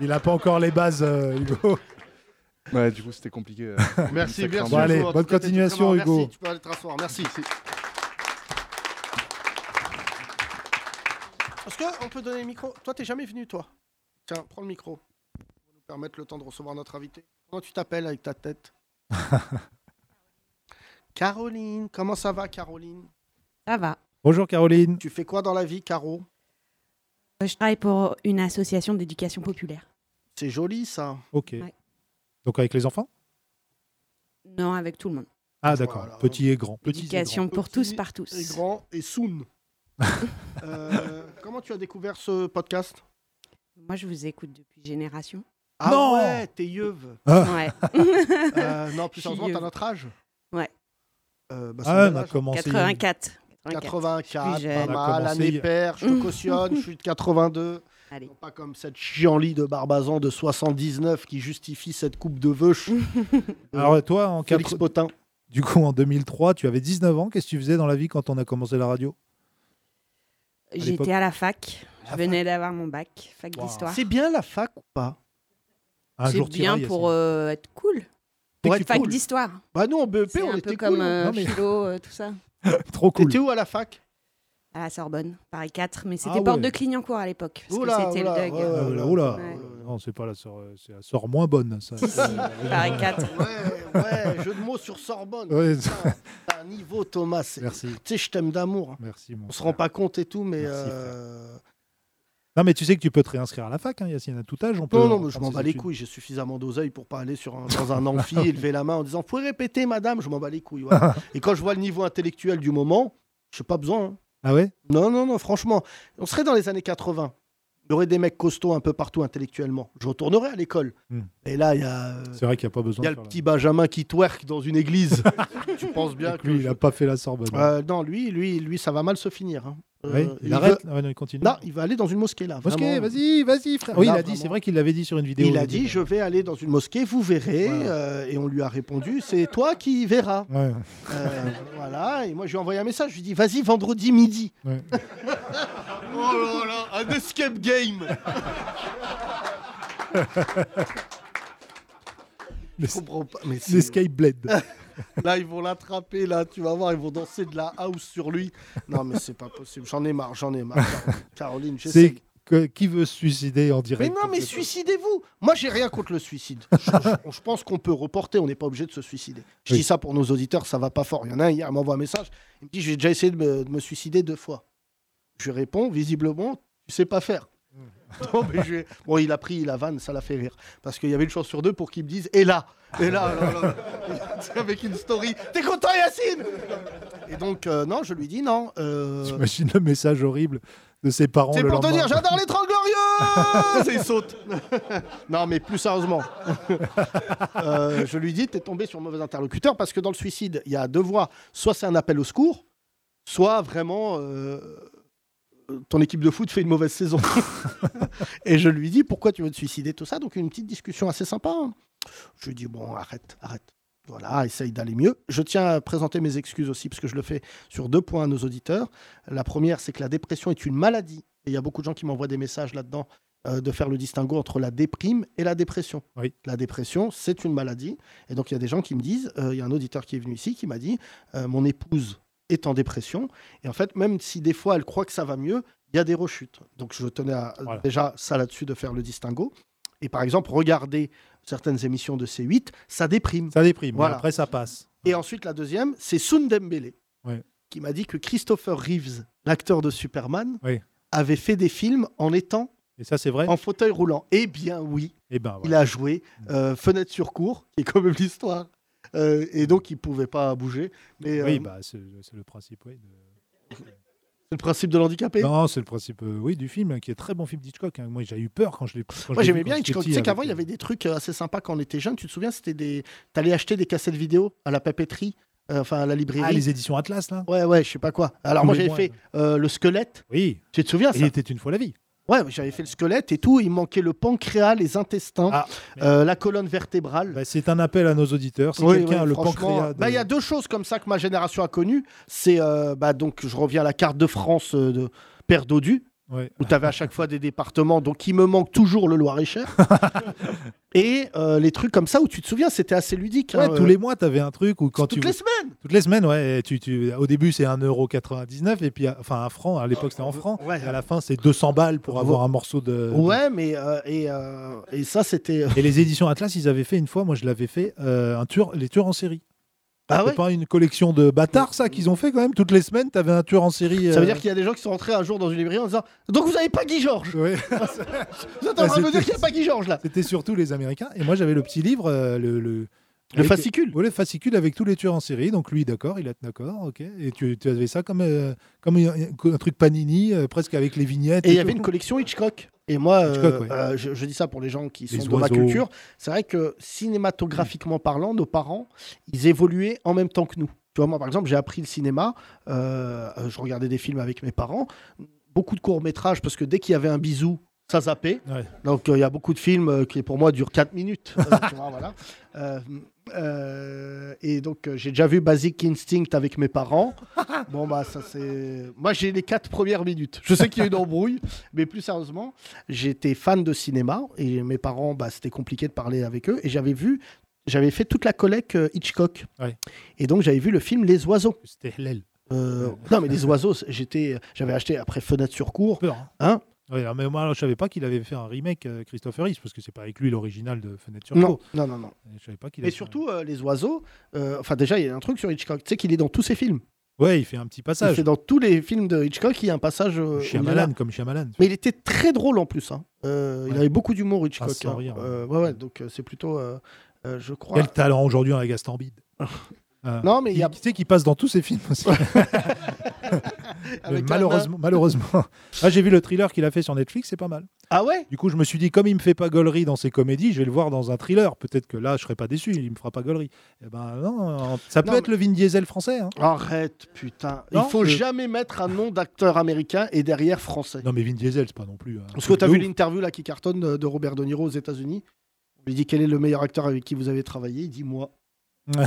Il a pas encore les bases, euh, Hugo. Ouais, du coup, c'était compliqué. euh. Merci, Sacrément. merci. Bon, allez, Hugo, en Eh, bonne tout cas, t'es continuation, vraiment- Hugo. Merci, tu peux aller te rasseoir. Merci. Est-ce qu'on peut donner le micro Toi, t'es jamais venu, toi Tiens, prends le micro. Pour nous permettre le temps de recevoir notre invité. Comment tu t'appelles avec ta tête Caroline, comment ça va, Caroline Ça va. Bonjour Caroline. Tu fais quoi dans la vie, Caro Euh, Je travaille pour une association d'éducation populaire. C'est joli, ça. Ok. Ouais. Donc avec les enfants Non, avec tout le monde. Ah d'accord, petit et grand. Petit et grand. Éducation pour tous, par tous. Et grand et soon. Euh, comment tu as découvert ce podcast Moi, je vous écoute depuis Génération. Ah ouais, t'es yeuve. Ouais. Euh, non, plus Je suis sérieusement, t'as yeuve. notre âge Ouais. Euh, bah, Ah c'est ouais, mon on a âge. commencé- 84. 84, Plus pas jeune. Mm. On a mal, commencé année hier. paire, je te cautionne, je suis de 82. Allez. Non, Pas comme cette chianlie de Barbazan de 79 qui justifie cette coupe de veuche. Alors toi, en Félix quatre- Potin. Du coup, en 2003, tu avais 19 ans. Qu'est-ce que tu faisais dans la vie quand on a commencé la radio l'époque- J'étais à la fac. Je venais d'avoir mon bac, fac d'histoire. C'est bien la fac ou pas C'est bien pour euh, être cool. Pour Pour être fac cool. d'histoire. Bah nous, en BEP, C'est on un était peu comme cool. hein. euh, Non, mais- philo, euh, tout ça. Trop cool. T'étais où à la fac À la Sorbonne, Paris 4, mais c'était Ah porte ouais. de Clignancourt à l'époque. Parce Oula, que c'était oula, le Doug. ouais, ouais, Ah, ouais. oula, oula. Ouais. Non, c'est pas la sœur, euh, c'est la sœur moins bonne, ça. Si, si, Paris 4. Ouais, ouais, jeu de mots sur Sorbonne. Ouais. Putain, T'as un niveau, Thomas. Merci. Tu sais, je t'aime d'amour. hein. Merci, mon On se rend pas compte et tout, mais. Merci, euh, Non, mais tu sais que tu peux te réinscrire à la fac, hein, Yacine, à tout âge. On peut Non, non, mais je reprendre m'en ses bats les études. couilles. J'ai suffisamment d'oseille pour pas aller sur un- dans un amphi, lever la main en disant Vous pouvez répéter, madame Je m'en bats les couilles. voilà. et quand je vois le niveau intellectuel du moment, je n'ai pas besoin. hein. Ah ouais Non, non, non, franchement. On serait dans les années 80. Il y aurait des mecs costauds un peu partout intellectuellement. Je retournerais à l'école. Hmm. Et là, il y a, euh, C'est vrai qu'il n'y a pas besoin. il y a de le faire petit Benjamin qui twerk dans une église. tu penses la- bien que. Lui, il n'a pas fait la Sorbonne. Euh, non, lui, lui, lui, ça va mal se finir. hein. Euh, Ouais, il, arrête. Ah ouais, non, il continue. Non, il va aller dans une mosquée là. Mosquée, vraiment. vas-y, vas-y, frère. Oui, Là, il a dit, vraiment. c'est vrai qu'il l'avait dit sur une vidéo. Il a dit, je vais aller dans une mosquée, vous verrez. euh, et on lui a répondu, c'est toi qui verras. Ouais. Euh, voilà, et moi je lui ai envoyé un message, je lui ai dit, vas-y vendredi midi. Ouais. oh là là, un escape game Je comprends pas, mais c'est- L'escape bled. Là, ils vont l'attraper, là, tu vas voir, ils vont danser de la house sur lui. Non, mais c'est pas possible, j'en ai marre, j'en ai marre. Caroline, j'essaie. C'est que- qui veut se suicider en Mais direct non, mais suicidez-vous Moi, j'ai rien contre le suicide. Je, je- je pense qu'on peut reporter, on n'est pas obligé de se suicider. Je Oui. dis ça pour nos auditeurs, ça va pas fort. Il y en a un hier, il m'envoie un message, il me dit J'ai déjà essayé de me, de me suicider deux fois. Je lui réponds Visiblement, tu sais pas faire. Non, mais je vais- Bon, il a pris la vanne, ça l'a fait rire. Parce qu'il y avait une chance sur deux pour qu'ils me disent Et là Et là, là, là. C'est Avec une story T'es content, Eh, Yacine Et donc, euh, non, je lui dis non. euh, J'imagine le message horrible de ses parents. C'est le pour te lendemain. dire J'adore les 30 glorieuses Et il saute Non, mais plus sérieusement. Euh, je lui dis T'es tombé sur mauvais interlocuteur parce que dans le suicide, il y a deux voies. Soit c'est un appel au secours, soit vraiment. euh, ton équipe de foot fait une mauvaise saison. et je lui dis pourquoi tu veux te suicider, tout ça. Donc une petite discussion assez sympa. hein. Je lui dis bon, arrête, arrête. Voilà, essaye d'aller mieux. Je tiens à présenter mes excuses aussi, parce que je le fais sur deux points à nos auditeurs. La première, c'est que la dépression est une maladie. Et il y a beaucoup de gens qui m'envoient des messages là-dedans euh, de faire le distinguo entre la déprime et la dépression. La dépression, c'est une maladie. Et donc, il y a des gens qui me disent, euh, il y a un auditeur qui est venu ici qui m'a dit, euh, mon épouse est en dépression. Et en fait, même si des fois elle croit que ça va mieux, il y a des rechutes. Donc je tenais à, déjà ça là-dessus de faire le distinguo. Et par exemple, regarder certaines émissions de C8, ça déprime. Ça déprime, mais après, ça passe. Et ensuite, la deuxième, c'est Sundembele, Ouais. qui m'a dit que Christopher Reeves, l'acteur de Superman, Oui. avait fait des films en étant Et ça, c'est vrai en fauteuil roulant. Eh bien, oui. Eh ben, Il a joué euh, Fenêtre sur cour, qui est quand même l'histoire. Euh, et donc, il pouvait pas bouger. Mais, Oui, euh, bah, c'est c'est le principe. oui, de- c'est le principe de l'handicapé. Non, c'est le principe euh, oui, du film, hein, qui est très bon film d'Hitchcock. hein. Moi, j'ai eu peur quand je l'ai quand je Moi l'ai vu j'aimais quand bien j'étais Hitchcock. Tu petit sais avec- qu'avant il y avait des trucs euh, assez sympas quand on était jeune. Tu te souviens, c'était des. T'allais acheter des cassettes vidéo à la papeterie, euh, enfin à la librairie. Ah, les éditions Atlas, là Ouais, ouais, je sais pas quoi. Alors Tous moi les j'avais mois, fait euh, le squelette. Oui. Tu te souviens ça Et il était une fois la vie. Ouais, j'avais fait le squelette et tout. Il manquait le pancréas, les intestins, euh, la colonne vertébrale. Ah, Bah, c'est un appel à nos auditeurs. Si Oui, quelqu'un oui, a le franchement, pancréas. de- bah, Il y a deux choses comme ça que ma génération a connues. C'est, euh, bah, donc, je reviens à la carte de France euh, de Père Dodu, Ouais. où tu avais à chaque fois des départements. Donc, il me manque toujours le Loir-et-Cher. Et euh, les trucs comme ça où tu te souviens, c'était assez ludique. Ouais, hein, tous euh. les mois, tu avais un truc où quand toutes tu les semaines Toutes les semaines, ouais. et Tu, tu- au début, c'est 1,99€ et puis, à- enfin, un franc. À l'époque, c'était en franc. Et à la fin, c'est 200 balles pour avoir un morceau de. Euh, Ouais, mais euh, et, euh, et ça, c'était. Et les éditions Atlas, ils avaient fait une fois, moi je l'avais fait, euh, un tueur, les tueurs en série. Ah c'est ouais Mmh. pas une collection de bâtards, ça, qu'ils ont fait quand même. Toutes les semaines, t'avais un tueur en série. Ça euh, veut dire qu'il y a des gens qui sont rentrés un jour dans une librairie en disant Donc, vous avez pas Guy Georges Vous êtes en Bah, train de me dire c'était- qu'il n'y a pas Guy Georges là C'était surtout les Américains. Et moi, j'avais le petit livre, euh, le. Le, Le fascicule. Oui, le fascicule avec tous les tueurs en série. Donc lui, d'accord, il a d'accord, ok. Et tu, tu avais ça comme, euh, comme un, un truc panini, euh, presque avec les vignettes. Et il y avait tout. une collection Hitchcock. Et moi, euh, Hitchcock, ouais. euh, je, je dis ça pour les gens qui Les sont de ma oiseaux. culture. C'est vrai que cinématographiquement parlant, nos parents, ils évoluaient en même temps que nous. Tu vois, moi, par exemple, j'ai appris le cinéma. euh, je regardais des films avec mes parents. Beaucoup de courts-métrages, parce que dès qu'il y avait un bisou, ça zappait. Ouais. Donc, euh, il y a beaucoup de films euh, qui, pour moi, durent 4 minutes. Euh, tu vois, voilà. Euh, euh, et donc, euh, j'ai déjà vu Basic Instinct avec mes parents. Bon, bah, ça, c'est. Moi, j'ai les 4 premières minutes. Je sais qu'il y a une embrouille, mais plus sérieusement, j'étais fan de cinéma et mes parents, bah, c'était compliqué de parler avec eux. Et j'avais vu. J'avais fait toute la collecte euh, Hitchcock. Ouais. Et donc, j'avais vu le film Les Oiseaux. C'était Hellel. Euh, non, mais Les Oiseaux, c'est- j'étais, j'avais acheté après Fenêtre sur cour. Hein Ouais, alors, mais moi, alors, je savais pas qu'il avait fait un remake, euh, Christopher Reeves, parce que c'est pas avec lui l'original de Fenêtre sur non, cour. non, non, non. Je savais pas qu'il Mais avait fait surtout, euh, les oiseaux. euh, enfin, déjà, il y a un truc sur Hitchcock. Tu sais qu'il est dans tous ses films. Ouais, il fait un petit passage. C'est dans tous les films de Hitchcock, il y a un passage. euh, où il est là. Shyamalan, comme Shyamalan. Mais il était très drôle en plus. hein. Euh, Il avait beaucoup d'humour, Hitchcock. Ah, sans hein. rire, ouais. Euh, ouais, ouais, donc euh, c'est plutôt, euh, euh, je crois. Quel talent aujourd'hui avec Gastambide. Euh, Non, mais il y a- Tu sais qu'il passe dans tous ses films aussi. Avec malheureusement, Anna. malheureusement. Ah, j'ai vu le thriller qu'il a fait sur Netflix, c'est pas mal. Ah ouais Du coup, je me suis dit, comme il me fait pas gaulerie dans ses comédies, je vais le voir dans un thriller. Peut-être que là, je serai pas déçu, il me fera pas gaulerie. Eh ben non, ça peut Non, être le Vin Diesel français. hein. Arrête, putain. Non, il faut je- jamais mettre un nom d'acteur américain et derrière français. Non, mais Vin Diesel, c'est pas non plus. un Parce que truc t'as de vu ouf. l'interview là qui cartonne euh, de Robert De Niro aux États-Unis. On lui dit quel est le meilleur acteur avec qui vous avez travaillé. Il dit moi.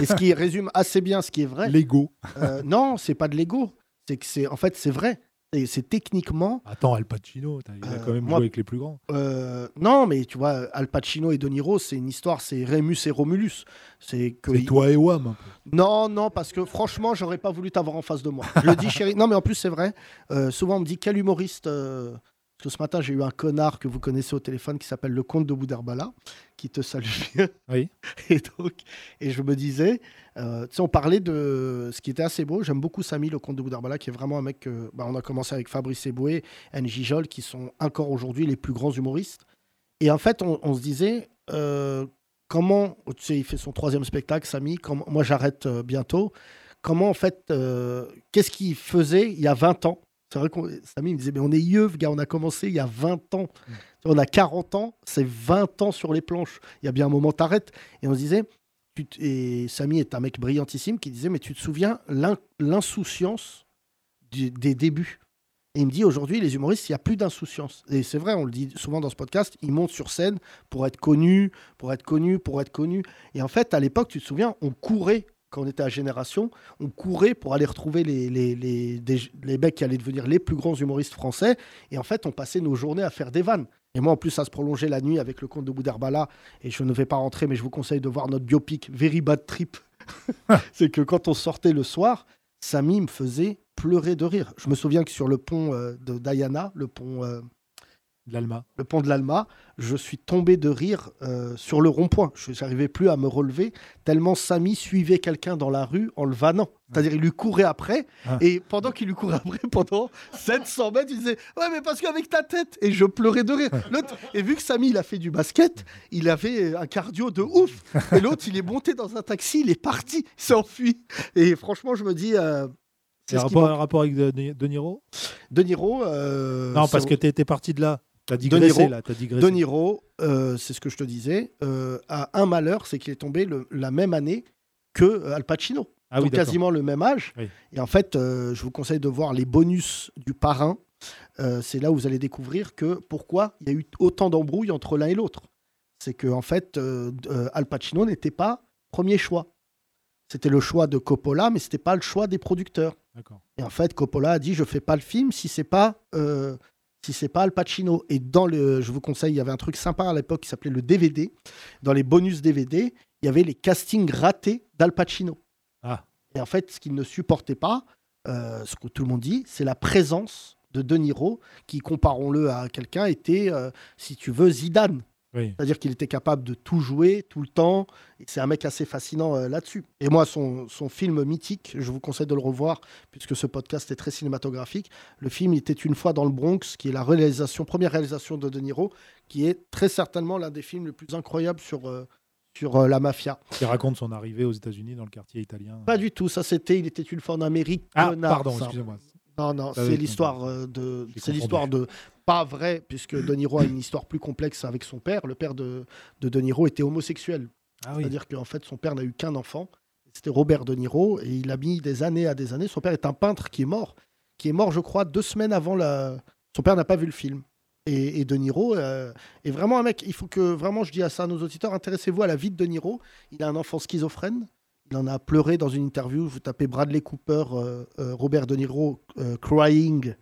et ce qui résume assez bien ce qui est vrai. L'ego. Euh, non, c'est pas de l'ego. C'est que c'est en fait c'est vrai. Et c'est techniquement. Attends, Al Pacino, t'as- il a quand Euh, même moi- joué avec les plus grands. euh, non, mais tu vois, Al Pacino et De Niro, c'est une histoire, c'est Rémus et Romulus. C'est que C'est toi et Wam. un peu. non, non, parce que franchement, j'aurais pas voulu t'avoir en face de moi. Je le dis, chérie. Non, mais en plus, c'est vrai. Euh, souvent, on me dit quel humoriste euh, Parce que ce matin, j'ai eu un connard que vous connaissez au téléphone qui s'appelle le comte de Boudherbala, qui te salue bien. Oui. Et donc, et je me disais, euh, tu sais, on parlait de ce qui était assez beau. J'aime beaucoup Samy, le comte de Boudherbala, qui est vraiment un mec. que- bah, on a commencé avec Fabrice Eboué, Anne Gijol, qui sont encore aujourd'hui les plus grands humoristes. Et en fait, on, on se disait, euh, comment, tu sais, il fait son troisième spectacle, Samy, comme, moi j'arrête euh, bientôt. Comment, en fait, euh, qu'est-ce qu'il faisait il y a 20 ans C'est vrai que Samy il me disait, mais on est yeux, gars, on a commencé il y a 20 ans. On a 40 ans, c'est 20 ans sur les planches. Il y a bien un moment, t'arrêtes. Et on se disait, tu t- et Samy est un mec brillantissime qui disait, mais tu te souviens l'in- l'insouciance du- des débuts et il me dit aujourd'hui, les humoristes, il n'y a plus d'insouciance. Et c'est vrai, on le dit souvent dans ce podcast, ils montent sur scène pour être connus, pour être connus, pour être connus. Et en fait, à l'époque, tu te souviens, on courait, quand on était à Génération, on courait pour aller retrouver les, les, les, des- les mecs qui allaient devenir les plus grands humoristes français. Et en fait, on passait nos journées à faire des vannes. Et moi, en plus, à se prolonger la nuit avec le comte de Boudherbala. Et je ne vais pas rentrer, mais je vous conseille de voir notre biopic Very Bad Trip c'est que quand on sortait le soir, Samy me faisait pleurer de rire. Je me souviens que sur le pont euh, de Diana, le pont euh, de l'Alma, le pont de l'Alma, je suis tombé de rire euh, sur le rond-point. Je n'arrivais plus à me relever tellement Samy suivait quelqu'un dans la rue en le vannant. C'est-à-dire, il lui courait après Ah. et pendant qu'il lui courait après, pendant 700 mètres, il disait ouais mais parce qu'avec ta tête et je pleurais de rire. L'autre- Et vu que Samy il a fait du basket, il avait un cardio de ouf. Et l'autre il est monté dans un taxi, il est parti, il s'est enfui. Et franchement je me dis euh, C'est ce qui rapport, manque. rapport avec De, De Niro De Niro. euh, Non, c'est- parce que t'es t'es parti de là. T'as De digressé Niro, là. T'as digressé. De Niro, euh, c'est ce que je te disais, euh, a un malheur, c'est qu'il est tombé le- la même année que euh, Al Pacino. Ah oui, Donc d'accord. quasiment le même âge. Oui. Et en fait, euh, je vous conseille de voir les bonus du parrain. Euh, c'est là où vous allez découvrir que pourquoi il y a eu autant d'embrouilles entre l'un et l'autre. C'est que en fait, euh, d- euh, Al Pacino n'était pas premier choix. C'était le choix de Coppola, mais c'était pas le choix des producteurs. D'accord. Et en fait, Coppola a dit je fais pas le film si c'est pas euh, si c'est pas Al Pacino. Et dans le, je vous conseille, il y avait un truc sympa à l'époque qui s'appelait le DVD. Dans les bonus DVD, il y avait les castings ratés d'Al Pacino. Ah. Et en fait, ce qu'il ne supportait pas, euh, ce que tout le monde dit, c'est la présence de De Niro, qui, comparons-le à quelqu'un, était, euh, si tu veux, Zidane. Oui. C'est-à-dire qu'il était capable de tout jouer, tout le temps. Et C'est un mec assez fascinant euh, là-dessus. Et moi, son, son film mythique, je vous conseille de le revoir, puisque ce podcast est très cinématographique. Le film était une fois dans le Bronx, qui est la réalisation, première réalisation de De Niro, qui est très certainement l'un des films les plus incroyables sur, euh, sur euh, la mafia. Qui raconte son arrivée aux États-Unis dans le quartier italien. Pas du tout, ça c'était Il était une fois en Amérique. Ah, connard, pardon, ça. excusez-moi. Non, non, Ça va c'est être l'histoire euh, de. J'ai C'est confondu. l'histoire de. Pas vrai, puisque De Niro a une histoire plus complexe avec son père. Le père de De, De Niro était homosexuel. Ah oui. C'est-à-dire qu'en fait, son père n'a eu qu'un enfant. C'était Robert De Niro, et il a mis des années à des années. Son père est un peintre qui est mort, qui est mort, je crois, deux semaines avant la. Son père n'a pas vu le film. Et, et De Niro euh, est vraiment un mec. Il faut que vraiment, je dis à ça à nos auditeurs, intéressez-vous à la vie de De Niro. Il a un enfant schizophrène. Il en a pleuré dans une interview. Vous tapez Bradley Cooper, euh, euh, Robert De Niro euh, crying.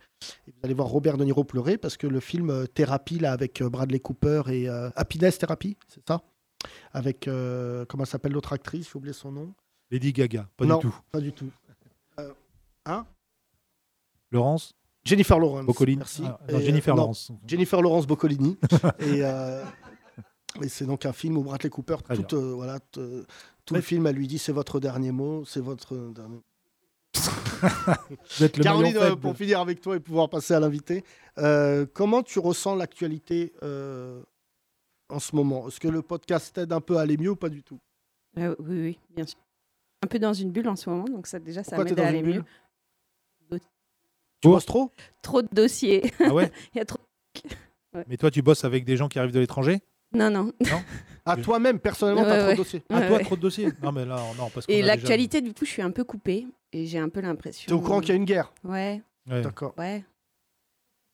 Et vous allez voir Robert De Niro pleurer parce que le film euh, Thérapie, là, avec euh, Bradley Cooper et euh, Happiness Therapy, c'est ça Avec, euh, comment s'appelle l'autre actrice J'ai oublié son nom. Lady Gaga, pas Non, du tout. Pas du tout. Euh, hein Laurence Jennifer Lawrence. Boccolini Merci. Ah, non, Et, euh, Jennifer non, Lawrence. Jennifer Lawrence Boccolini. et, euh, et c'est donc un film où Bradley Cooper, Très tout, bien. euh, voilà, t- euh, tout le film, elle lui dit c'est votre dernier mot, c'est votre euh, dernier. Vous êtes le Caroline, maillon euh, faible. pour finir avec toi et pouvoir passer à l'invité, euh, comment tu ressens l'actualité euh, en ce moment Est-ce que le podcast t'aide un peu à aller mieux ou pas du tout Euh, oui, oui, bien sûr. Un peu dans une bulle en ce moment, donc ça déjà, ça Pourquoi t'es m'aide à dans aller une bulle mieux. Oh. Tu bosses trop Trop de dossiers. Ah ouais Il y a trop. Mais toi, tu bosses avec des gens qui arrivent de l'étranger Non, non. À Ah, toi-même, personnellement, Ouais, t'as trop ouais. de dossiers. À Ouais, Ah, toi, ouais. trop de dossiers Non, mais là, non, parce qu'on a Et déjà- l'actualité, du coup, je suis un peu coupée et j'ai un peu l'impression. T'es au courant qu'il y a une guerre Ouais, Ouais. D'accord. ouais.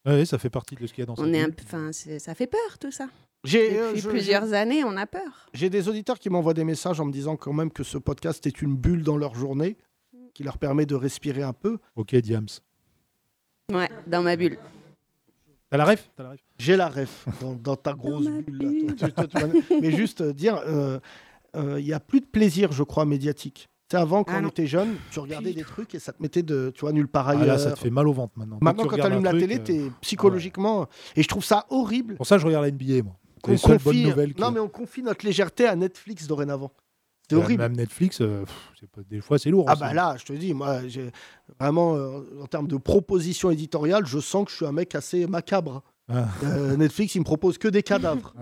Ouais, ça fait partie de ce qu'il y a dans cette On est un bulle. peu. Enfin, c'est- ça fait peur tout ça. J'ai, Depuis euh, je- plusieurs je- années, on a peur. J'ai des auditeurs qui m'envoient des messages en me disant quand même que ce podcast est une bulle dans leur journée, qui leur permet de respirer un peu. Ok, Diams. Ouais, dans ma bulle. T'as la ref T'as la ref J'ai la ref dans, dans ta grosse bulle. là, toi, tu- toi, tu- mais juste euh, dire, euh, euh, il y n'y a plus de plaisir, je crois, médiatique. Tu sais, avant, quand Ah on non. était jeune, tu regardais des trucs et ça te mettait de, tu vois, nulle part Ah ailleurs. là, ça te fait mal au ventre maintenant. Maintenant, tu quand tu regardes allumes un la truc, télé, euh, t'es psychologiquement. Et je trouve ça horrible. Pour ça, je regarde la NBA, moi. C'est qu'on les seules bonnes confie- nouvelles. Non, mais on confie notre légèreté à Netflix dorénavant. C'est Euh, horrible. Même Netflix, euh, pff, c'est pas- des fois, c'est lourd. Ah hein, aussi. bah là, je te dis, moi, j'ai- vraiment, euh, en termes de proposition éditoriale, je sens que je suis un mec assez macabre. Ah. Euh, Netflix, il me propose que des cadavres.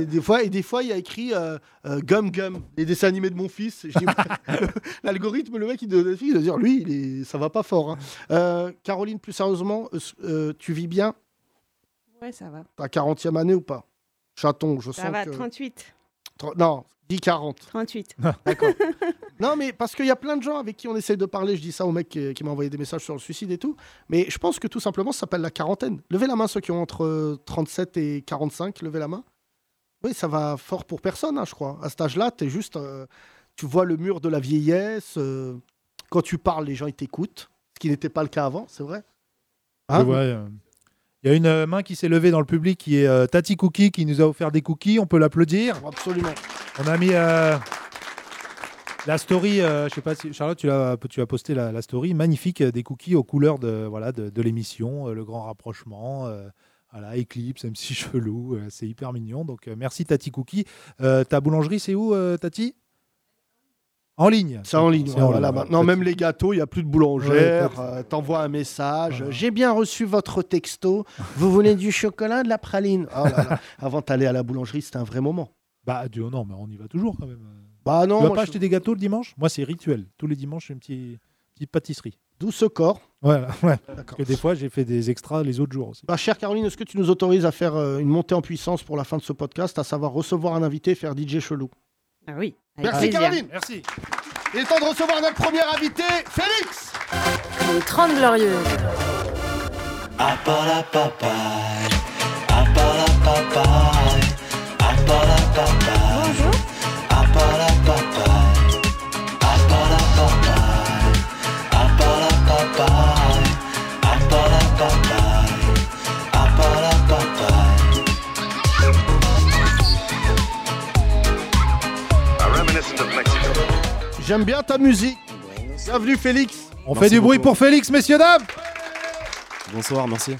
et des fois, et des fois, il y a écrit euh, euh, Gum Gum, les dessins animés de mon fils. Je dis, L'algorithme, le mec, il de Netflix, il doit dire, lui, il est- ça va pas fort. hein. Euh, Caroline, plus sérieusement, euh, euh, tu vis bien Ouais, ça va. Ta 40e année ou pas Chaton, je Ça sens va, que... 38. Tro- Non, dis 40. 38. D'accord. non, mais parce qu'il y a plein de gens avec qui on essaie de parler. Je dis ça au mec qui, qui m'a envoyé des messages sur le suicide et tout. Mais je pense que tout simplement, ça s'appelle la quarantaine. Levez la main ceux qui ont entre euh, 37 et 45. Levez la main. Oui, ça va fort pour personne, hein, je crois. À cet âge-là, t'es juste. euh, tu vois le mur de la vieillesse. euh, quand tu parles, les gens ils t'écoutent. Ce qui n'était pas le cas avant, c'est vrai. Ah, Hein Je vois, euh, Il y a une euh, main qui s'est levée dans le public qui est euh, Tati Cookie qui nous a offert des cookies. On peut l'applaudir. Absolument. On a mis euh, la story. euh, je sais pas si Charlotte, tu as, tu as posté la, la story magnifique euh, des cookies aux couleurs de voilà de, de l'émission, euh, le grand rapprochement. euh, voilà, Eclipse, MC Chelou, euh, c'est hyper mignon. Donc euh, merci Tati Cookie. Euh, ta boulangerie, c'est où euh, Tati En ligne. C'est en ligne. C'est ouais, voilà, ligne. maintenant, même les gâteaux, il n'y a plus de boulangère. Ouais, euh, T'envoies un message. J'ai bien reçu votre texto. Vous voulez du chocolat, de la praline Oh là là. Avant d'aller à la boulangerie, c'était un vrai moment. Bah Dieu, non, mais on y va toujours quand même. Bah non, tu vas moi, pas je- acheter des gâteaux le dimanche Moi, c'est rituel. Tous les dimanches, j'ai une petite, petite pâtisserie. D'où ce corps Voilà, ouais. Parce que des fois, j'ai fait des extras les autres jours aussi. Bah, chère Caroline, est-ce que tu nous autorises à faire euh, une montée en puissance pour la fin de ce podcast, à savoir recevoir un invité et faire DJ chelou Ah oui. avec Merci plaisir. Caroline Merci Il est temps de recevoir notre premier invité, Félix Les 30 Glorieuses. Bonjour. J'aime bien ta musique. Bienvenue Félix On fait du bruit pour Félix, messieurs, dames Bonsoir, merci.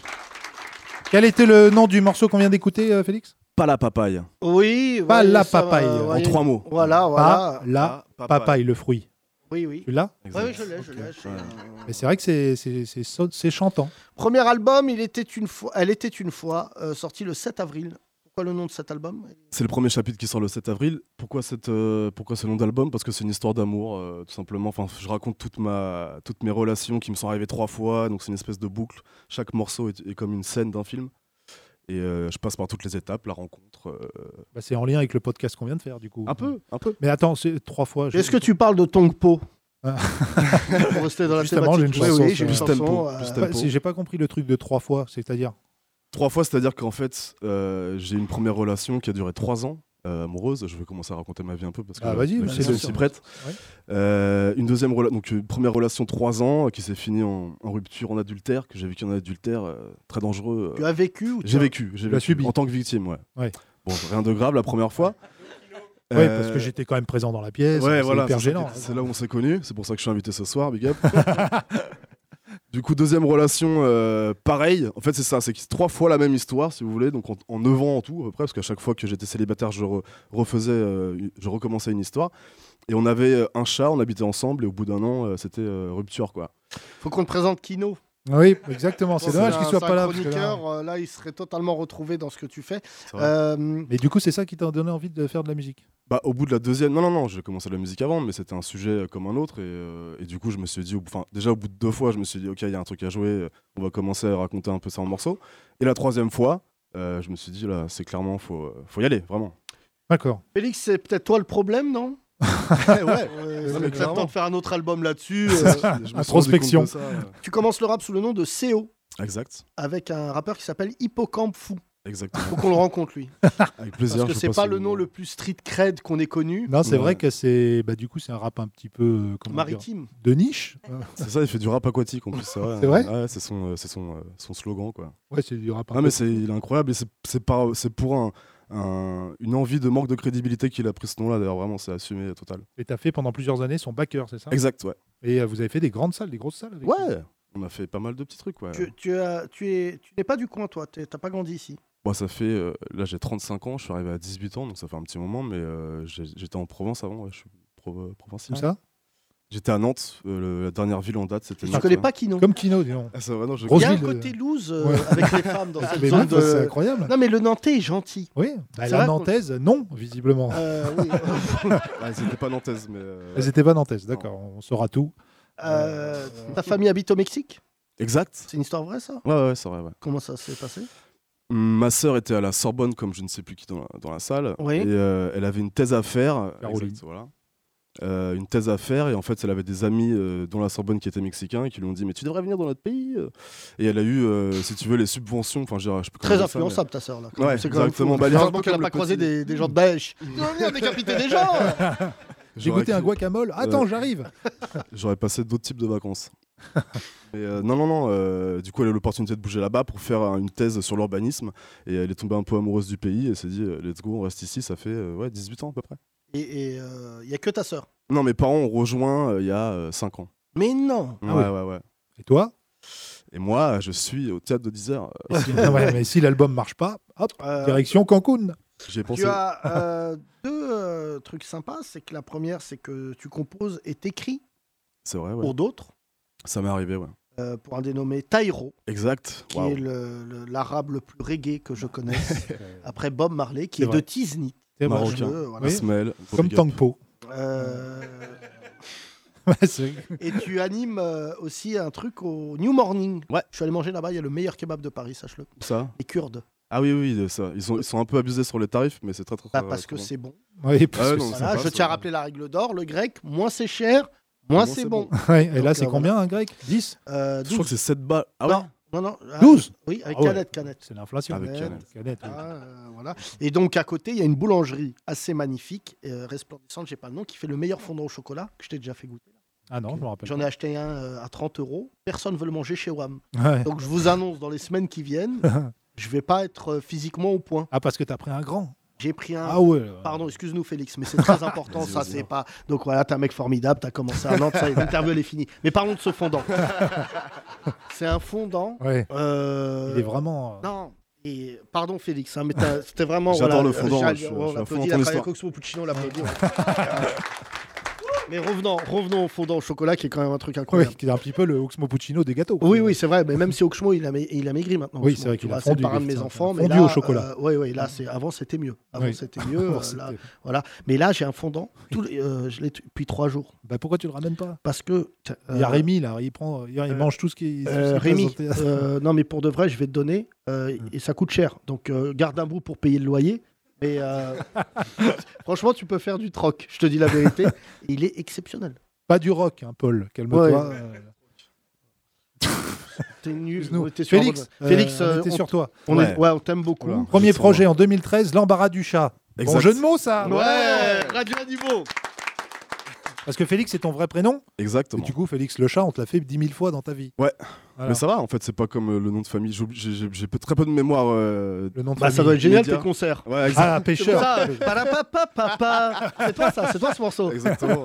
Quel était le nom du morceau qu'on vient d'écouter, euh, Félix Pas la papaye. Oui, Pas ouais, la ça va, papaye. ouais. En trois mots. Voilà, voilà. Pas la Ah, papaye. papaye, le fruit. Oui, oui. Tu l'as Oui, oui, je l'ai, je l'ai. je l'ai. Mais c'est vrai que c'est- c'est- c'est sau- c'est chantant. Premier album, il était une fois, elle était une fois, euh, sorti le 7 avril. Pourquoi le nom de cet album C'est le premier chapitre qui sort le 7 avril. Pourquoi, cette, euh, pourquoi ce nom d'album Parce que c'est une histoire d'amour, euh, tout simplement. Enfin, je raconte toute ma, toutes mes relations qui me sont arrivées trois fois, donc c'est une espèce de boucle. Chaque morceau est, est comme une scène d'un film. Et euh, je passe par toutes les étapes, la rencontre. euh, Bah, c'est en lien avec le podcast qu'on vient de faire, du coup. Un peu, un peu. Mais attends, c'est trois fois. Ah. Est-ce que tu parles de Tongpo Pour rester dans la Justement, j'ai une thématique. Oui, chanson. oui, j'ai une sur- chanson, Tempo, euh, plus Pas- tempo. c'est- J'ai pas compris le truc de trois fois, c'est-à-dire. Trois fois, c'est-à-dire qu'en fait, euh, j'ai une première relation qui a duré trois ans, euh, amoureuse. Je vais commencer à raconter ma vie un peu parce que Ah, vas-y, vas-y, c'est bien aussi sûr. prête. Ouais. Euh, une deuxième relation, donc une première relation trois ans euh, qui s'est finie en, en rupture en adultère, que j'ai vécu en adultère, euh, très dangereux. euh. Tu as vécu ou tu J'ai as- vécu, j'ai Tu l'as vécu, subi. en tant que victime, ouais. Ouais. Bon, rien de grave la première fois. Ouais, Euh, parce que j'étais quand même présent dans la pièce. Ouais, c'est voilà, hyper c'est ça qui- gênant. C'est là où on s'est connus, c'est pour ça que je suis invité ce soir, big up. du coup, deuxième relation, euh, pareil. En fait, c'est ça, c'est que c'est trois fois la même histoire, si vous voulez, donc en, en 9 ans en tout, à peu près, parce qu'à chaque fois que j'étais célibataire, je re- refaisais, euh, une- je recommençais une histoire. Et on avait euh, un chat, on habitait ensemble, et au bout d'un an, euh, c'était euh, rupture, quoi. Faut qu'on te présente Kino. Oui, exactement. C'est Bon, dommage un- qu'il soit c'est un pas là. parce que là- Chroniqueur, euh, là, il serait totalement retrouvé dans ce que tu fais. vrai. Euh, Mais du coup, c'est ça qui t'a donné envie de faire de la musique. Bah, au bout de la deuxième, non, non, non, j'ai commencé la musique avant, mais c'était un sujet euh, comme un autre. Et, euh, et du coup, je me suis dit, au bout- enfin, déjà au bout de deux fois, je me suis dit, ok, il y a un truc à jouer, euh, on va commencer à raconter un peu ça en morceaux. Et la troisième fois, euh, je me suis dit, là, c'est clairement, faut, euh, faut y aller, vraiment. D'accord. Félix, c'est peut-être toi le problème, non ouais, Euh, mais c'est peut-être clairement. temps de faire un autre album là-dessus. euh. C'est ça, je me suis rendu compte de ça, euh. tu commences le rap sous le nom de CO Exact, avec un rappeur qui s'appelle Hippocampe Fou. exactement. Faut qu'on le rencontre lui. Avec plaisir. Parce je que vous c'est passe pas le nom le plus street cred qu'on ait connu. Non, c'est Ouais. vrai que c'est. Bah, du coup, c'est un rap un petit peu. euh, comment dire, Maritime. de niche. Euh. C'est ça, il fait du rap aquatique en plus. C'est vrai. Ah. C'est vrai Ouais, c'est son, euh, c'est son, euh, son slogan quoi. Ouais, c'est du rap Non mais aquatique. c'est il est incroyable et c'est- c'est par- c'est pour un, un- une envie de manque de crédibilité qu'il a pris ce nom-là. D'ailleurs, vraiment, c'est assumé total. Et t'as fait pendant plusieurs années son backer, c'est ça Exact, ouais. Et euh, vous avez fait des grandes salles, des grosses salles avec Ouais, on a fait pas mal de petits trucs, ouais. Tu, tu as- tu es, tu n'es pas du coin, toi. t'es- T'as pas grandi ici. Moi, ça fait. euh, là, j'ai 35 ans, je suis arrivé à 18 ans, donc ça fait un petit moment, mais euh, j'ai- j'étais en Provence avant, ouais, je suis pro- euh, provincien. Où ça J'étais à Nantes, euh, le- la dernière ville en date, c'était Je Nantes. connais ouais. pas Kino. Comme Kino, disons. Ah, c'est vrai, non, je- Il y a un côté loose euh, Ouais. avec les femmes dans cette Ah, Mais zone. meuf, de- c'est incroyable. Euh, Non, mais le Nantais est gentil. Oui. Bah, C'est la vrai qu'on- nantaise, non, visiblement. Euh, oui. Ah, elles étaient pas nantaises, mais. euh, Elles n'étaient pas nantaises, d'accord, on saura tout. Euh, ta famille habite au Mexique Exact. C'est une hein histoire vraie, ça Ouais, ouais, c'est vrai, ouais. Comment ça s'est passé Hum, Ma sœur était à la Sorbonne, comme je ne sais plus qui dans la, dans la salle. Oui. Et euh, elle avait une thèse à faire. Caroline. Exact, voilà. Euh, une thèse à faire. Et en fait, elle avait des amis euh, dont la Sorbonne qui étaient mexicains qui lui ont dit Mais tu devrais venir dans notre pays. euh. Et elle a eu, euh, si tu veux, les subventions. Enfin, je dirais- je sais plus comment Très dire ça, mais- influençable, ta sœur, là. Ouais, C'est quand même exactement. fou. Bah, les Heureusement gens qu'elle n'a comme pas le croisé petit- des, des gens de Daesh. Ils ont venir décapiter des gens J'ai Oh J'aurais goûté un cru- Euh, guacamole. Attends, j'arrive. J'aurais passé d'autres types de vacances. Mais, euh, non, non, non. euh, du coup, elle a eu l'opportunité de bouger là-bas pour faire euh, une thèse sur l'urbanisme. Et elle est tombée un peu amoureuse du pays. Et s'est dit euh, Let's go, on reste ici. Ça fait euh, ouais, 18 ans à peu près. Et il n'y a que ta sœur. Non, mes parents ont rejoint euh, il y a 5 ans. Mais non Ah Ouais, ouais, ouais. Ah Et toi Et moi, je suis au théâtre de 10 heures. Ouais, mais si l'album marche pas, hop, Euh, direction Cancun. J'ai pensé. Tu as euh, deux euh, trucs sympas. C'est que la première, c'est que tu composes et t'écris C'est vrai, ouais. pour d'autres, Ça m'est arrivé, ouais. euh, pour un dénommé Tairo, Exact. qui Waouh. est le- le- l'arabe le, plus reggae que je connaisse, après Bob Marley, qui C'est est, vrai. de Tiznit. C'est Moi, marocain. je le- voilà. Ismaël, gros Comme big up. Tangpo. Euh, Ah, c'est- et tu animes euh, aussi un truc au New Morning. Je suis allé manger là-bas, il y a le meilleur kebab de Paris, sache-le. Ça Les Kurdes. Ah oui, oui, de ça. Ils, sont- ils sont un peu abusés sur les tarifs, mais c'est très, très, Bah, très- parce très que c'est bon. Oui, parce Ah que non, Voilà, ça je passe, tiens à ouais. rappeler la règle d'or, le grec, moins c'est cher, moins Moins c'est c'est bon. Ouais, et là, Donc, c'est euh, combien un grec 10 Euh, Je crois 12. que c'est 7 balles. Ah ouais Non, non, non, ah, 12. Oui, avec Ah ouais. canette, canette. C'est l'inflation. Avec canette. oui. Ah, euh, voilà. Et donc à côté, il y a une boulangerie assez magnifique, euh, resplendissante, j'ai pas le nom, qui fait le meilleur fondant au chocolat que je t'ai déjà fait goûter. Ah non, je me rappelle. J'en ai acheté un euh, à 30 euros. Personne veut le manger chez WAM. Ouais. Donc je vous annonce dans les semaines qui viennent, je vais pas être euh, physiquement au point. Ah, parce que t'as pris un grand. J'ai pris un. Ah ouais, là. Pardon, excuse-nous Félix, mais c'est très important, Vas-y, ça vas-y. c'est pas. Donc voilà, t'es un mec formidable, t'as commencé à Nantes, ça y est, l'interview elle est finie. Mais parlons de ce fondant. c'est un fondant. Ouais. euh, Il est vraiment. Non. Et pardon Félix, hein, mais t'as- c'était vraiment. J'adore voilà, le fondant, Charles, je suis- on je suis à fond applaudit, la dans ton Fabio histoire. Coxpo Puccino, on l'applaudit. mais revenons, revenons au fondant au chocolat qui est quand même un truc Oui, incroyable. qui est un petit peu le Oxmo Puccino des gâteaux. Oui, oui, c'est vrai, mais même si Oxmo, il a, ma- il a maigri maintenant. Oui, Oxmo, c'est vrai tu qu'il a vois, fondu, C'est le parrain de c'est mes un- enfants. un mais fondu là, au chocolat. euh, oui, oui, là, c'est, avant, c'était mieux. Avant, Oui. c'était mieux. Avant, euh, là, c'était- voilà. Mais là, j'ai un fondant. Tout le- euh, je l'ai t- depuis trois jours. Bah pourquoi tu le ramènes pas Parce que. tiens, Il y a euh, Rémi là, il prend, il mange tout ce qui. tout ce euh, qui Rémi, passe dans le théâtre. euh, non mais pour de vrai, je vais te donner euh, et ça coûte cher. Donc euh, garde un bout pour payer le loyer. Mais euh, franchement, tu peux faire du troc. Je te dis la vérité. Il est exceptionnel. Pas du rock, hein, Paul. Calme-toi. Ouais. euh. T'es nul. Excuse-nous. ouais, t'es sur- Félix, euh, Félix, euh, on euh, était on- sur toi. on est- ouais, on t'aime beaucoup. Premier projet en 2013, l'embarras du chat. Bon Exact. jeu de mots ça. Ouais, Radio Animaux. Parce que Félix, c'est ton vrai prénom. Exactement. Et du coup, Félix le chat, on te l'a fait 10 000 fois dans ta vie. Ouais. Voilà. Mais ça va, en fait, c'est pas comme euh, le nom de famille. J'ai oubli- J'ai j'ai- j'ai peu- très peu de mémoire. euh, Le nom de Bah, ça doit être génial média. tes concerts. Ouais, exact. Ah, pêcheur. C'est pour ça, parapapapapa. C'est toi ça, c'est toi ce morceau. Exactement.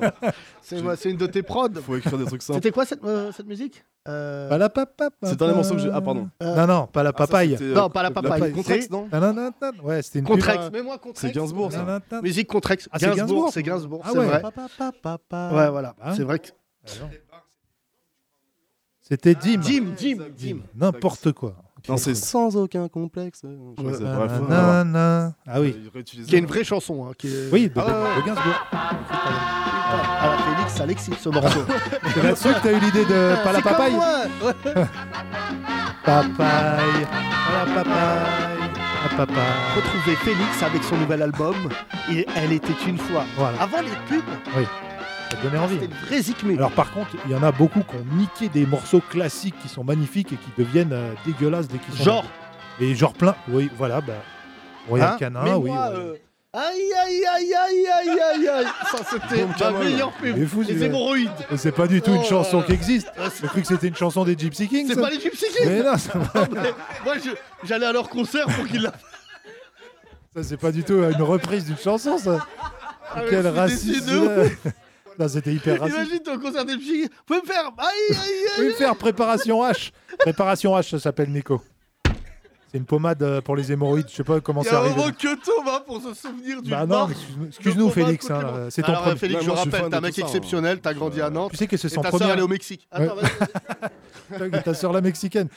C'est moi, c'est une de tes prods. Faut écrire des trucs simples. C'était quoi cette, euh, cette musique Euh, Pas la papa. C'est le dernier morceau que j'ai. Ah, pardon. Euh, Non, non, pas la ça, papaye. c'était, euh, Non, pas la papaye. papaye. Contrex, non Nananana. Ouais, c'était une pub, Contrex, euh, mets-moi Contrex. C'est Gainsbourg, ça. nananana. Musique Contrex. Ah, c'est Gainsbourg, Gainsbourg. c'est Gainsbourg, Ah c'est ouais. vrai. Pa, pa, pa, pa. Ouais, voilà, Hein c'est vrai que. C'était Dim. Dim, Dim, Dim. N'importe quoi. Non, c'est sans aucun complexe. Je crois que c'est- bref, on va voir. Nanana. Ah oui. Il réutilise- Qui est une vraie chanson. hein, qui est- Oui, de, Ah ouais, de Gainsbourg. à la Félix, Alexis, ce morceau. C'est là-dessus que t'as eu l'idée de pas la C'est comme papaye. moi. Ouais. Papaye, pas la papaye, la papaye. Retrouver Félix avec son nouvel album. Il- elle était une fois. Voilà. Avant les pubs, Oui, ça te donnait envie. Ah, c'était une vraie zikmé. Alors par contre, il y en a beaucoup qui ont niqué des morceaux classiques qui sont magnifiques et qui deviennent euh, dégueulasses dès qu'ils sont Genre et genre plein. Oui, voilà, bah, Royal Hein Canin, Mais oui. moi, Royal- euh, Aïe, aïe, aïe, aïe, aïe, aïe, aïe. Ça, c'était Guillaume la Cameron. meilleure pub. Il est fou, Les celui-là. hémorroïdes. Et C'est pas du tout une Oh chanson là là. qui existe. J'ai cru que c'était une chanson des Gypsy Kings. C'est ça. pas les Gypsy Kings Mais non, c'est pas- Moi, je- j'allais à leur concert pour qu'ils la... Ça, c'est pas du tout euh, une reprise d'une chanson, ça. Ah, mais Quel je suis racisme. déçu de ouf. Non, c'était hyper raciste. Imagine ton concert des petits. Vous pouvez me faire. Aïe, aïe, Je vais me faire préparation H. Préparation H, ça s'appelle Nico. C'est une pommade euh, pour les hémorroïdes. Je sais pas comment Il y ça a un arrive. moment que Thomas pour se souvenir du. Bah non, bar. mais excuse- excuse-nous, Félix. hein, euh, c'est ton Alors, premier. Félix, je rappelle, t'es un mec exceptionnel, t'as grandi à Nantes. hein. Euh, Tu sais que c'est et son ta premier- sœur, elle est au Mexique. Attends, Ouais. vas-y. Ta sœur la mexicaine.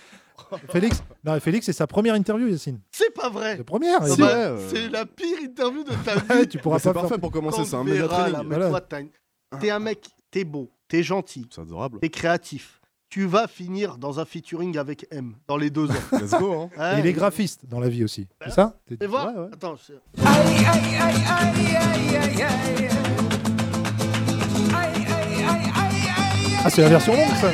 Félix, non, Félix, c'est sa première interview, Yacine. C'est pas vrai. La première. C'est il- c'est la pire interview de ta vie. Ouais, tu pourras C'est pas parfait faire- pour commencer, c'est un Quand méga Vera, là, training. mais toi, t'as une- T'es un mec, t'es beau, t'es gentil, t'es créatif. Tu vas finir dans un featuring avec M dans les deux ans. Let's go, hein. Ah, Et il est graphiste dans la vie aussi. Bah C'est ça T'es- Et voir Attends, c'est- Ah, c'est la version longue, ça.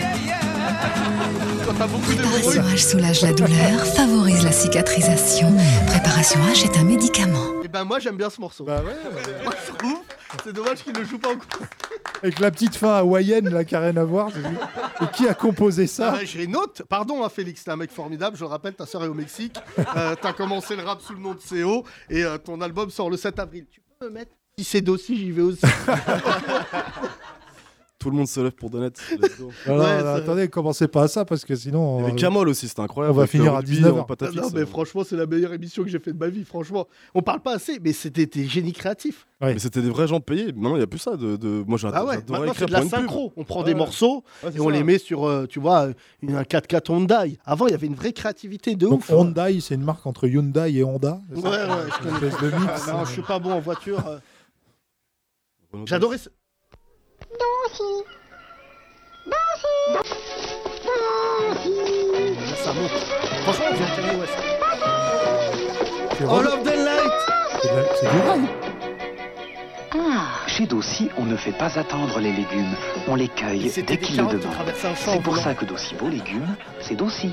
Préparation H soulage la douleur, favorise la cicatrisation. Préparation H est un médicament. Eh ben moi j'aime bien ce morceau. Bah ouais. moi je trouve, c'est dommage qu'il ne joue pas en cours. Avec la petite fin hawaïenne, là, qui a rien à voir. c'est- Et qui a composé ça Ah, J'ai une autre. Pardon, hein, Félix, t'es un mec formidable. Je le rappelle, ta soeur est au Mexique. Euh, T'as commencé le rap sous le nom de CO et euh, ton album sort le 7 avril. Tu peux me mettre Si c'est d'aussi, j'y vais aussi. Tout le monde se lève pour Donette. Non, non, non, attendez, commencez pas à ça parce que sinon. Il y on avait va- Kamel aussi, c'était incroyable, On va avec finir le à rugby 19h. en patate Ah non, fixe, mais euh. franchement, c'est la meilleure émission que j'ai faite de ma vie. Franchement, on parle pas assez, mais c'était des génies créatifs. Mais c'était des vrais gens payés. Maintenant, il n'y a plus ça. De, de- Moi, j'adore Ah ouais, j'adorais maintenant écrire c'est de la pour une pub. synchro. On prend Ouais, des ouais. morceaux Ouais, c'est et ça. on les met sur, euh, tu vois, une, un 4x4 Hyundai. Avant, il y avait une vraie créativité de Donc ouf. hein. Hyundai, c'est une marque entre Hyundai et Honda. Ouais, ouais, je Une connais. espèce de mix. Ah non, je suis pas bon en voiture. euh. J'adorais ce. Ça monte. Franchement, on dirait Kanye West. C'est All relou. of the light C'est de la- c'est du hein. rail. Ah. Chez Dossi, on ne fait pas attendre les légumes, on les cueille C'était dès des qu'ils le carottes qui demandent. traversaient un champ C'est pour volant. ça que d'aussi beaux légumes, c'est d'aussi.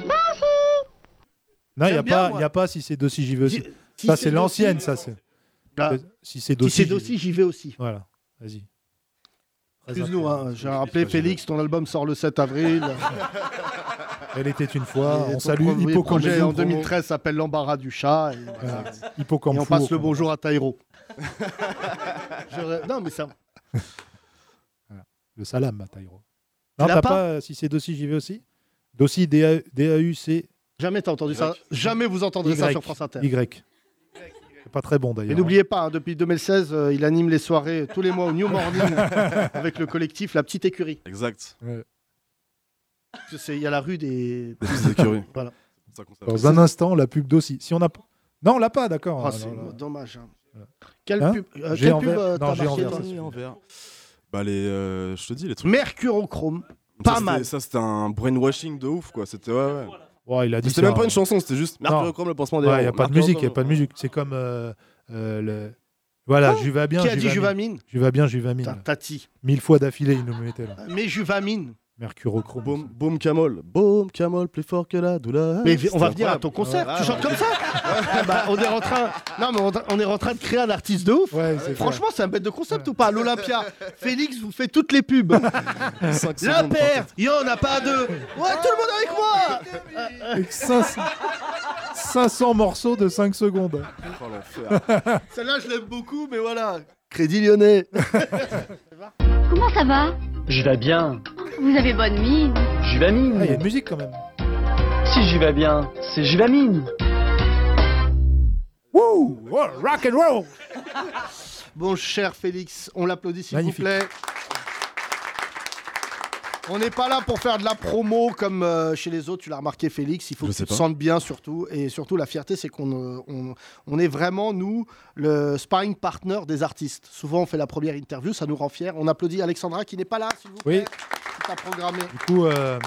Non, il n'y a, J'aime bien, pas- moi. y a pas si c'est de si j'y vais aussi. si Bah. ça, c'est c'est de l'ancienne, si- ça. c'est Là. Euh, Si c'est Si c'est d'aussi. d'aussi, j'y vais aussi. Voilà, vas-y. Excuse-nous, hein, j'ai rappelé Félix, ton album sort le 7 avril. Elle était une fois. Et Ah, on ton salue premier projet Hippocampe. en 2013 s'appelle L'embarras du chat. Et, voilà. Hippocampe Et on Four, passe le quoi. bonjour à Taïro. Je- Non, mais ça. Le salam, à Taïro. Tu Non, l'as t'as pas pas euh, si c'est d'aussi, j'y vais aussi D'aussi, D-A-U-C. Jamais t'as entendu ça. Jamais vous entendrez ça sur France Inter. Y. C'est pas très bon Et d'ailleurs. n'oubliez pas, hein, depuis 2016, euh, il anime les soirées tous les mois au New Morning avec le collectif La Petite Écurie. Exact. Parce que c'est- Il y a la rue des. Des écuries. Voilà. Dans un instant, la pub d'aussi. Si on a... Non, on l'a pas, d'accord. Ah, Non, c'est non, non. dommage. hein. Quelle Hein pub, euh, J'ai quelle en pub vert. euh, Non, t'as j'ai en marqué, vert, toi ça suffit. Bah, les. euh, je te dis, les trucs. Mercurochrome. Ça, Pas c'était- mal. Ça, c'était un brainwashing de ouf, quoi. C'était. Ouais, ouais. Ouais, il a dit C'était ça, même pas ouais. une chanson, c'était juste Non. Mercurochrome, le pansement des. Ouais, y a héros. pas de musique, y a Mercurochrome. pas de musique. C'est comme euh, euh, le. Voilà, Oh, Juvamine. qui a dit Juvamine Juvamine, Juvamine. Putain, Tati. Mille fois d'affilée, il nous le mettait là. Mais Juvamine. Mercurochrome. Boom, boom Camol. Boom Camol, plus fort que la Ah, douleur. Mais vi- on va C'était venir à ton incroyable. concert. Ah ouais. tu chantes comme ça Ah bah, On est en train. Non, mais on, on est en train de créer un artiste de ouf. c'est Franchement, c'est un bête de concept ou pas L'Olympia, Félix vous fait toutes les pubs. Cinq La secondes, paire, il y en a pas deux. Ouais, tout le monde avec moi Avec 500, 500 morceaux de 5 secondes. Oh, l'enfer. Celle-là, je l'aime beaucoup, mais voilà. Crédit lyonnais. Comment ça va Je vais bien, Vous avez bonne mine. j'y vais mine. Il y a de musique quand même. Si j'y vais bien, c'est j'y vais mine. Wouh oh, Rock and roll Bon, cher Félix, on l'applaudit s'il vous Magnifique. plaît. On n'est pas là pour faire de la promo comme euh, chez les autres, tu l'as remarqué Félix, il faut Je que sais tu te pas. sentes bien surtout. Et surtout la fierté c'est qu'on euh, on, on est vraiment nous le sparring partner des artistes. Souvent on fait la première interview, ça nous rend fiers. On applaudit Alexandra qui n'est pas là s'il vous plaît. Oui. Qui t'a programmé. Ah, Du coup, euh,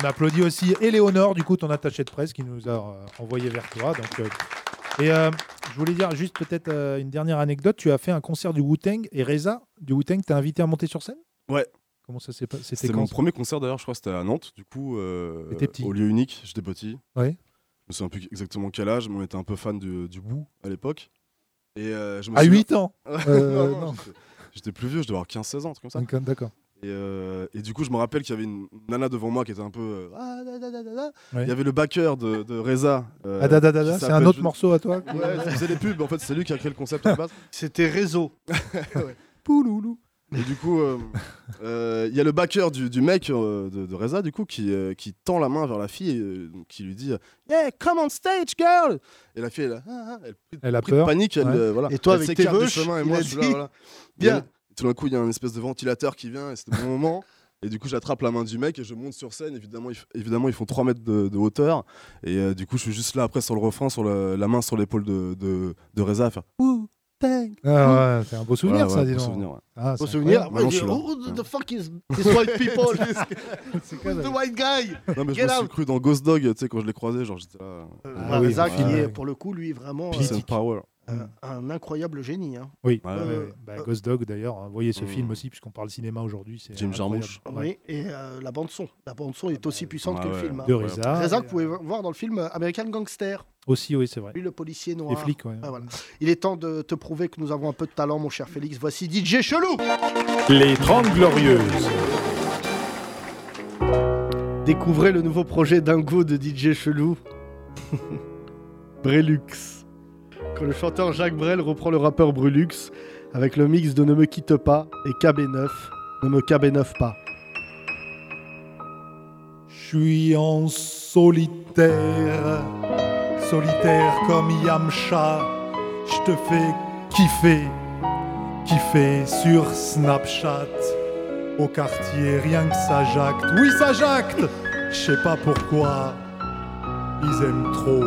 on applaudit aussi Éléonore, du coup, ton attaché de presse, qui nous a euh, envoyé vers toi. Donc, euh, Et euh, je voulais dire juste peut-être euh, une dernière anecdote. Tu as fait un concert du Wu-Tang et Reza du Wu-Tang t'a invité à monter sur scène Ouais. Comment ça s'est passé C'était quand, mon ça premier concert d'ailleurs, je crois que c'était à Nantes, du coup, euh, T'étais petit. au lieu unique, j'étais petit. Je Ouais. me souviens plus exactement quel âge, mais on était un peu fan du, du bout à l'époque. Et euh, je me À souviens- 8 ans Non, Euh, non, non. j'étais- J'étais plus vieux, je devais avoir 15-16 ans, un truc comme ça. D'accord. Et Et, euh, et du coup, je me rappelle qu'il y avait une nana devant moi qui était un peu. euh, Ah, Ouais. Il y avait le backer de, de Reza. euh, Ah, da, da, da, qui da, c'est s'appelle- un autre morceau à toi Ouais, il faisait les pubs. En fait, c'est lui qui a créé le concept à la base. C'était Réseau. Pouloulou. Et du coup, euh, euh, il y a le backer du, du mec euh, de, de Reza, du coup, qui, euh, qui tend la main vers la fille, et, euh, donc, qui lui dit euh, Yeah, come on stage, girl Et la fille, elle, a- ah, ah, elle, Elle a pris de peur. panique. Elle, Ouais. euh, voilà. Et toi, Elle avec s'écarte tes du bœufs, chemin, et il moi, a je suis dit, là, voilà. Bien. Et Tout d'un coup, il y a un espèce de ventilateur qui vient, et c'était le bon moment. Et du coup, j'attrape la main du mec et je monte sur scène. Évidemment, ils, f- évidemment, ils font 3 mètres de, de hauteur. Et euh, du coup, je suis juste là après sur le refrain, sur le- la main sur l'épaule de, de, de Reza, à faire Ah ouais, c'est un beau souvenir Ouais, ça, ouais, dis beau donc. souvenir, ouais. Ah, Beau c'est souvenir. incroyable. Ouais, Maintenant, je suis là. Who the fuck is these white people Who's the white guy Non, mais je Get me suis out cru dans Ghost Dog, tu sais, quand je l'ai croisé, genre j'étais là. euh, Ah, Reza qui est pour le coup lui vraiment Peace and power. euh, un incroyable génie. hein. Mm. Oui, Ouais, ouais, ouais. ouais. Bah, Ghost Dog d'ailleurs, hein. voyez ce Mm. film aussi, puisqu'on parle cinéma aujourd'hui. c'est Jim incroyable. Jarmusch. Ouais. Oui, et euh, la bande son. La bande son est aussi puissante ah que le ouais, film. hein. de Reza. Reza que vous pouvez voir dans le film euh, American Gangster. Aussi, oui, c'est vrai. Lui, le policier noir. Les flics, ouais. Ah, voilà. Il est temps de te prouver que nous avons un peu de talent, mon cher Félix. Voici DJ Chelou Les 30 Glorieuses. Découvrez le nouveau projet Dingo de DJ Chelou. Brelux. Quand le chanteur Jacques Brel reprend le rappeur Brulux avec le mix de Ne me quitte pas et KB9. Ne me KB9 pas. Je suis en solitaire, solitaire comme Yamcha. Je te fais kiffer, kiffer sur Snapchat. Au quartier, rien que ça jacte. Oui, ça jacte Je sais pas pourquoi. Ils aiment trop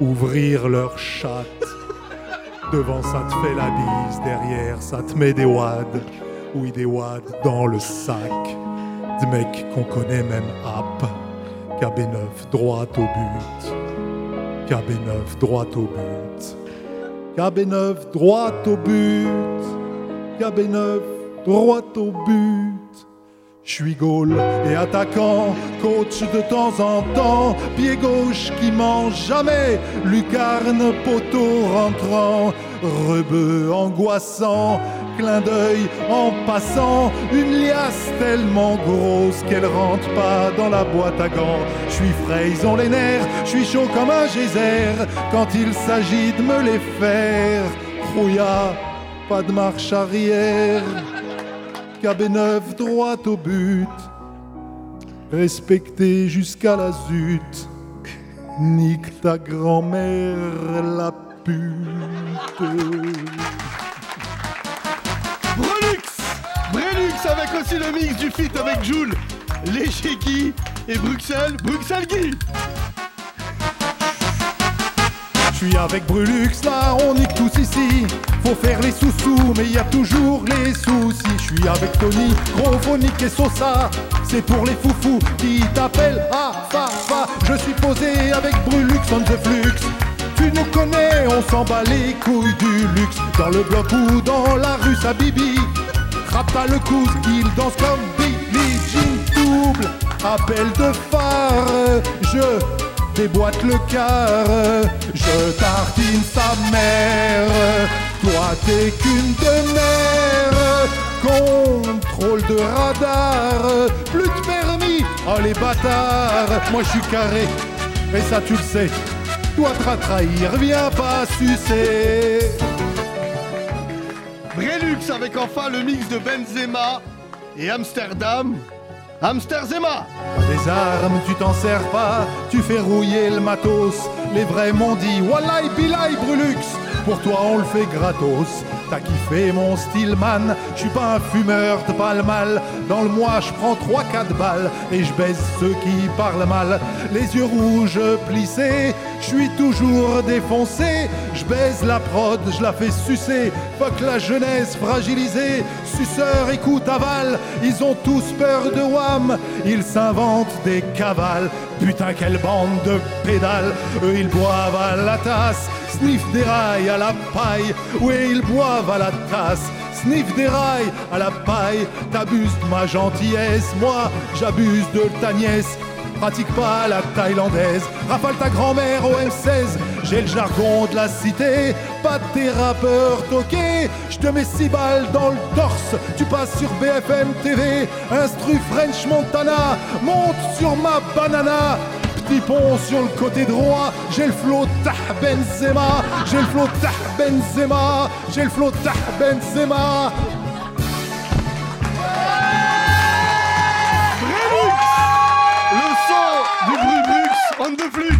ouvrir leur chat. Devant, ça te fait la bise. Derrière, ça te met des wads. Oui, des wads dans le sac. Des mecs qu'on connaît même app. KB9, droite au but. KB9, droite au but. KB9, droite au but. KB9, droite au but. Je suis goal et attaquant, coach de temps en temps, pied gauche qui mange jamais, lucarne, poteau rentrant, rebeu angoissant, clin d'œil en passant, une liasse tellement grosse qu'elle rentre pas dans la boîte à gants. Je suis frais, ils ont les nerfs, je suis chaud comme un geyser quand il s'agit de me les faire. Rouilla, pas de marche arrière. KB9 droite au but, respecté jusqu'à la zut. Nique ta grand-mère, la pute. Brelux Brelux avec aussi le mix du feat avec Jules, les Chiki et Bruxelles, Bruxelles Guy Je suis avec Brulux, là on nique tous ici. Faut faire les sous-sous, mais y a toujours les soucis. Je suis avec Tony, gros faut niquer Sosa. C'est pour les foufous qui t'appellent ah, fa, fa. Je suis posé avec Brulux on the flux. Tu nous connais, on s'en bat les couilles du luxe. Dans le bloc ou dans la rue, ça bibi. Frappe pas le coude, il danse comme Billy Jean double. Appel de phare, je déboîte le car, je tartine sa mère, toi t'es qu'une demeure, contrôle de radar, plus de permis, oh les bâtards, moi je suis carré, et ça tu le sais, toi te trahir, viens pas sucer. Brelux avec enfin le mix de Benzema et Amsterdam, Amsterdam Pas Des armes, tu t'en sers pas, tu fais rouiller le matos. Les vrais m'ont dit Wallahi Bilai Brulux, pour toi on le fait gratos. T'as kiffé mon style man, je suis pas un fumeur, t'as pas le mal. Dans le mois, je prends 3-4 balles et je baise ceux qui parlent mal. Les yeux rouges plissés, je suis toujours défoncé. Je baise la prod, je la fais sucer. Fuck la jeunesse fragilisée, suceur, écoute, aval. Ils ont tous peur de Wham, ils s'inventent des cavales. Putain, quelle bande de pédales. Eux, ils boivent à la tasse, sniff des rails à la paille. Oui, ils boivent à la tasse. Sniff des rails à la paille, t'abuses de ma gentillesse, moi j'abuse de ta nièce. Pratique pas la thaïlandaise, rafale ta grand-mère au M16. J'ai le jargon de la cité, pas tes rappeurs toqués. Je te mets six balles dans le torse, tu passes sur BFM TV. Instru French Montana, monte sur ma banana. Petit pont sur le côté droit, j'ai le flot Tah Benzema, j'ai le flot Tah Benzema, j'ai le flot Tah Benzema. Le son du Brubrux, on the flux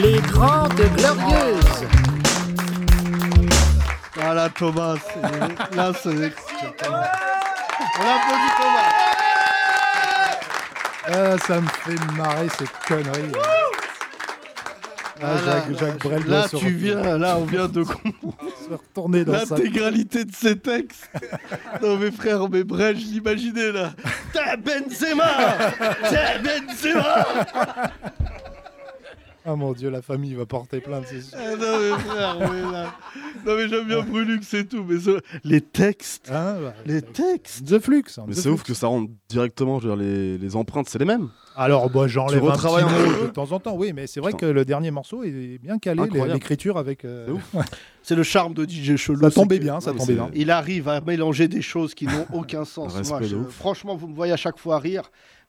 Les Grandes Glorieuses. Voilà Thomas, c'est- là c'est... On applaudit Thomas. Ah, ça me fait marrer ces conneries. Ah, Voilà. Jacques, Jacques Brel doit là, se tu viens, là, on vient de comprendre retourner dans sa- l'intégralité de ces textes. non, mes frères, mes brels, je l'imaginais là. Ta Benzema Ta Benzema Ah mon dieu, la famille va porter plainte, c'est sûr. Ah non, mais frère, mais là- Non, mais j'aime bien Brulux et tout, mais ça- les textes. les textes. Ah, bah, The Flux. Mais c'est ouf que ça rentre directement, je veux dire, les, les empreintes, c'est les mêmes. Alors, bah, Tu j'enlève un retravailles petit un mot peu. de temps en temps, oui, mais c'est vrai que le dernier morceau est bien calé, les- Incroyable. l'écriture avec. euh, C'est le charme de DJ Chelou. Ça c'est tombait que- bien, ça tombait bien. Il arrive à mélanger des choses qui n'ont aucun sens. Respect Moi, de je- ouf. franchement, vous me voyez à chaque fois rire,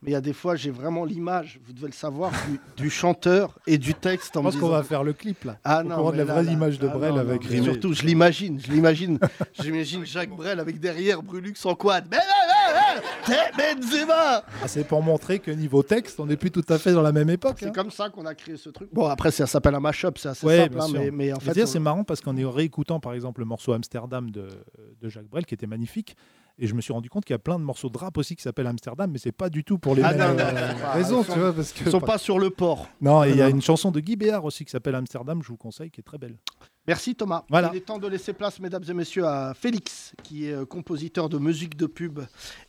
mais il y a des fois, j'ai vraiment l'image, vous devez le savoir, du, du chanteur et du texte. En Je me pense qu'on disant- va faire le clip là. Ah Faut non, qu'on rende mais la là, vraie là, image de ah Brel non, avec non, Rimé. Surtout, je l'imagine, je l'imagine. J'imagine Jacques Brel avec derrière Brulux en quad. Mais, mais, mais, mais, t'es Benzema Ah, c'est pour montrer que niveau texte, on n'est plus tout à fait dans la même époque. hein. C'est comme ça qu'on a créé ce truc. Bon, après, ça s'appelle un mashup, c'est assez Ouais, simple, bien hein, sûr. mais, mais en Je fait. veux dire, on- c'est marrant parce qu'en y réécoutant par exemple le morceau Amsterdam de, de Jacques Brel qui était magnifique, et je me suis rendu compte qu'il y a plein de morceaux de rap aussi qui s'appellent Amsterdam, mais c'est pas du tout pour les Ah mêmes non, non, euh, non, non. raisons, Ils sont- tu vois, parce que ils sont pas sur le port. Non, et il y a Non. une chanson de Guy Béard aussi qui s'appelle Amsterdam, je vous conseille, qui est très belle. Merci Thomas. Voilà. Il est temps de laisser place, mesdames et messieurs, à Félix, qui est euh, compositeur de musique de pub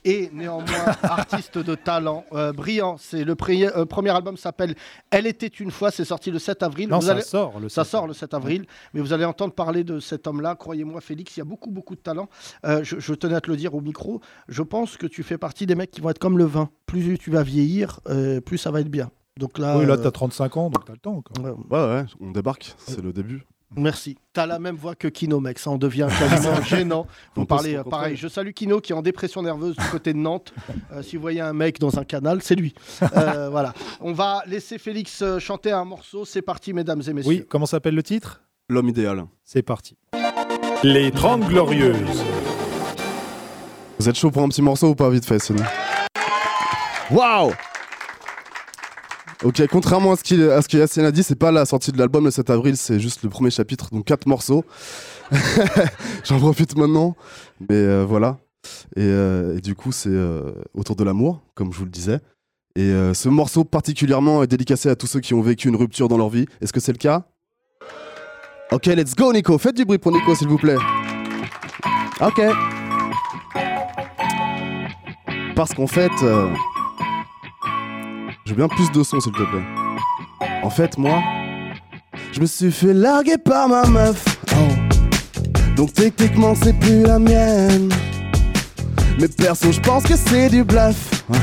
et néanmoins artiste de talent euh, brillant. C'est le pri- euh, premier album s'appelle Elle était une fois. C'est sorti le 7 avril. Non, Vous ça allez- sort le ça 7 sort le 7 avril. Mais vous allez entendre parler de cet homme-là. Croyez-moi, Félix, il y a beaucoup beaucoup de talent. Euh, je, je tenais à te le dire au micro. Je pense que tu fais partie des mecs qui vont être comme le vin. Plus tu vas vieillir, euh, plus ça va être bien. Donc là, oui, là, euh, t'as 35 ans, donc t'as le temps encore. Ouais, ouais, on débarque, c'est le début. Merci. T'as la même voix que Kino, mec. Ça en devient quasiment gênant. Vous On peut se parlez euh, rencontrer. pareil. Je salue Kino qui est en dépression nerveuse du côté de Nantes. Euh, si vous voyez un mec dans un canal, c'est lui. Euh, voilà. On va laisser Félix euh, chanter un morceau. C'est parti, mesdames et messieurs. Oui, comment s'appelle le titre L'homme idéal. C'est parti. Les 30 glorieuses. Vous êtes chaud pour un petit morceau ou pas vite fait, sinon Waouh Ok, contrairement à ce, qu'il- à ce que Yacine a dit, c'est pas la sortie de l'album le 7 avril, c'est juste le premier chapitre, donc quatre morceaux. J'en profite maintenant, mais euh, voilà. Et, euh, et du coup, c'est euh, autour de l'amour, comme je vous le disais. Et euh, ce morceau particulièrement est dédicacé à tous ceux qui ont vécu une rupture dans leur vie. Est-ce que c'est le cas Ok, let's go Nico, faites du bruit pour Nico s'il vous plaît. Ok. Parce qu'en fait, euh, je veux bien plus de son s'il te plaît. En fait, moi, je me suis fait larguer par ma meuf. Oh. Donc techniquement, c'est plus la mienne. Mais perso, je pense que c'est du bluff. Ouais.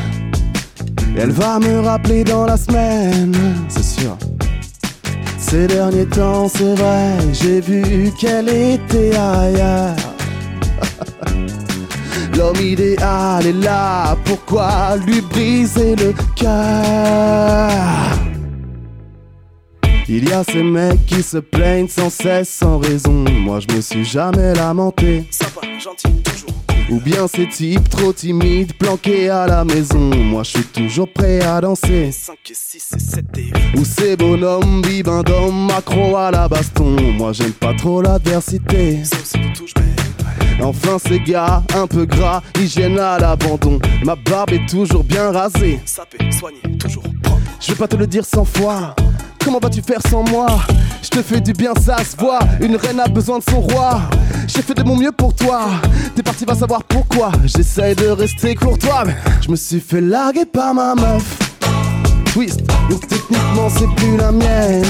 Et elle va me rappeler dans la semaine, c'est sûr. Ces derniers temps, c'est vrai, j'ai vu qu'elle était ailleurs. L'homme idéal est là, pourquoi lui briser le cœur Il y a ces mecs qui se plaignent sans cesse, sans raison. Moi, je me suis jamais lamenté. Ou bien ces types trop timides, planqués à la maison. Moi, je suis toujours prêt à danser. Ou ces bonhommes vivants d'hommes accro à la baston. Moi j'aime pas trop l'adversité. Enfin ces gars un peu gras, hygiène à l'abandon. Ma barbe est toujours bien rasée. Je vais pas te le dire sans fois. Comment vas-tu faire sans moi Je te fais du bien, ça se voit. Une reine a besoin de son roi. J'ai fait de mon mieux pour toi. T'es parti, va savoir pourquoi. J'essaye de rester courtois, mais je me suis fait larguer par ma meuf. Twist, donc techniquement c'est plus la mienne.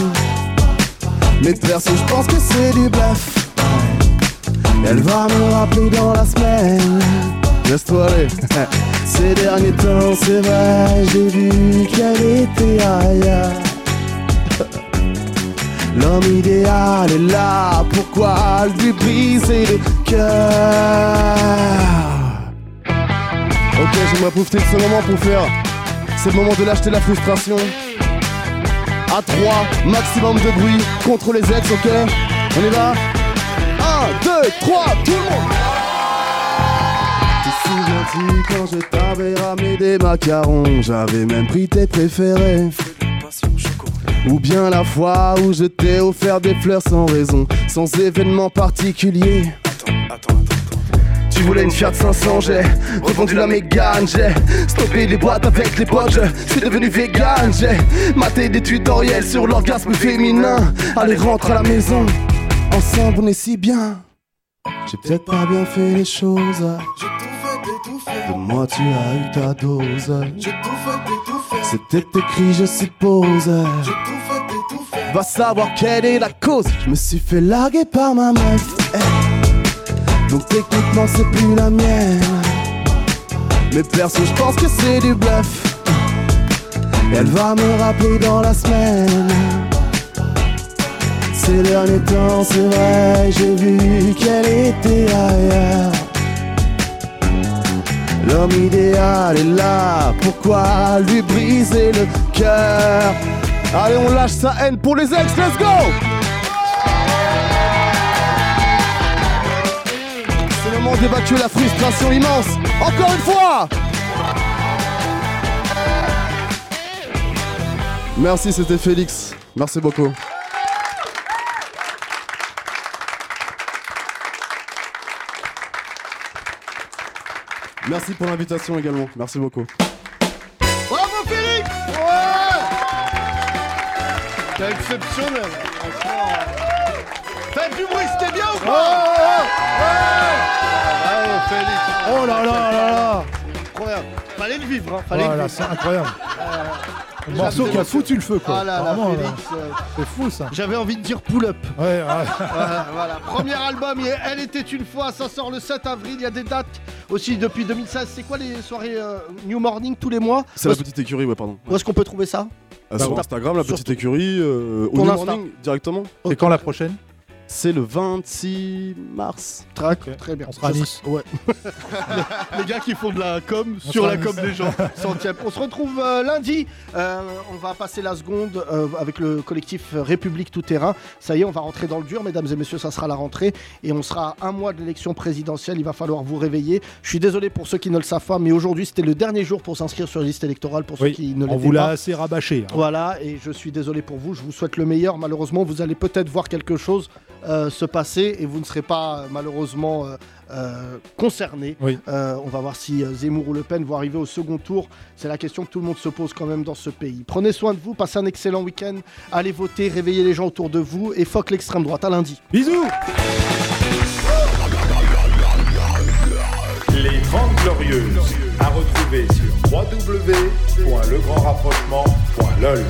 Mais perso, je pense que c'est du bluff. Elle va me rappeler dans la semaine. Laisse-toi aller. Ces derniers temps, c'est vrai, j'ai vu qu'elle était ailleurs. L'homme idéal est là, pourquoi lui briser le cœur Ok, j'aimerais profiter de ce moment pour faire. C'est le moment de lâcher la frustration. À 3, maximum de bruit contre les ex, ok On y va 1, 2, 3, tout le monde Te souviens-tu quand je t'avais ramené des macarons J'avais même pris tes préférés. Ou bien la fois où je t'ai offert des fleurs sans raison, sans événement particulier. Tu voulais une Fiat 500, j'ai revendu la mégane, j'ai stoppé les boîtes avec les potes, je suis devenu vegan, j'ai maté des tutoriels sur l'orgasme féminin. Allez, rentre à la maison, ensemble on est si bien. J'ai peut-être pas bien fait les choses. De moi tu as eu ta dose. C'était écrit, je suppose. Va savoir quelle est la cause. Je me suis fait larguer par ma meuf. hey. Donc techniquement, c'est plus la mienne. Mais perso, je pense que c'est du bluff. Et elle va me rappeler dans la semaine. Ces derniers temps, c'est vrai, j'ai vu qu'elle était ailleurs. L'homme idéal est là, pourquoi lui briser le cœur Allez, on lâche sa haine pour les ex, let's go C'est le moment d'évacuer la frustration immense. Encore une fois Merci, c'était Félix. Merci beaucoup. Merci pour l'invitation également. Merci beaucoup. Bravo Félix T'es exceptionnel Franchement, euh, Faites du bruit, c'était bien ou pas Bravo Félix Oh là là là là Incroyable Fallait le vivre, hein fallait le Voilà, vivre c'est incroyable. Le J'aime morceau bien qui a monsieur. foutu le feu, quoi. Ah là là, Vraiment, là. Félix, euh, C'est fou, ça. J'avais envie de dire pull-up. Ouais, Voilà, voilà. Premier album, il est Elle était une fois, ça sort le 7 avril, il y a des dates aussi depuis 2016. C'est quoi les soirées euh, New Morning tous les mois C'est la petite écurie, ouais, pardon. Bah, Où est-ce qu'on peut trouver ça Euh, sur Instagram, la petite écurie, euh, au Ton New Insta. Morning directement. Et quand la prochaine C'est le 26 mars. Trac, très bien. On sera à Ça Nice. Ouais. les gars qui font de la com On sur sera la à com Nice. des gens. Centième. On se retrouve euh, lundi. Euh, on va passer la seconde euh, avec le collectif euh, République Tout Terrain. Ça y est, on va rentrer dans le dur, mesdames et messieurs. Ça sera la rentrée et on sera à un mois de l'élection présidentielle. Il va falloir vous réveiller. Je suis désolé pour ceux qui ne le savent pas, mais aujourd'hui c'était le dernier jour pour s'inscrire sur la liste électorale pour ceux Oui, qui ne on l'étaient vous l'a pas. assez rabâché. hein. là. Voilà, et je suis désolé pour vous, je vous souhaite le meilleur. Malheureusement, vous allez peut-être voir quelque chose euh, se passer et vous ne serez pas euh, malheureusement euh, euh, concerné. Oui. Euh, on va voir si euh, Zemmour ou Le Pen vont arriver au second tour. C'est la question que tout le monde se pose quand même dans ce pays. Prenez soin de vous, passez un excellent week-end, allez voter, réveillez les gens autour de vous et fuck l'extrême droite. À lundi. Bisous Les 30 Glorieuses, à retrouver sur www.legrandrapprochement.lol.